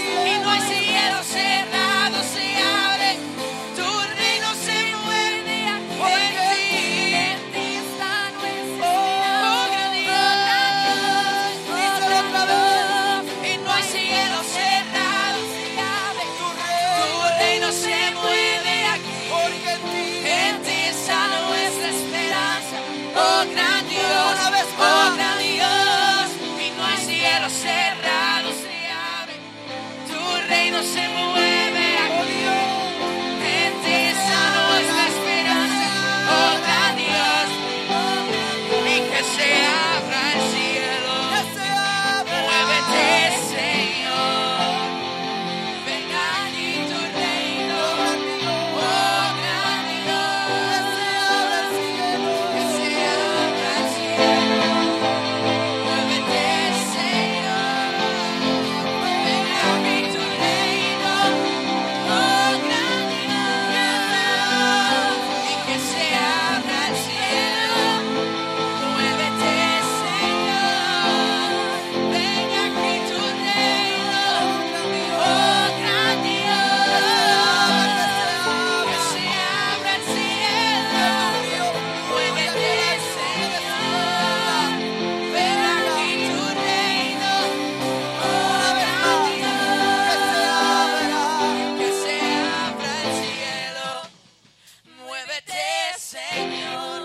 Oh, Oh, Oh,
este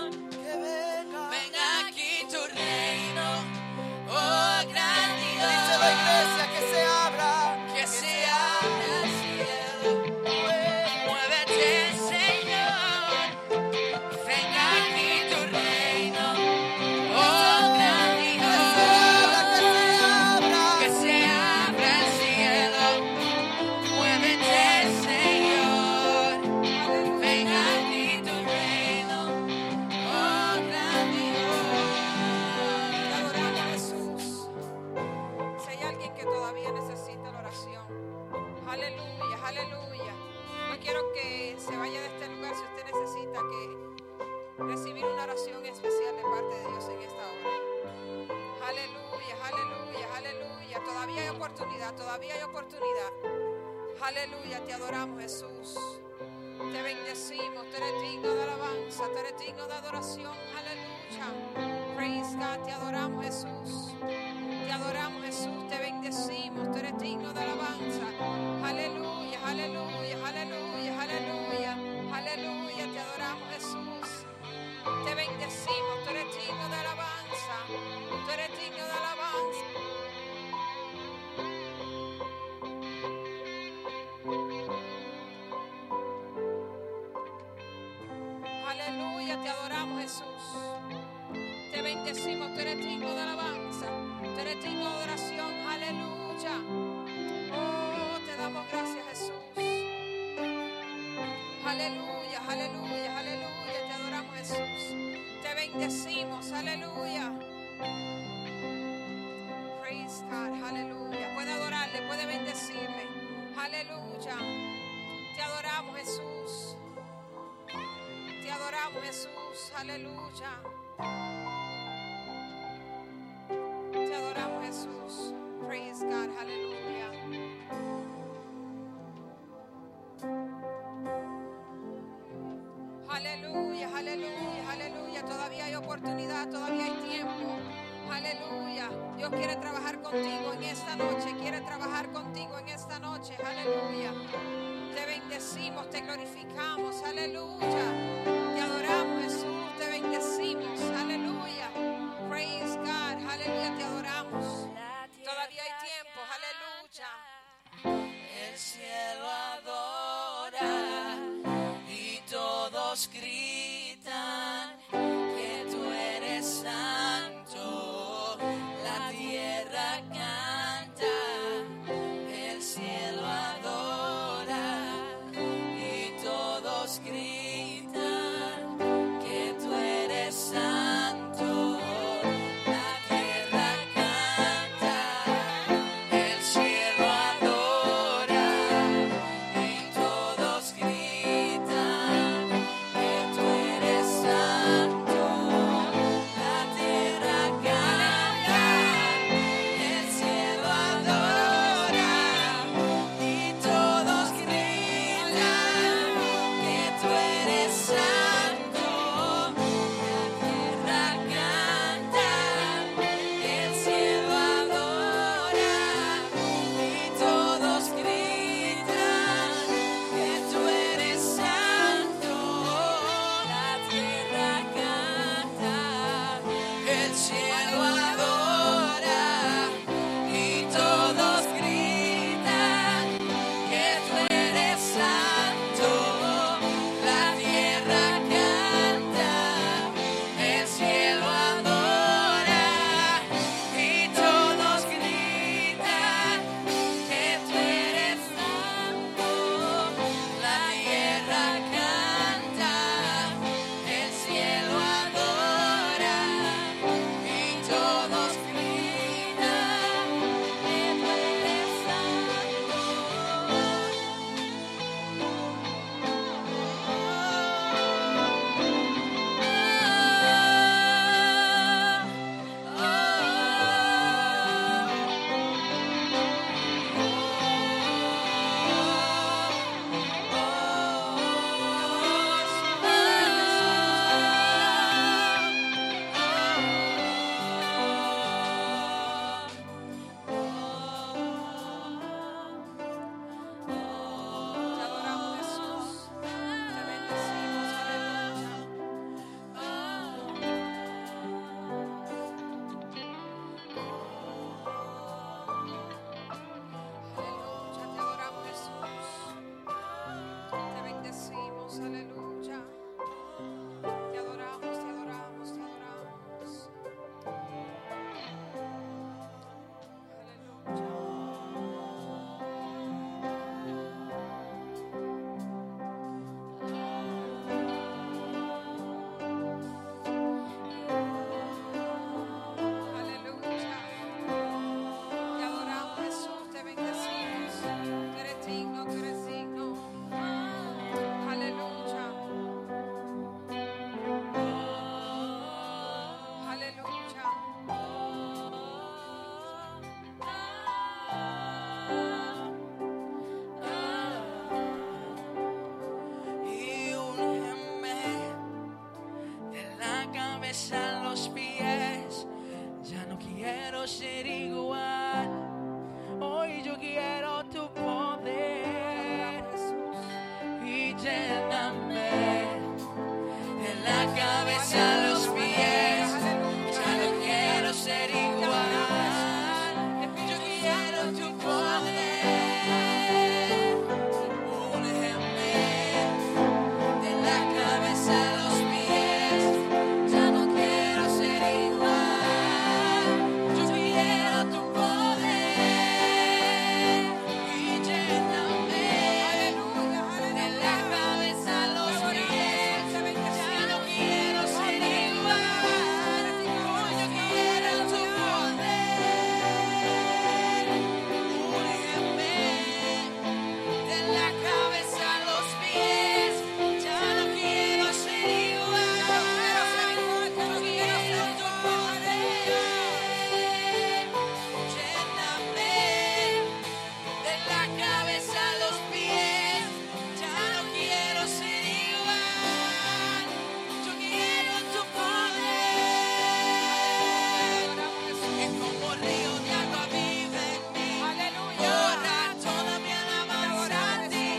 Aleluya, te adoramos Jesús. Te bendecimos, tú eres digno de alabanza, tú eres digno de adoración. Aleluya. Praise God, te adoramos Jesús. Te adoramos Jesús, te bendecimos, tú eres digno de alabanza. Aleluya, aleluya, aleluya, aleluya. Aleluya, te adoramos Jesús. Te bendecimos, tú eres digno de alabanza. Tú eres digno de alabanza. Aleluya, te adoramos Jesús. Te bendecimos, tú eres digno de alabanza, tú eres digno de adoración, aleluya. Oh, te damos gracias Jesús. Aleluya, aleluya, aleluya, te adoramos Jesús. Te bendecimos, aleluya. Praise God, aleluya. Puede adorarle, puede bendecirle. Aleluya. Te adoramos Jesús. Te adoramos Jesús, aleluya. Te adoramos Jesús. Praise God, aleluya. Aleluya, aleluya, aleluya. Todavía hay oportunidad, todavía hay tiempo. Aleluya. Dios quiere trabajar contigo en esta noche. Quiere trabajar contigo en esta noche. Aleluya. Te bendecimos, te glorificamos. Aleluya. Te adoramos, Jesús. Te bendecimos. Aleluya. Praise God. Aleluya. Te adoramos. Todavía hay tiempo. Aleluya.
El cielo adora y todos gritan que tú eres santo. La tierra canta, el cielo adora y todos gritan que tú eres santo. La tierra canta, el cielo adora y todos gritan que tú eres santo. La tierra canta, el cielo adora y todos gritan que tú eres santo. La tierra canta, el cielo adora y todos gritan que tú eres santo. La tierra canta, el cielo adora y todos gritan que tú eres santo. La tierra canta, el cielo adora y todos gritan que tú eres santo. La tierra canta, el cielo adora y todos gritan que tú eres santo.
Te adoramos Jesús, te bendecimos, aleluya. Aleluya, te adoramos Jesús, te bendecimos, aleluya. Te adoramos, te adoramos, te adoramos. Aleluya. Aleluya. Te adoramos, Jesús, te bendecimos. Tú eres digno, tú eres digno. Aleluya.
lléname en la cabeza, a los pies. Ya no quiero ser igual. Yo quiero tu poder. Úneme de la cabeza a los pies. Ya no quiero ser igual. Yo quiero tu poder. Y lléname de la cabeza a los pies. Ya no quiero ser igual. Yo quiero tu poder. Úneme de la cabeza a los pies. Ya no quiero ser igual. Yo quiero tu poder. Lléname de la cabeza a los pies, ya no quiero ser igual, yo quiero tu poder, que como río de agua vive en mí, borra toda mi alabanza a ti,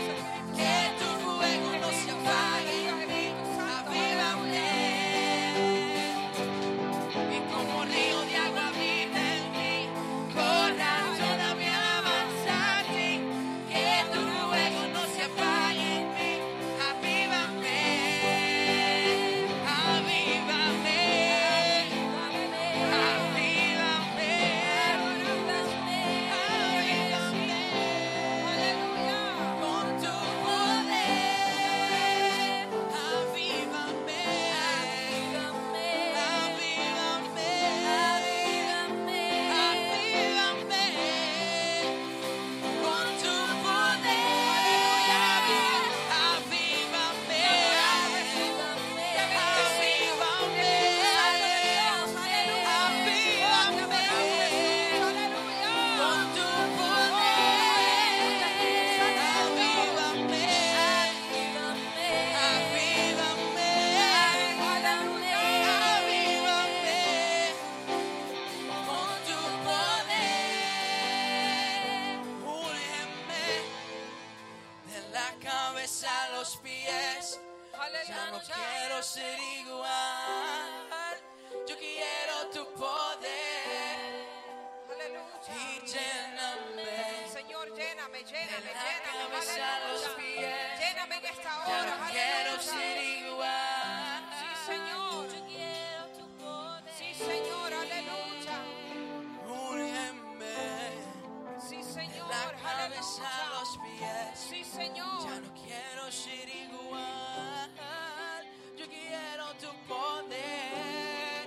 que tu fuego no se apague en mí, avívame. Y como río de agua vive en mí, corra toda mi alabanza a ti, que tu fuego no se apague en mí, avívame, avívame, avívame, con tu poder, avívame. Avívame, avívame, con tu poder. Avívame, avívame, avívame, con tu poder. Avívame, avívame. Avívame con tu poder, úneme de la cabeza a los pies. Ya no quiero ser igual, yo quiero tu poder y lléname
Señor, lléname,
de
lléname,
la
lléname.
cabeza a los
Aleluya.
pies.
Lléname en esta
Ya
hora.
no quiero ser
aleluya.
igual.
Sí, Señor. Sí, Señor, aleluya.
Úneme
Sí,
de
Señor,
la cabeza a
aleluya.
los pies.
Sí,
Ya
Señor.
no quiero ser igual, yo quiero tu poder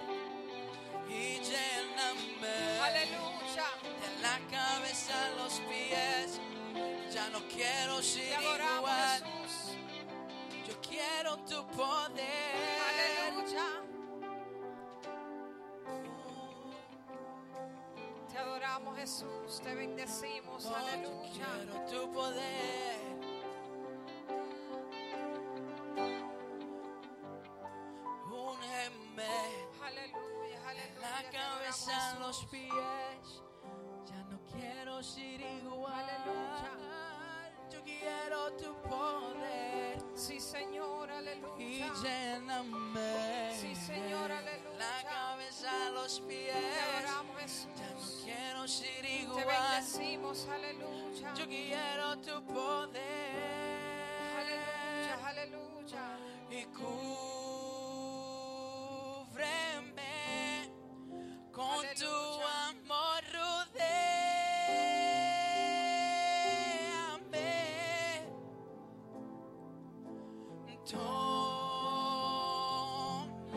y lléname
Aleluya.
de la cabeza a los pies. Ya no quiero
Te
ser
adoramos,
igual,
Jesús.
yo quiero tu poder.
Aleluya. Te adoramos, Jesús. Te bendecimos.
Oh, yo
aleluya.
quiero tu poder. Úneme.
Oh, Aleluya, aleluya.
La
Te
cabeza,
adoramos,
los pies, ya no quiero ser igual. Yo quiero tu poder
Jesús. Sí, Señor,
y
aleluya.
lléname.
Sí, Señor, aleluya.
La cabeza, los pies,
Te
ya
adoramos,
no
Jesús.
quiero ser
Te
igual.
bendecimos, aleluya.
Yo quiero tu poder
Aleluya, aleluya.
y cúbreme con tu
Aleluya.
amor rodeame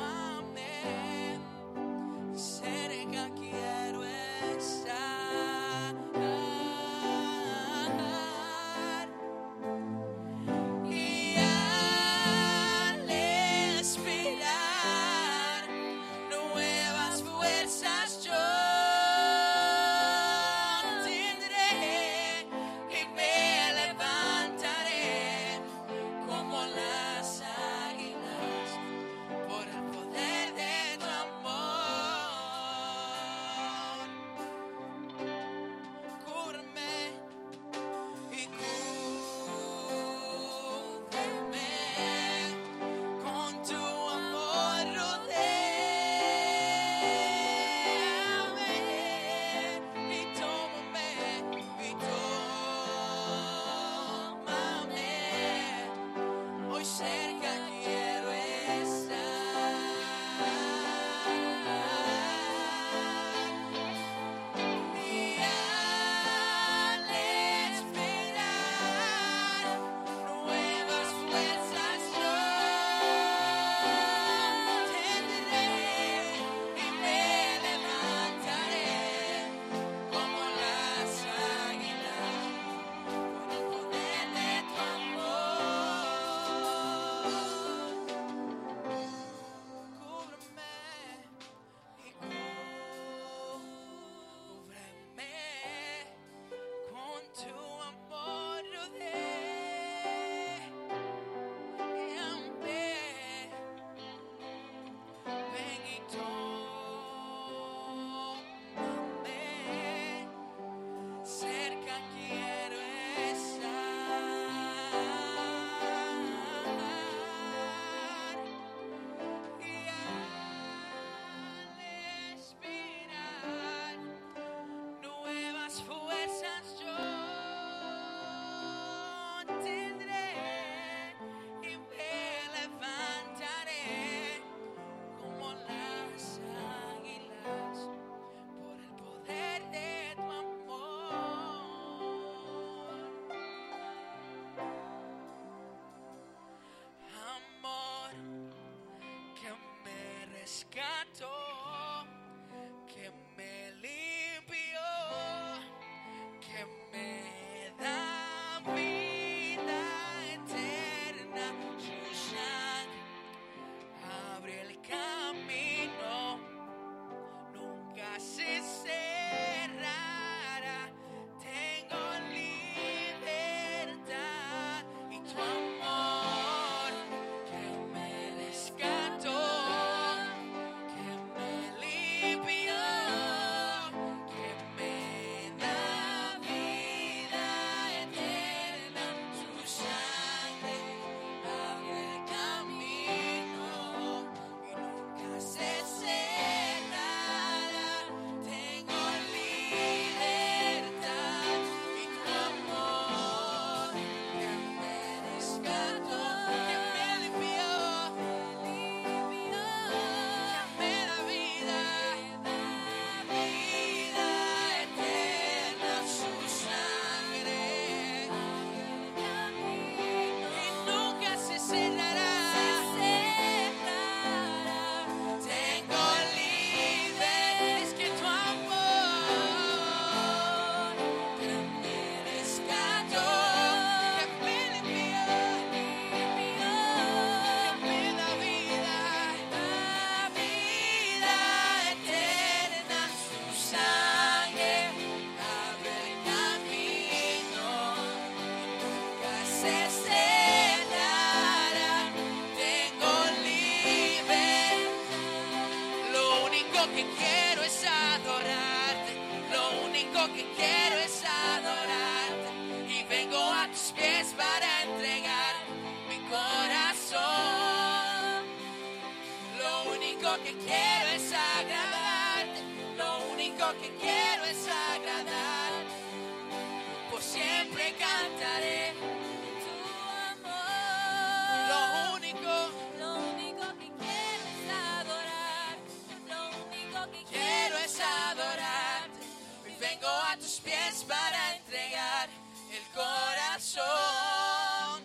tómame cerca quiero estar y al esperar nuevas fuerzas yo tendré y me levantaré como las rescató, que me limpió, que me da vida eterna. Su sangre abre el camino, nunca se cerrará. Tengo libertad y tu amor que me rescató, que me limpió, que me da vida eterna. Tu sangre abre el camino y nunca se cerrará. Tengo libertad y tu amor que me rescató, que me limpió, que me da vida, vida eterna. Su sangre y nunca se cerrará. Tengo libre, es que tu amor que me rescató, que me limpió, que me da vida, vida eterna. Su sangre abre el camino. Nunca se cerrará, tengo libre. Lo único que quiero es adorarte, lo único que quiero es adorarte. Y vengo a tus pies para entregar mi corazón. Lo único que quiero es agradarte, lo único que quiero es agradarte por siempre cantaré tu amor. Lo único
Lo único que quiero es adorar. Lo único que
quiero es adorarte. Hoy vengo a tus pies para entregar el corazón.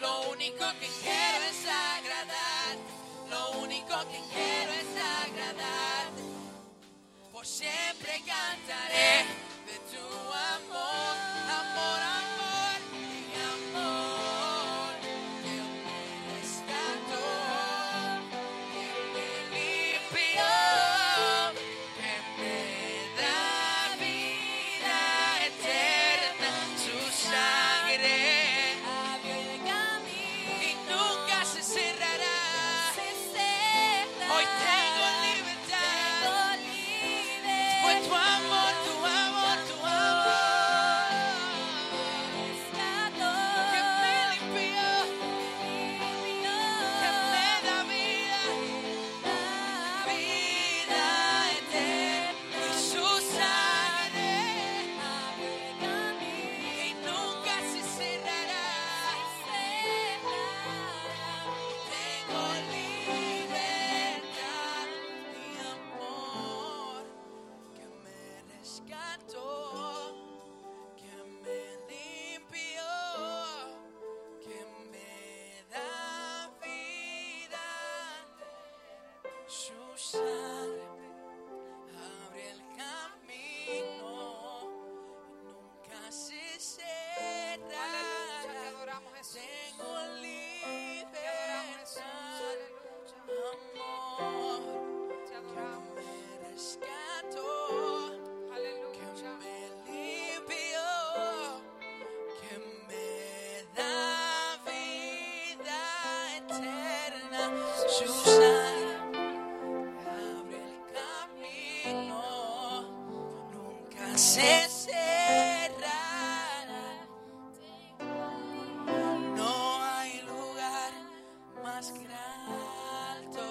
Lo único que quiero es agradarte. Lo único que quiero es agradarte. Por siempre cantaré de tu amor, amor, amor, mi amor. Que me rescató, que me limpió, que me da vida eterna. Su sangre
abre el camino.
y nunca se cerrará.
Se cerrará.
Hoy tengo libertad.
Tengo libre.
Fue tu amor, tu amor, tu amor.
Rescató.
Que me limpió, que me
Limpió.
da vida, vida eterna. Y su sangre
Abre el camino.
y nunca se cerrará. Tengo libertad y amor que me rescató, que me limpió, que me da vida. Su sangre abre el camino y
Aleluya, te adoramos Jesús. Te adoramos Jesús. Aleluya. Te adoramos. Aleluya.
nunca se cerrará. Tengo libertad, amor, que me rescató, que me limpió, que me da vida eterna. Su sangre abre el camino, nunca se cerrará. No hay lugar más alto,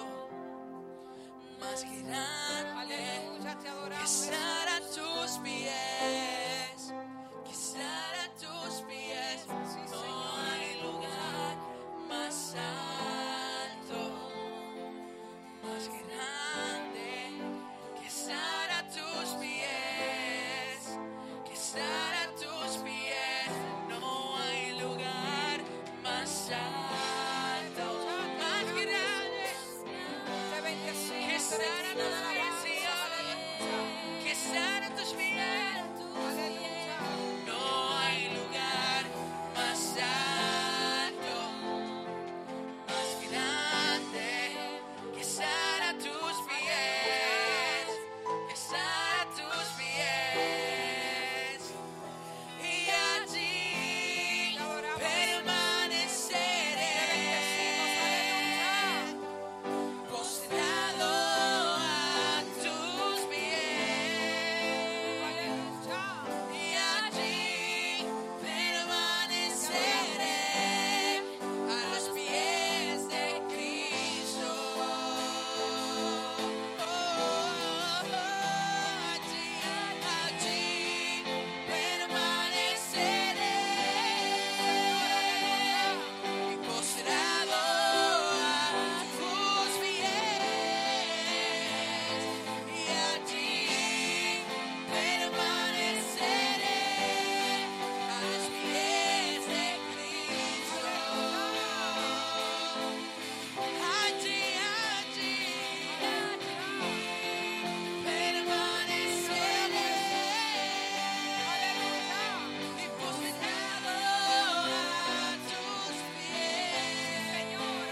más grande
Aleluya, te
que
adoramos.
estar a tus pies, que estar a tus pies. No hay lugar más alto, sana tus aflicciones, que sana tus miedos. No hay lugar más santo, más grande que sana tus pies, que sana tus pies. Y allí permaneceré postrado a tus pies y allí permaneceré a los pies de Cristo. Allí, allí permaneceré y postrado a tus pies y allí permaneceré a los pies de Cristo. Allí, allí, permaneceré y postrado a tus pies, Señor,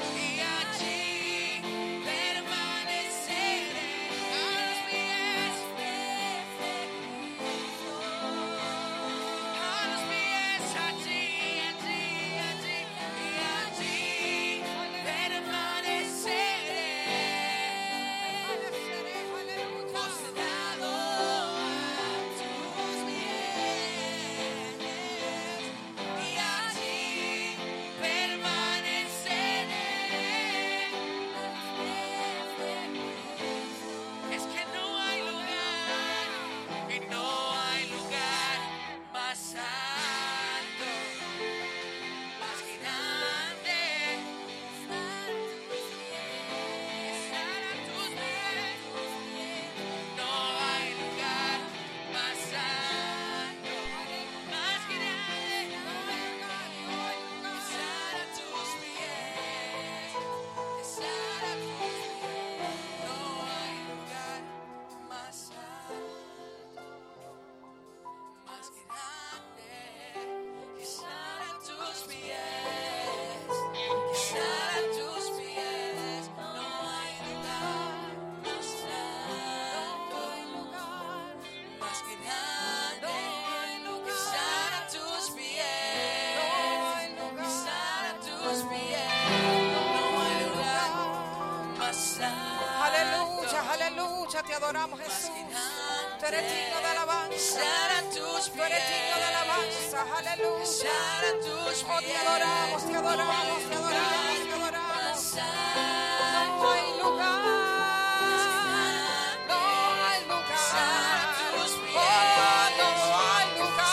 y allí permaneceré a los pies de Cristo. A los pies, allí, allí, allí, y allí permaneceré. Postrado a tus pies. Y allí permaneceré. Es que no hay lugar, y no hay lugar más santo, más grande. Estar a tus pies, no hay lugar más santo, más grande. Estar a tus pies, estar a tus pies, no hay lugar más santo, más grande. Estar a tus pies. Estar a tus pies, no hay lugar más santo, más grande. Estar a tus pies, estar a tus pies, no hay lugar más santo.
Aleluya, aleluya, te adoramos Jesús. Tú eres digno de alabanza.
Estar a tus
Tú eres digno de
pies,
alabanza, aleluya.
estar a tus
Oh, te adoramos, te
pies.
adoramos, te adoramos, te adoramos. No hay lugar, no hay lugar. Oh, no hay lugar, oh, hay lugar. No hay lugar, no hay lugar.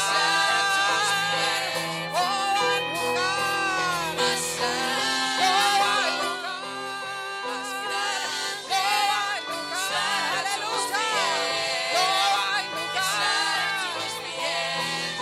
Aleluya. No hay lugar, no hay lugar.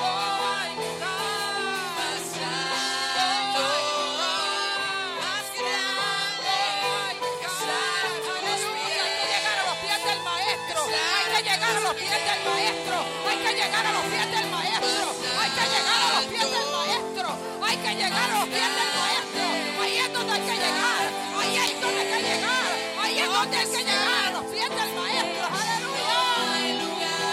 llegar a los pies del maestro. Hay que llegar a los pies del maestro. Hay que llegar a los pies del maestro. Hay que llegar a los pies del maestro. Hay que llegar a los pies del maestro. Ahí es donde hay que llegar. Ahí es donde hay que llegar. Ahí es donde hay que llegar a los pies del maestro. Aleluya.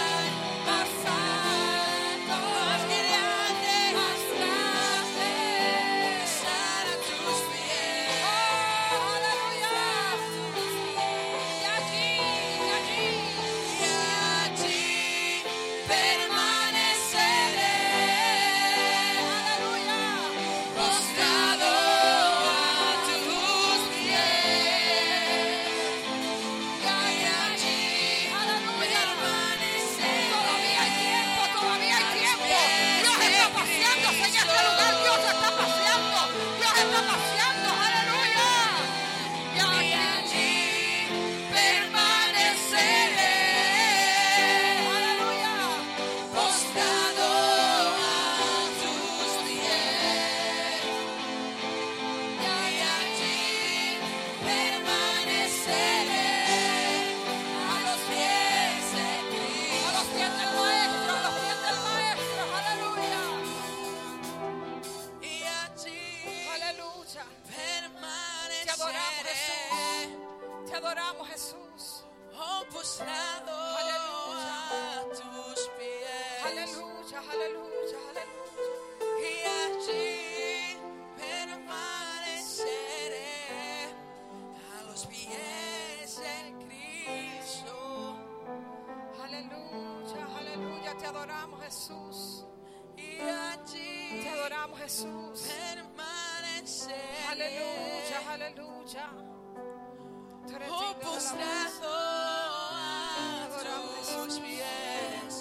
Postrado a tus pies. este
lucha. Te adoramos,
permaneceré
Jesús. Te adoramos, Jesús.
opusado a tus pies
Aleluya, aleluya, aleluya.
y allí permaneceré a los pies de Cristo.
Aleluya, aleluya. Te adoramos, Jesús.
Y allí
Te adoramos, Jesús.
permaneceré
Aleluya, aleluya. Tú eres digno de alabanza.
opusado a tus pies.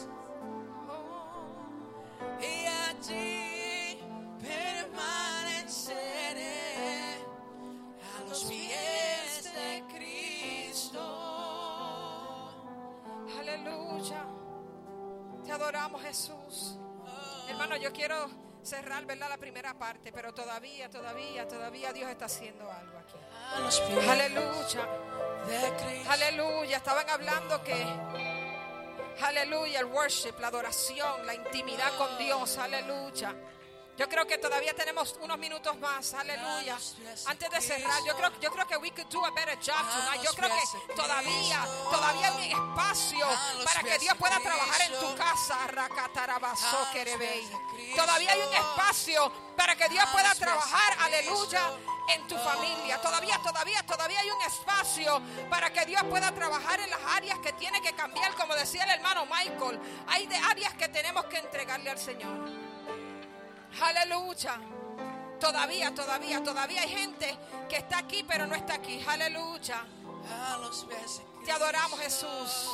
Y allí permaneceré a los pies de Cristo.
Aleluya. Te adoramos, Jesús. Hermano, yo quiero cerrar, ¿verdad? La primera parte, pero todavía, todavía, todavía Dios está haciendo algo aquí.
A los pies
Aleluya,
de Cristo.
aleluya. Estaban hablando que, aleluya, el worship, la adoración, la intimidad con Dios, aleluya. Yo creo que todavía tenemos unos minutos más, aleluya. Antes de cerrar, yo creo, yo creo que we could do a better job tonight. Yo creo que todavía, todavía hay espacio
Ah,
para que Dios pueda trabajar en tu casa. Racatarabaso querebey. Todavía hay un espacio para que Dios pueda trabajar, aleluya, en tu familia. Todavía, todavía, todavía hay un espacio para que Dios pueda trabajar en las áreas que tiene que cambiar. Como decía el hermano Michael, hay de áreas que tenemos que entregarle al Señor. Aleluya. Todavía, todavía, todavía hay gente que está aquí pero no está aquí. Aleluya.
A Ah, los pies de
Te adoramos Jesús.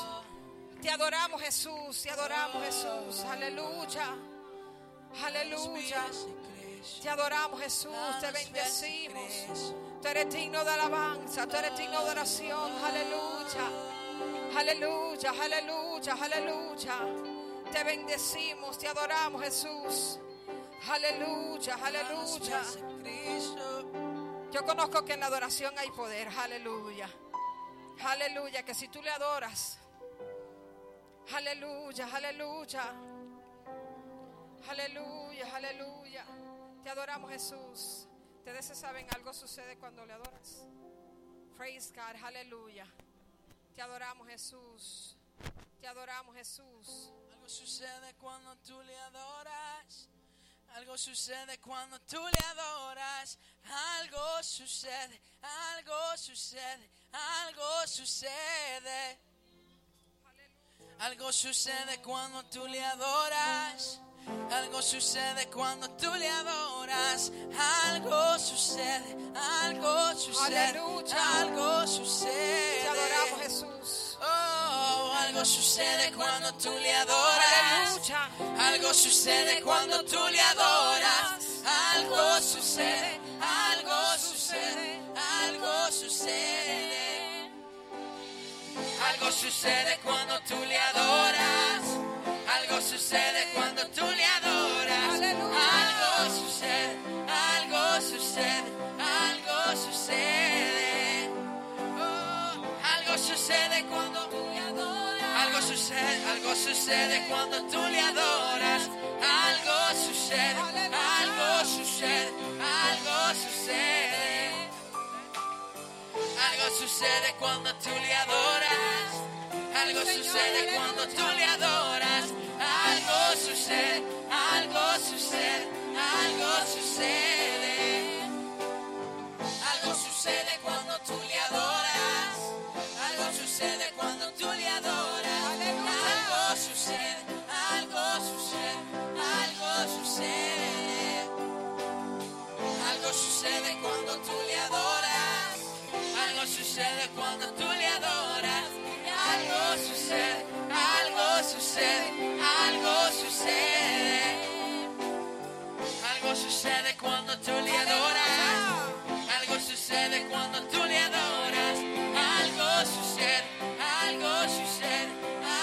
Te adoramos Jesús. Te adoramos Jesús. Aleluya. Aleluya.
Cristo. Ah,
Te adoramos Jesús. Te bendecimos. Tú eres digno de alabanza. Tú eres digno de oración. Aleluya. Aleluya. Aleluya. Aleluya. Te bendecimos. Te adoramos Jesús. Aleluya.
A
Aleluya.
los pies de Cristo.
Yo conozco que en la adoración hay poder, aleluya. Aleluya, que si tú le adoras, aleluya, aleluya. Aleluya, aleluya. Te adoramos Jesús. Ustedes se saben, algo sucede cuando le adoras. Praise God, aleluya. Te adoramos Jesús. Te adoramos Jesús.
Algo sucede cuando tú le adoras. Algo sucede cuando tú le adoras. Algo sucede, algo sucede, algo sucede. Algo sucede cuando tú le adoras. Algo sucede cuando tú le adoras. Algo sucede, algo sucede,
Aleluya.
algo sucede.
Te adoramos Jesús.
Oh, algo sucede cuando tú le adoras.
Aleluya.
Algo sucede cuando tú le adoras. Algo sucede, algo sucede, algo sucede. Algo sucede cuando tú le adoras. Algo sucede cuando tú le adoras.
Aleluya.
Algo sucede, algo sucede, algo sucede. Oh, algo sucede cuando tú le adoras. Algo sucede, algo sucede cuando tú le adoras. Algo sucede, algo sucede, algo sucede. Algo sucede cuando tú le adoras. Algo sucede cuando tú le adoras. Algo sucede, algo sucede, algo sucede. Algo sucede cuando tú le adoras. Algo sucede cuando tú le adoras. Algo sucede, algo sucede, algo sucede. Algo sucede cuando tú le adoras. Algo sucede cuando tú le adoras. Algo sucede, algo sucede, algo sucede. Algo sucede cuando tú le adoras. Algo sucede cuando tú le adoras. Algo sucede, algo sucede,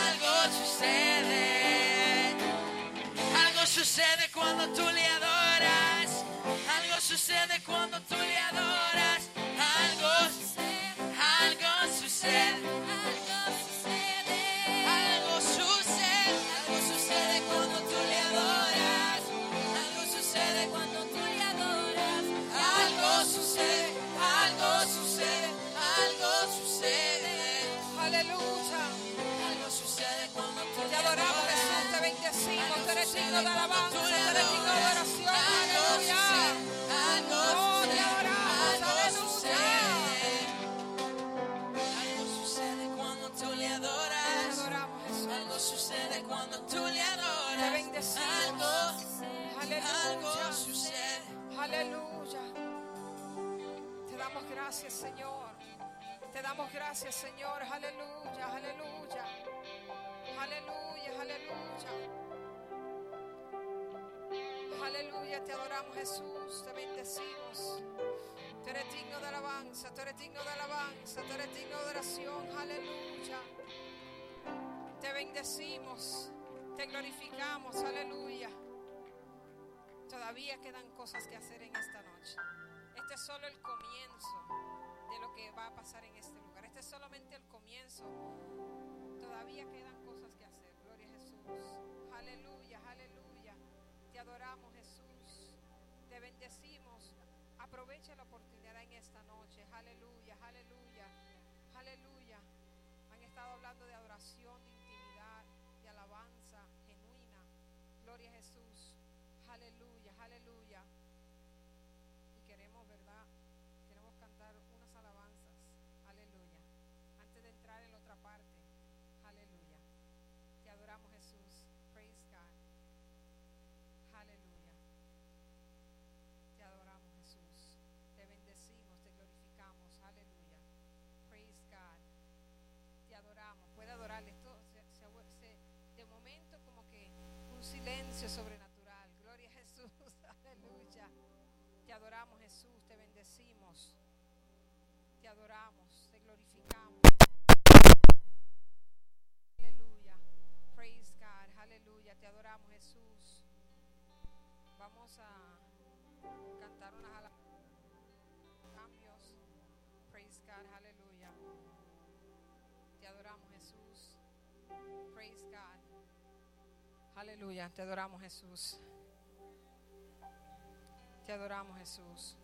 algo sucede. Algo sucede cuando tú le adoras. Algo sucede cuando tú le adoras. Algo sucede, algo sucede. Algo sucede, algo sucede cuando tú le adoras. Algo sucede cuando tú le adoras. Algo
Aleluya. Te damos gracias, Señor. Te damos gracias, Señor. Aleluya, aleluya. Aleluya, aleluya. Aleluya, te adoramos Jesús, te bendecimos. Tú eres digno de alabanza, tú eres digno de alabanza, tú eres digno de oración. Aleluya. Te bendecimos, te glorificamos. Aleluya. Todavía quedan cosas que hacer en esta noche. Este es solo el comienzo de lo que va a pasar en este lugar. Este es solamente el comienzo. Todavía quedan cosas que hacer. Gloria a Jesús. Aleluya, aleluya. Te adoramos, Jesús. Te bendecimos. Aprovecha la oportunidad en esta noche. Aleluya, aleluya, aleluya. Han estado hablando de adoración, de intimidad, de alabanza genuina. Gloria a Jesús. Aleluya, aleluya. Y queremos, ¿verdad? Queremos cantar unas alabanzas. Aleluya. Antes de entrar en la otra parte. Aleluya. Te adoramos Jesús. Praise God. Aleluya. Te adoramos Jesús. Te bendecimos, te glorificamos. Aleluya. Praise God. Te adoramos. Puede adorarle. Esto se, se ha vuel- se- de momento como que un silencio sobrenatural. Gloria a Jesús. Aleluya. Te adoramos Jesús. Te bendecimos. Te adoramos. Te glorificamos. Aleluya. Praise God. Aleluya. Te adoramos Jesús. Vamos a cantar unas ala- cambios. Praise God, aleluya. Te adoramos, Jesús. Praise God. Aleluya, te adoramos, Jesús. Te adoramos, Jesús.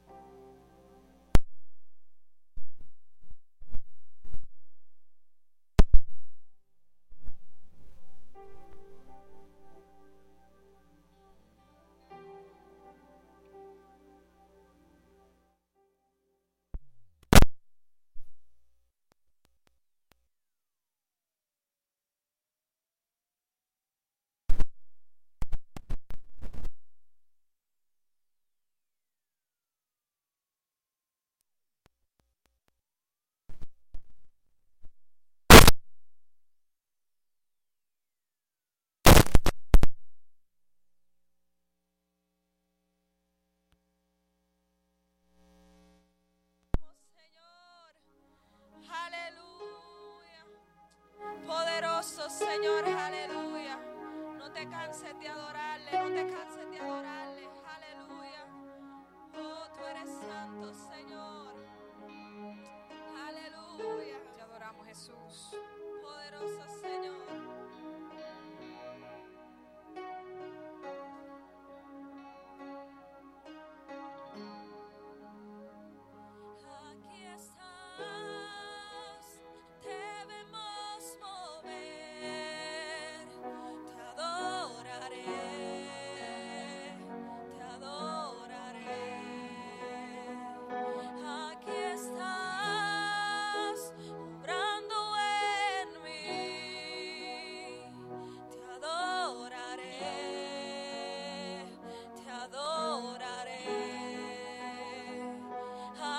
Señor. Aleluya. Poderoso Señor, aleluya. No te canses de adorarle, no te canses de adorarle. Aleluya. Oh, tú eres santo, Señor. Aleluya.
Te adoramos, Jesús.
Poderoso Señor.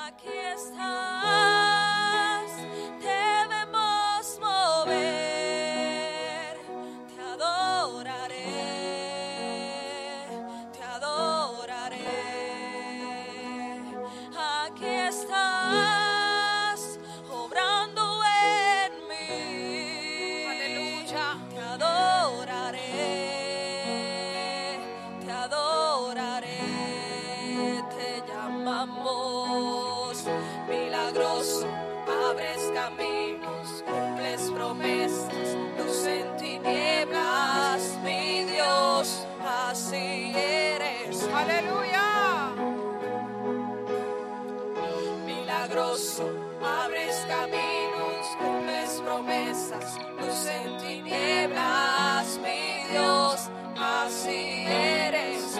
Aquí estás, debemos mover, te adoraré, te adoraré. Aquí estás, obrando en mí, te adoraré, te adoraré. Aquí estás, debemos mover, te adoraré, te adoraré. Aquí estás, obrando en mí.
Aleluya.
Te adoraré, te adoraré, te llamamos, milagroso, abres caminos, cumples promesas, luz en tinieblas, mi Dios, así eres.
Aleluya.
milagroso, abres caminos, cumples promesas, luz en tinieblas, mi Dios, así eres.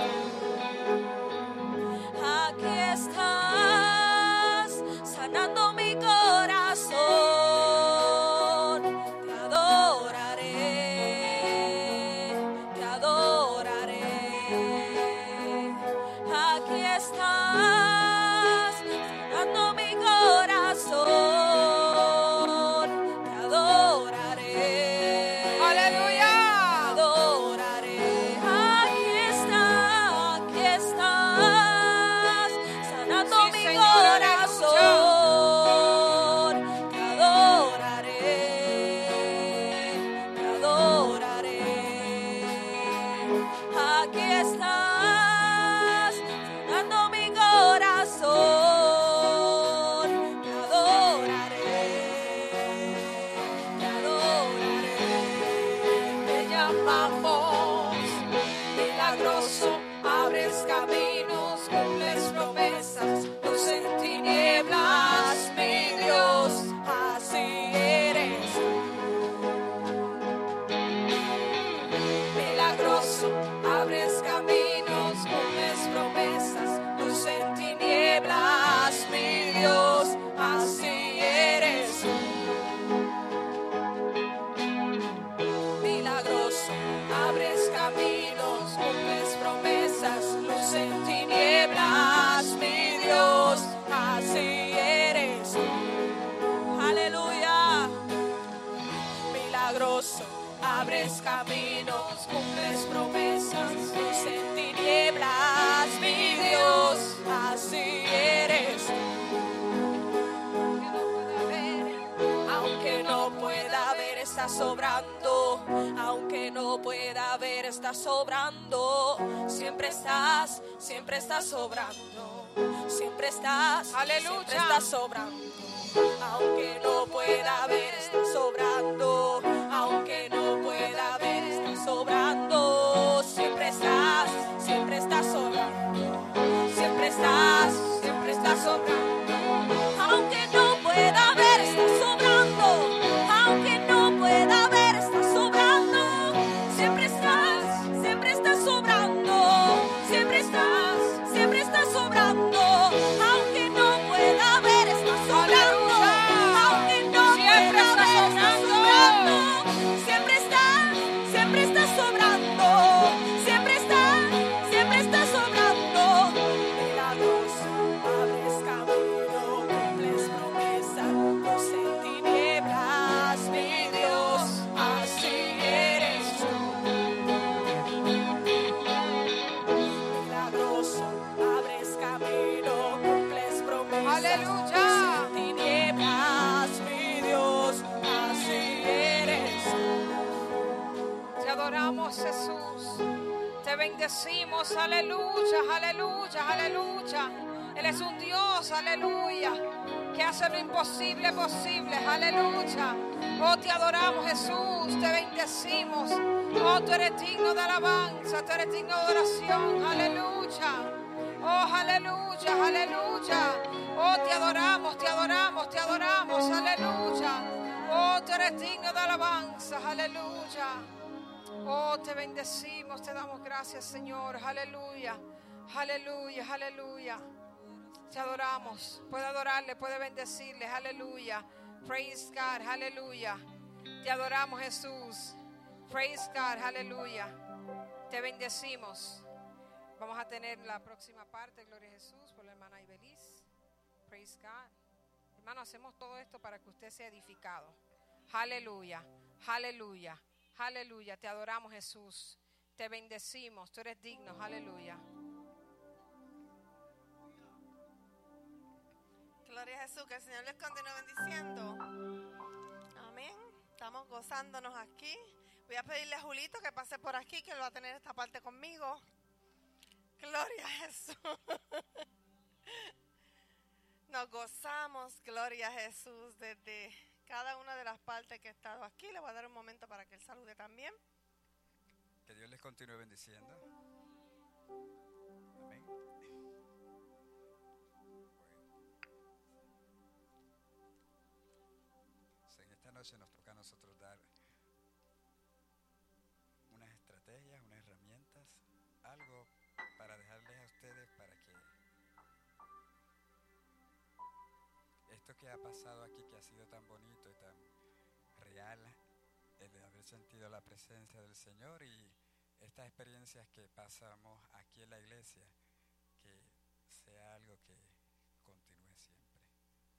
Aquí estás, sanando mi corazón, te adoraré, te adoraré. Aquí estás
así eres. Aleluya. Milagroso, abres caminos, cumples promesas, luz en tinieblas, mi Dios, así eres. Aunque no pueda ver, está sobrando. Aunque no pueda ver, está sobrando. Siempre estás, siempre estás sobrando. Siempre estás,
Aleluya.
siempre estás sobrando. Aunque no pueda ver, está sobrando. Aunque no pueda ver, está sobrando. Siempre estás, siempre estás sobrando. Siempre estás, siempre estás sobrando. Aunque no pueda ver, está sobrando. Aunque no pueda ver, está sobrando. Siempre estás, siempre estás sobrando. Siempre estás, siempre estás sobrando. Aunque no pueda ver, está sobrando. Aunque no
Siempre
pueda
está
ver, está
sobrando.
sobrando. Siempre estás, siempre estás sobrando. Siempre estás, siempre estás sobrando. Milagroso, abres camino, cumples pues promesas, luz en tinieblas, mi Dios, así eres tú. Milagroso, abres camino, cumples promesas,
Aleluya.
luz en tinieblas, mi Dios, así eres tú.
Te adoramos, Jesús. Te bendecimos, aleluya, aleluya, aleluya. Él es un Dios, aleluya, que hace lo imposible posible, aleluya. Oh, te adoramos, Jesús, te bendecimos. Oh, tú eres digno de alabanza, tú eres digno de oración, aleluya. Oh, aleluya, aleluya. Oh, te adoramos, te adoramos, te adoramos, aleluya. Oh, tú eres digno de alabanza, aleluya. Oh, te bendecimos, te damos gracias, Señor. Aleluya, aleluya, aleluya. Te adoramos. Puede adorarle, puede bendecirle. Aleluya. Praise God, aleluya. Te adoramos, Jesús. Praise God, aleluya. Te bendecimos. Vamos a tener la próxima parte, Gloria a Jesús, por la hermana Ibeliz. Praise God. Hermano, hacemos todo esto para que usted sea edificado. Aleluya, aleluya, aleluya. Te adoramos, Jesús. Te bendecimos. Tú eres digno. Aleluya.
Gloria a Jesús, que el Señor les continúe bendiciendo. Amén. Estamos gozándonos aquí. Voy a pedirle a Julito que pase por aquí, que él va a tener esta parte conmigo. Gloria a Jesús. Nos gozamos, gloria a Jesús, desde cada una de las partes que he estado aquí. Le voy a dar un momento para que él salude también.
Que Dios les continúe bendiciendo. Amén. Bueno. En esta noche nos toca a nosotros dar unas estrategias, unas herramientas, algo para dejarles a ustedes para que esto que ha pasado aquí, que ha sido tan bonito y tan real, el de haber sentido la presencia del Señor y estas experiencias que pasamos aquí en la iglesia, que sea algo que continúe siempre.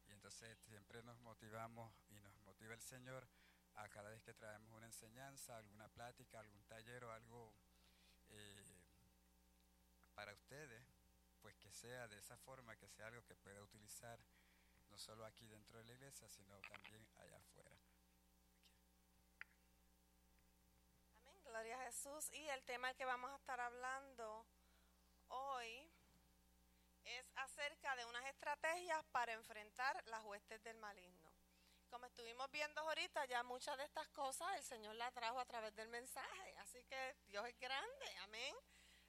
Y entonces siempre nos motivamos y nos motiva el Señor a cada vez que traemos una enseñanza, alguna plática, algún taller o algo eh, para ustedes, pues que sea de esa forma, que sea algo que pueda utilizar no solo aquí dentro de la iglesia, sino también allá afuera.
Amén, gloria a Jesús. Y el tema que vamos a estar hablando hoy es acerca de unas estrategias para enfrentar las huestes del maligno. Como estuvimos viendo ahorita, ya muchas de estas cosas el Señor las trajo a través del mensaje. Así que Dios es grande, amén.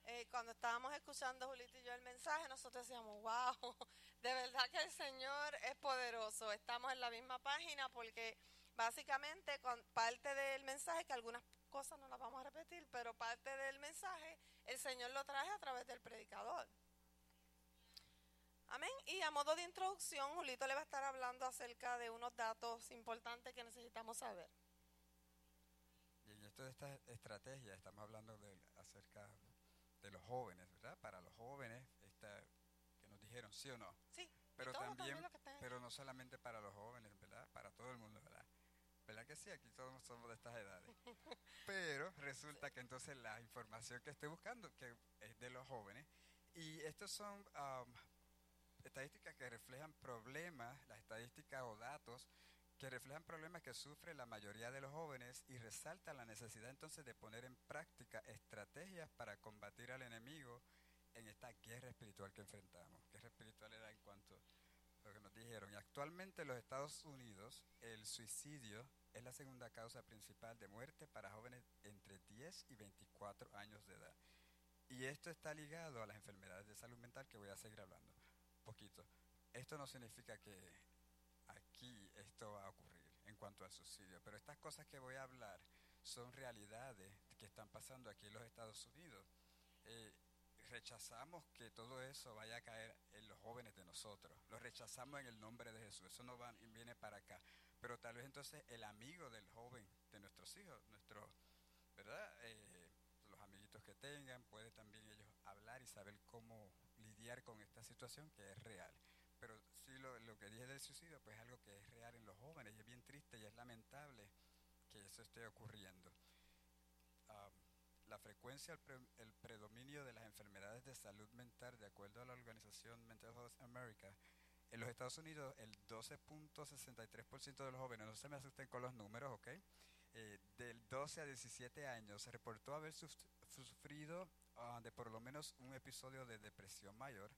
Eh, cuando estábamos escuchando Julito y yo el mensaje, nosotros decíamos, wow, de verdad que el Señor es poderoso. Estamos en la misma página porque básicamente con parte del mensaje, que algunas cosas no las vamos a repetir, pero parte del mensaje el Señor lo trae a través del predicador. Amén. Y a modo de introducción, Julito le va a estar hablando acerca de unos datos importantes que necesitamos saber.
Y en esto de estas estrategias, estamos hablando de, acerca de los jóvenes, ¿verdad? Para los jóvenes, esta, que nos dijeron, ¿sí o no?
Sí.
Pero
todo también
también,
lo que está-
pero no solamente para los jóvenes, ¿verdad? Para todo el mundo, ¿verdad? ¿Verdad que sí? Aquí todos somos de estas edades. Pero resulta que entonces la información que estoy buscando que es de los jóvenes y estos son um, estadísticas que reflejan problemas, las estadísticas o datos que reflejan problemas que sufre la mayoría de los jóvenes y resalta la necesidad entonces de poner en práctica estrategias para combatir al enemigo en esta guerra espiritual que enfrentamos. Guerra espiritual era en cuanto a lo que nos dijeron. Y actualmente en los Estados Unidos el suicidio es la segunda causa principal de muerte para jóvenes entre 10 y 24 años de edad. Y esto está ligado a las enfermedades de salud mental que voy a seguir hablando poquito. Esto no significa que aquí esto va a ocurrir en cuanto al suicidio, pero estas cosas que voy a hablar son realidades que están pasando aquí en los Estados Unidos. Eh, rechazamos que todo eso vaya a caer en los jóvenes de nosotros. Lo rechazamos en el nombre de Jesús. Eso no va, viene para acá. Pero tal vez entonces el amigo del joven de nuestros hijos, nuestros, ¿verdad? Eh, los amiguitos que tengan, puede también ellos hablar y saber cómo lidiar con esta situación que es real. Pero sí, lo, lo que dije del suicidio, pues es algo que es real en los jóvenes y es bien triste y es lamentable que eso esté ocurriendo. Ah, la frecuencia, el, pre- el predominio de las enfermedades de salud mental, de acuerdo a la organización Mental Health America, en los Estados Unidos el 12.63% de los jóvenes, no se me asusten con los números, ¿ok? eh, del 12 a 17 años se reportó haber suf- sufrido ah, de por lo menos un episodio de depresión mayor.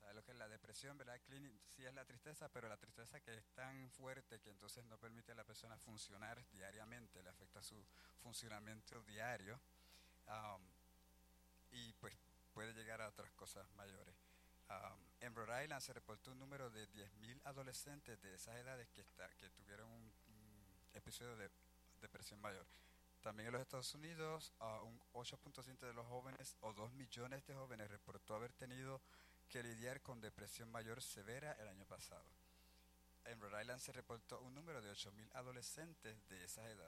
¿Sabes lo que es la depresión, verdad? Clínica, sí es la tristeza, pero la tristeza que es tan fuerte que entonces no permite a la persona funcionar diariamente, le afecta su funcionamiento diario am, Um, y pues puede llegar a otras cosas mayores. Am, en Rhode Island se reportó un número de 10.000 adolescentes de esas edades que, está, que tuvieron un- un episodio de depresión mayor. También en los Estados Unidos, a un 8.7 de los jóvenes o 2 millones de jóvenes reportó haber tenido que lidiar con depresión mayor severa el año pasado. En Rhode Island se reportó un número de 8.000 adolescentes de esa edad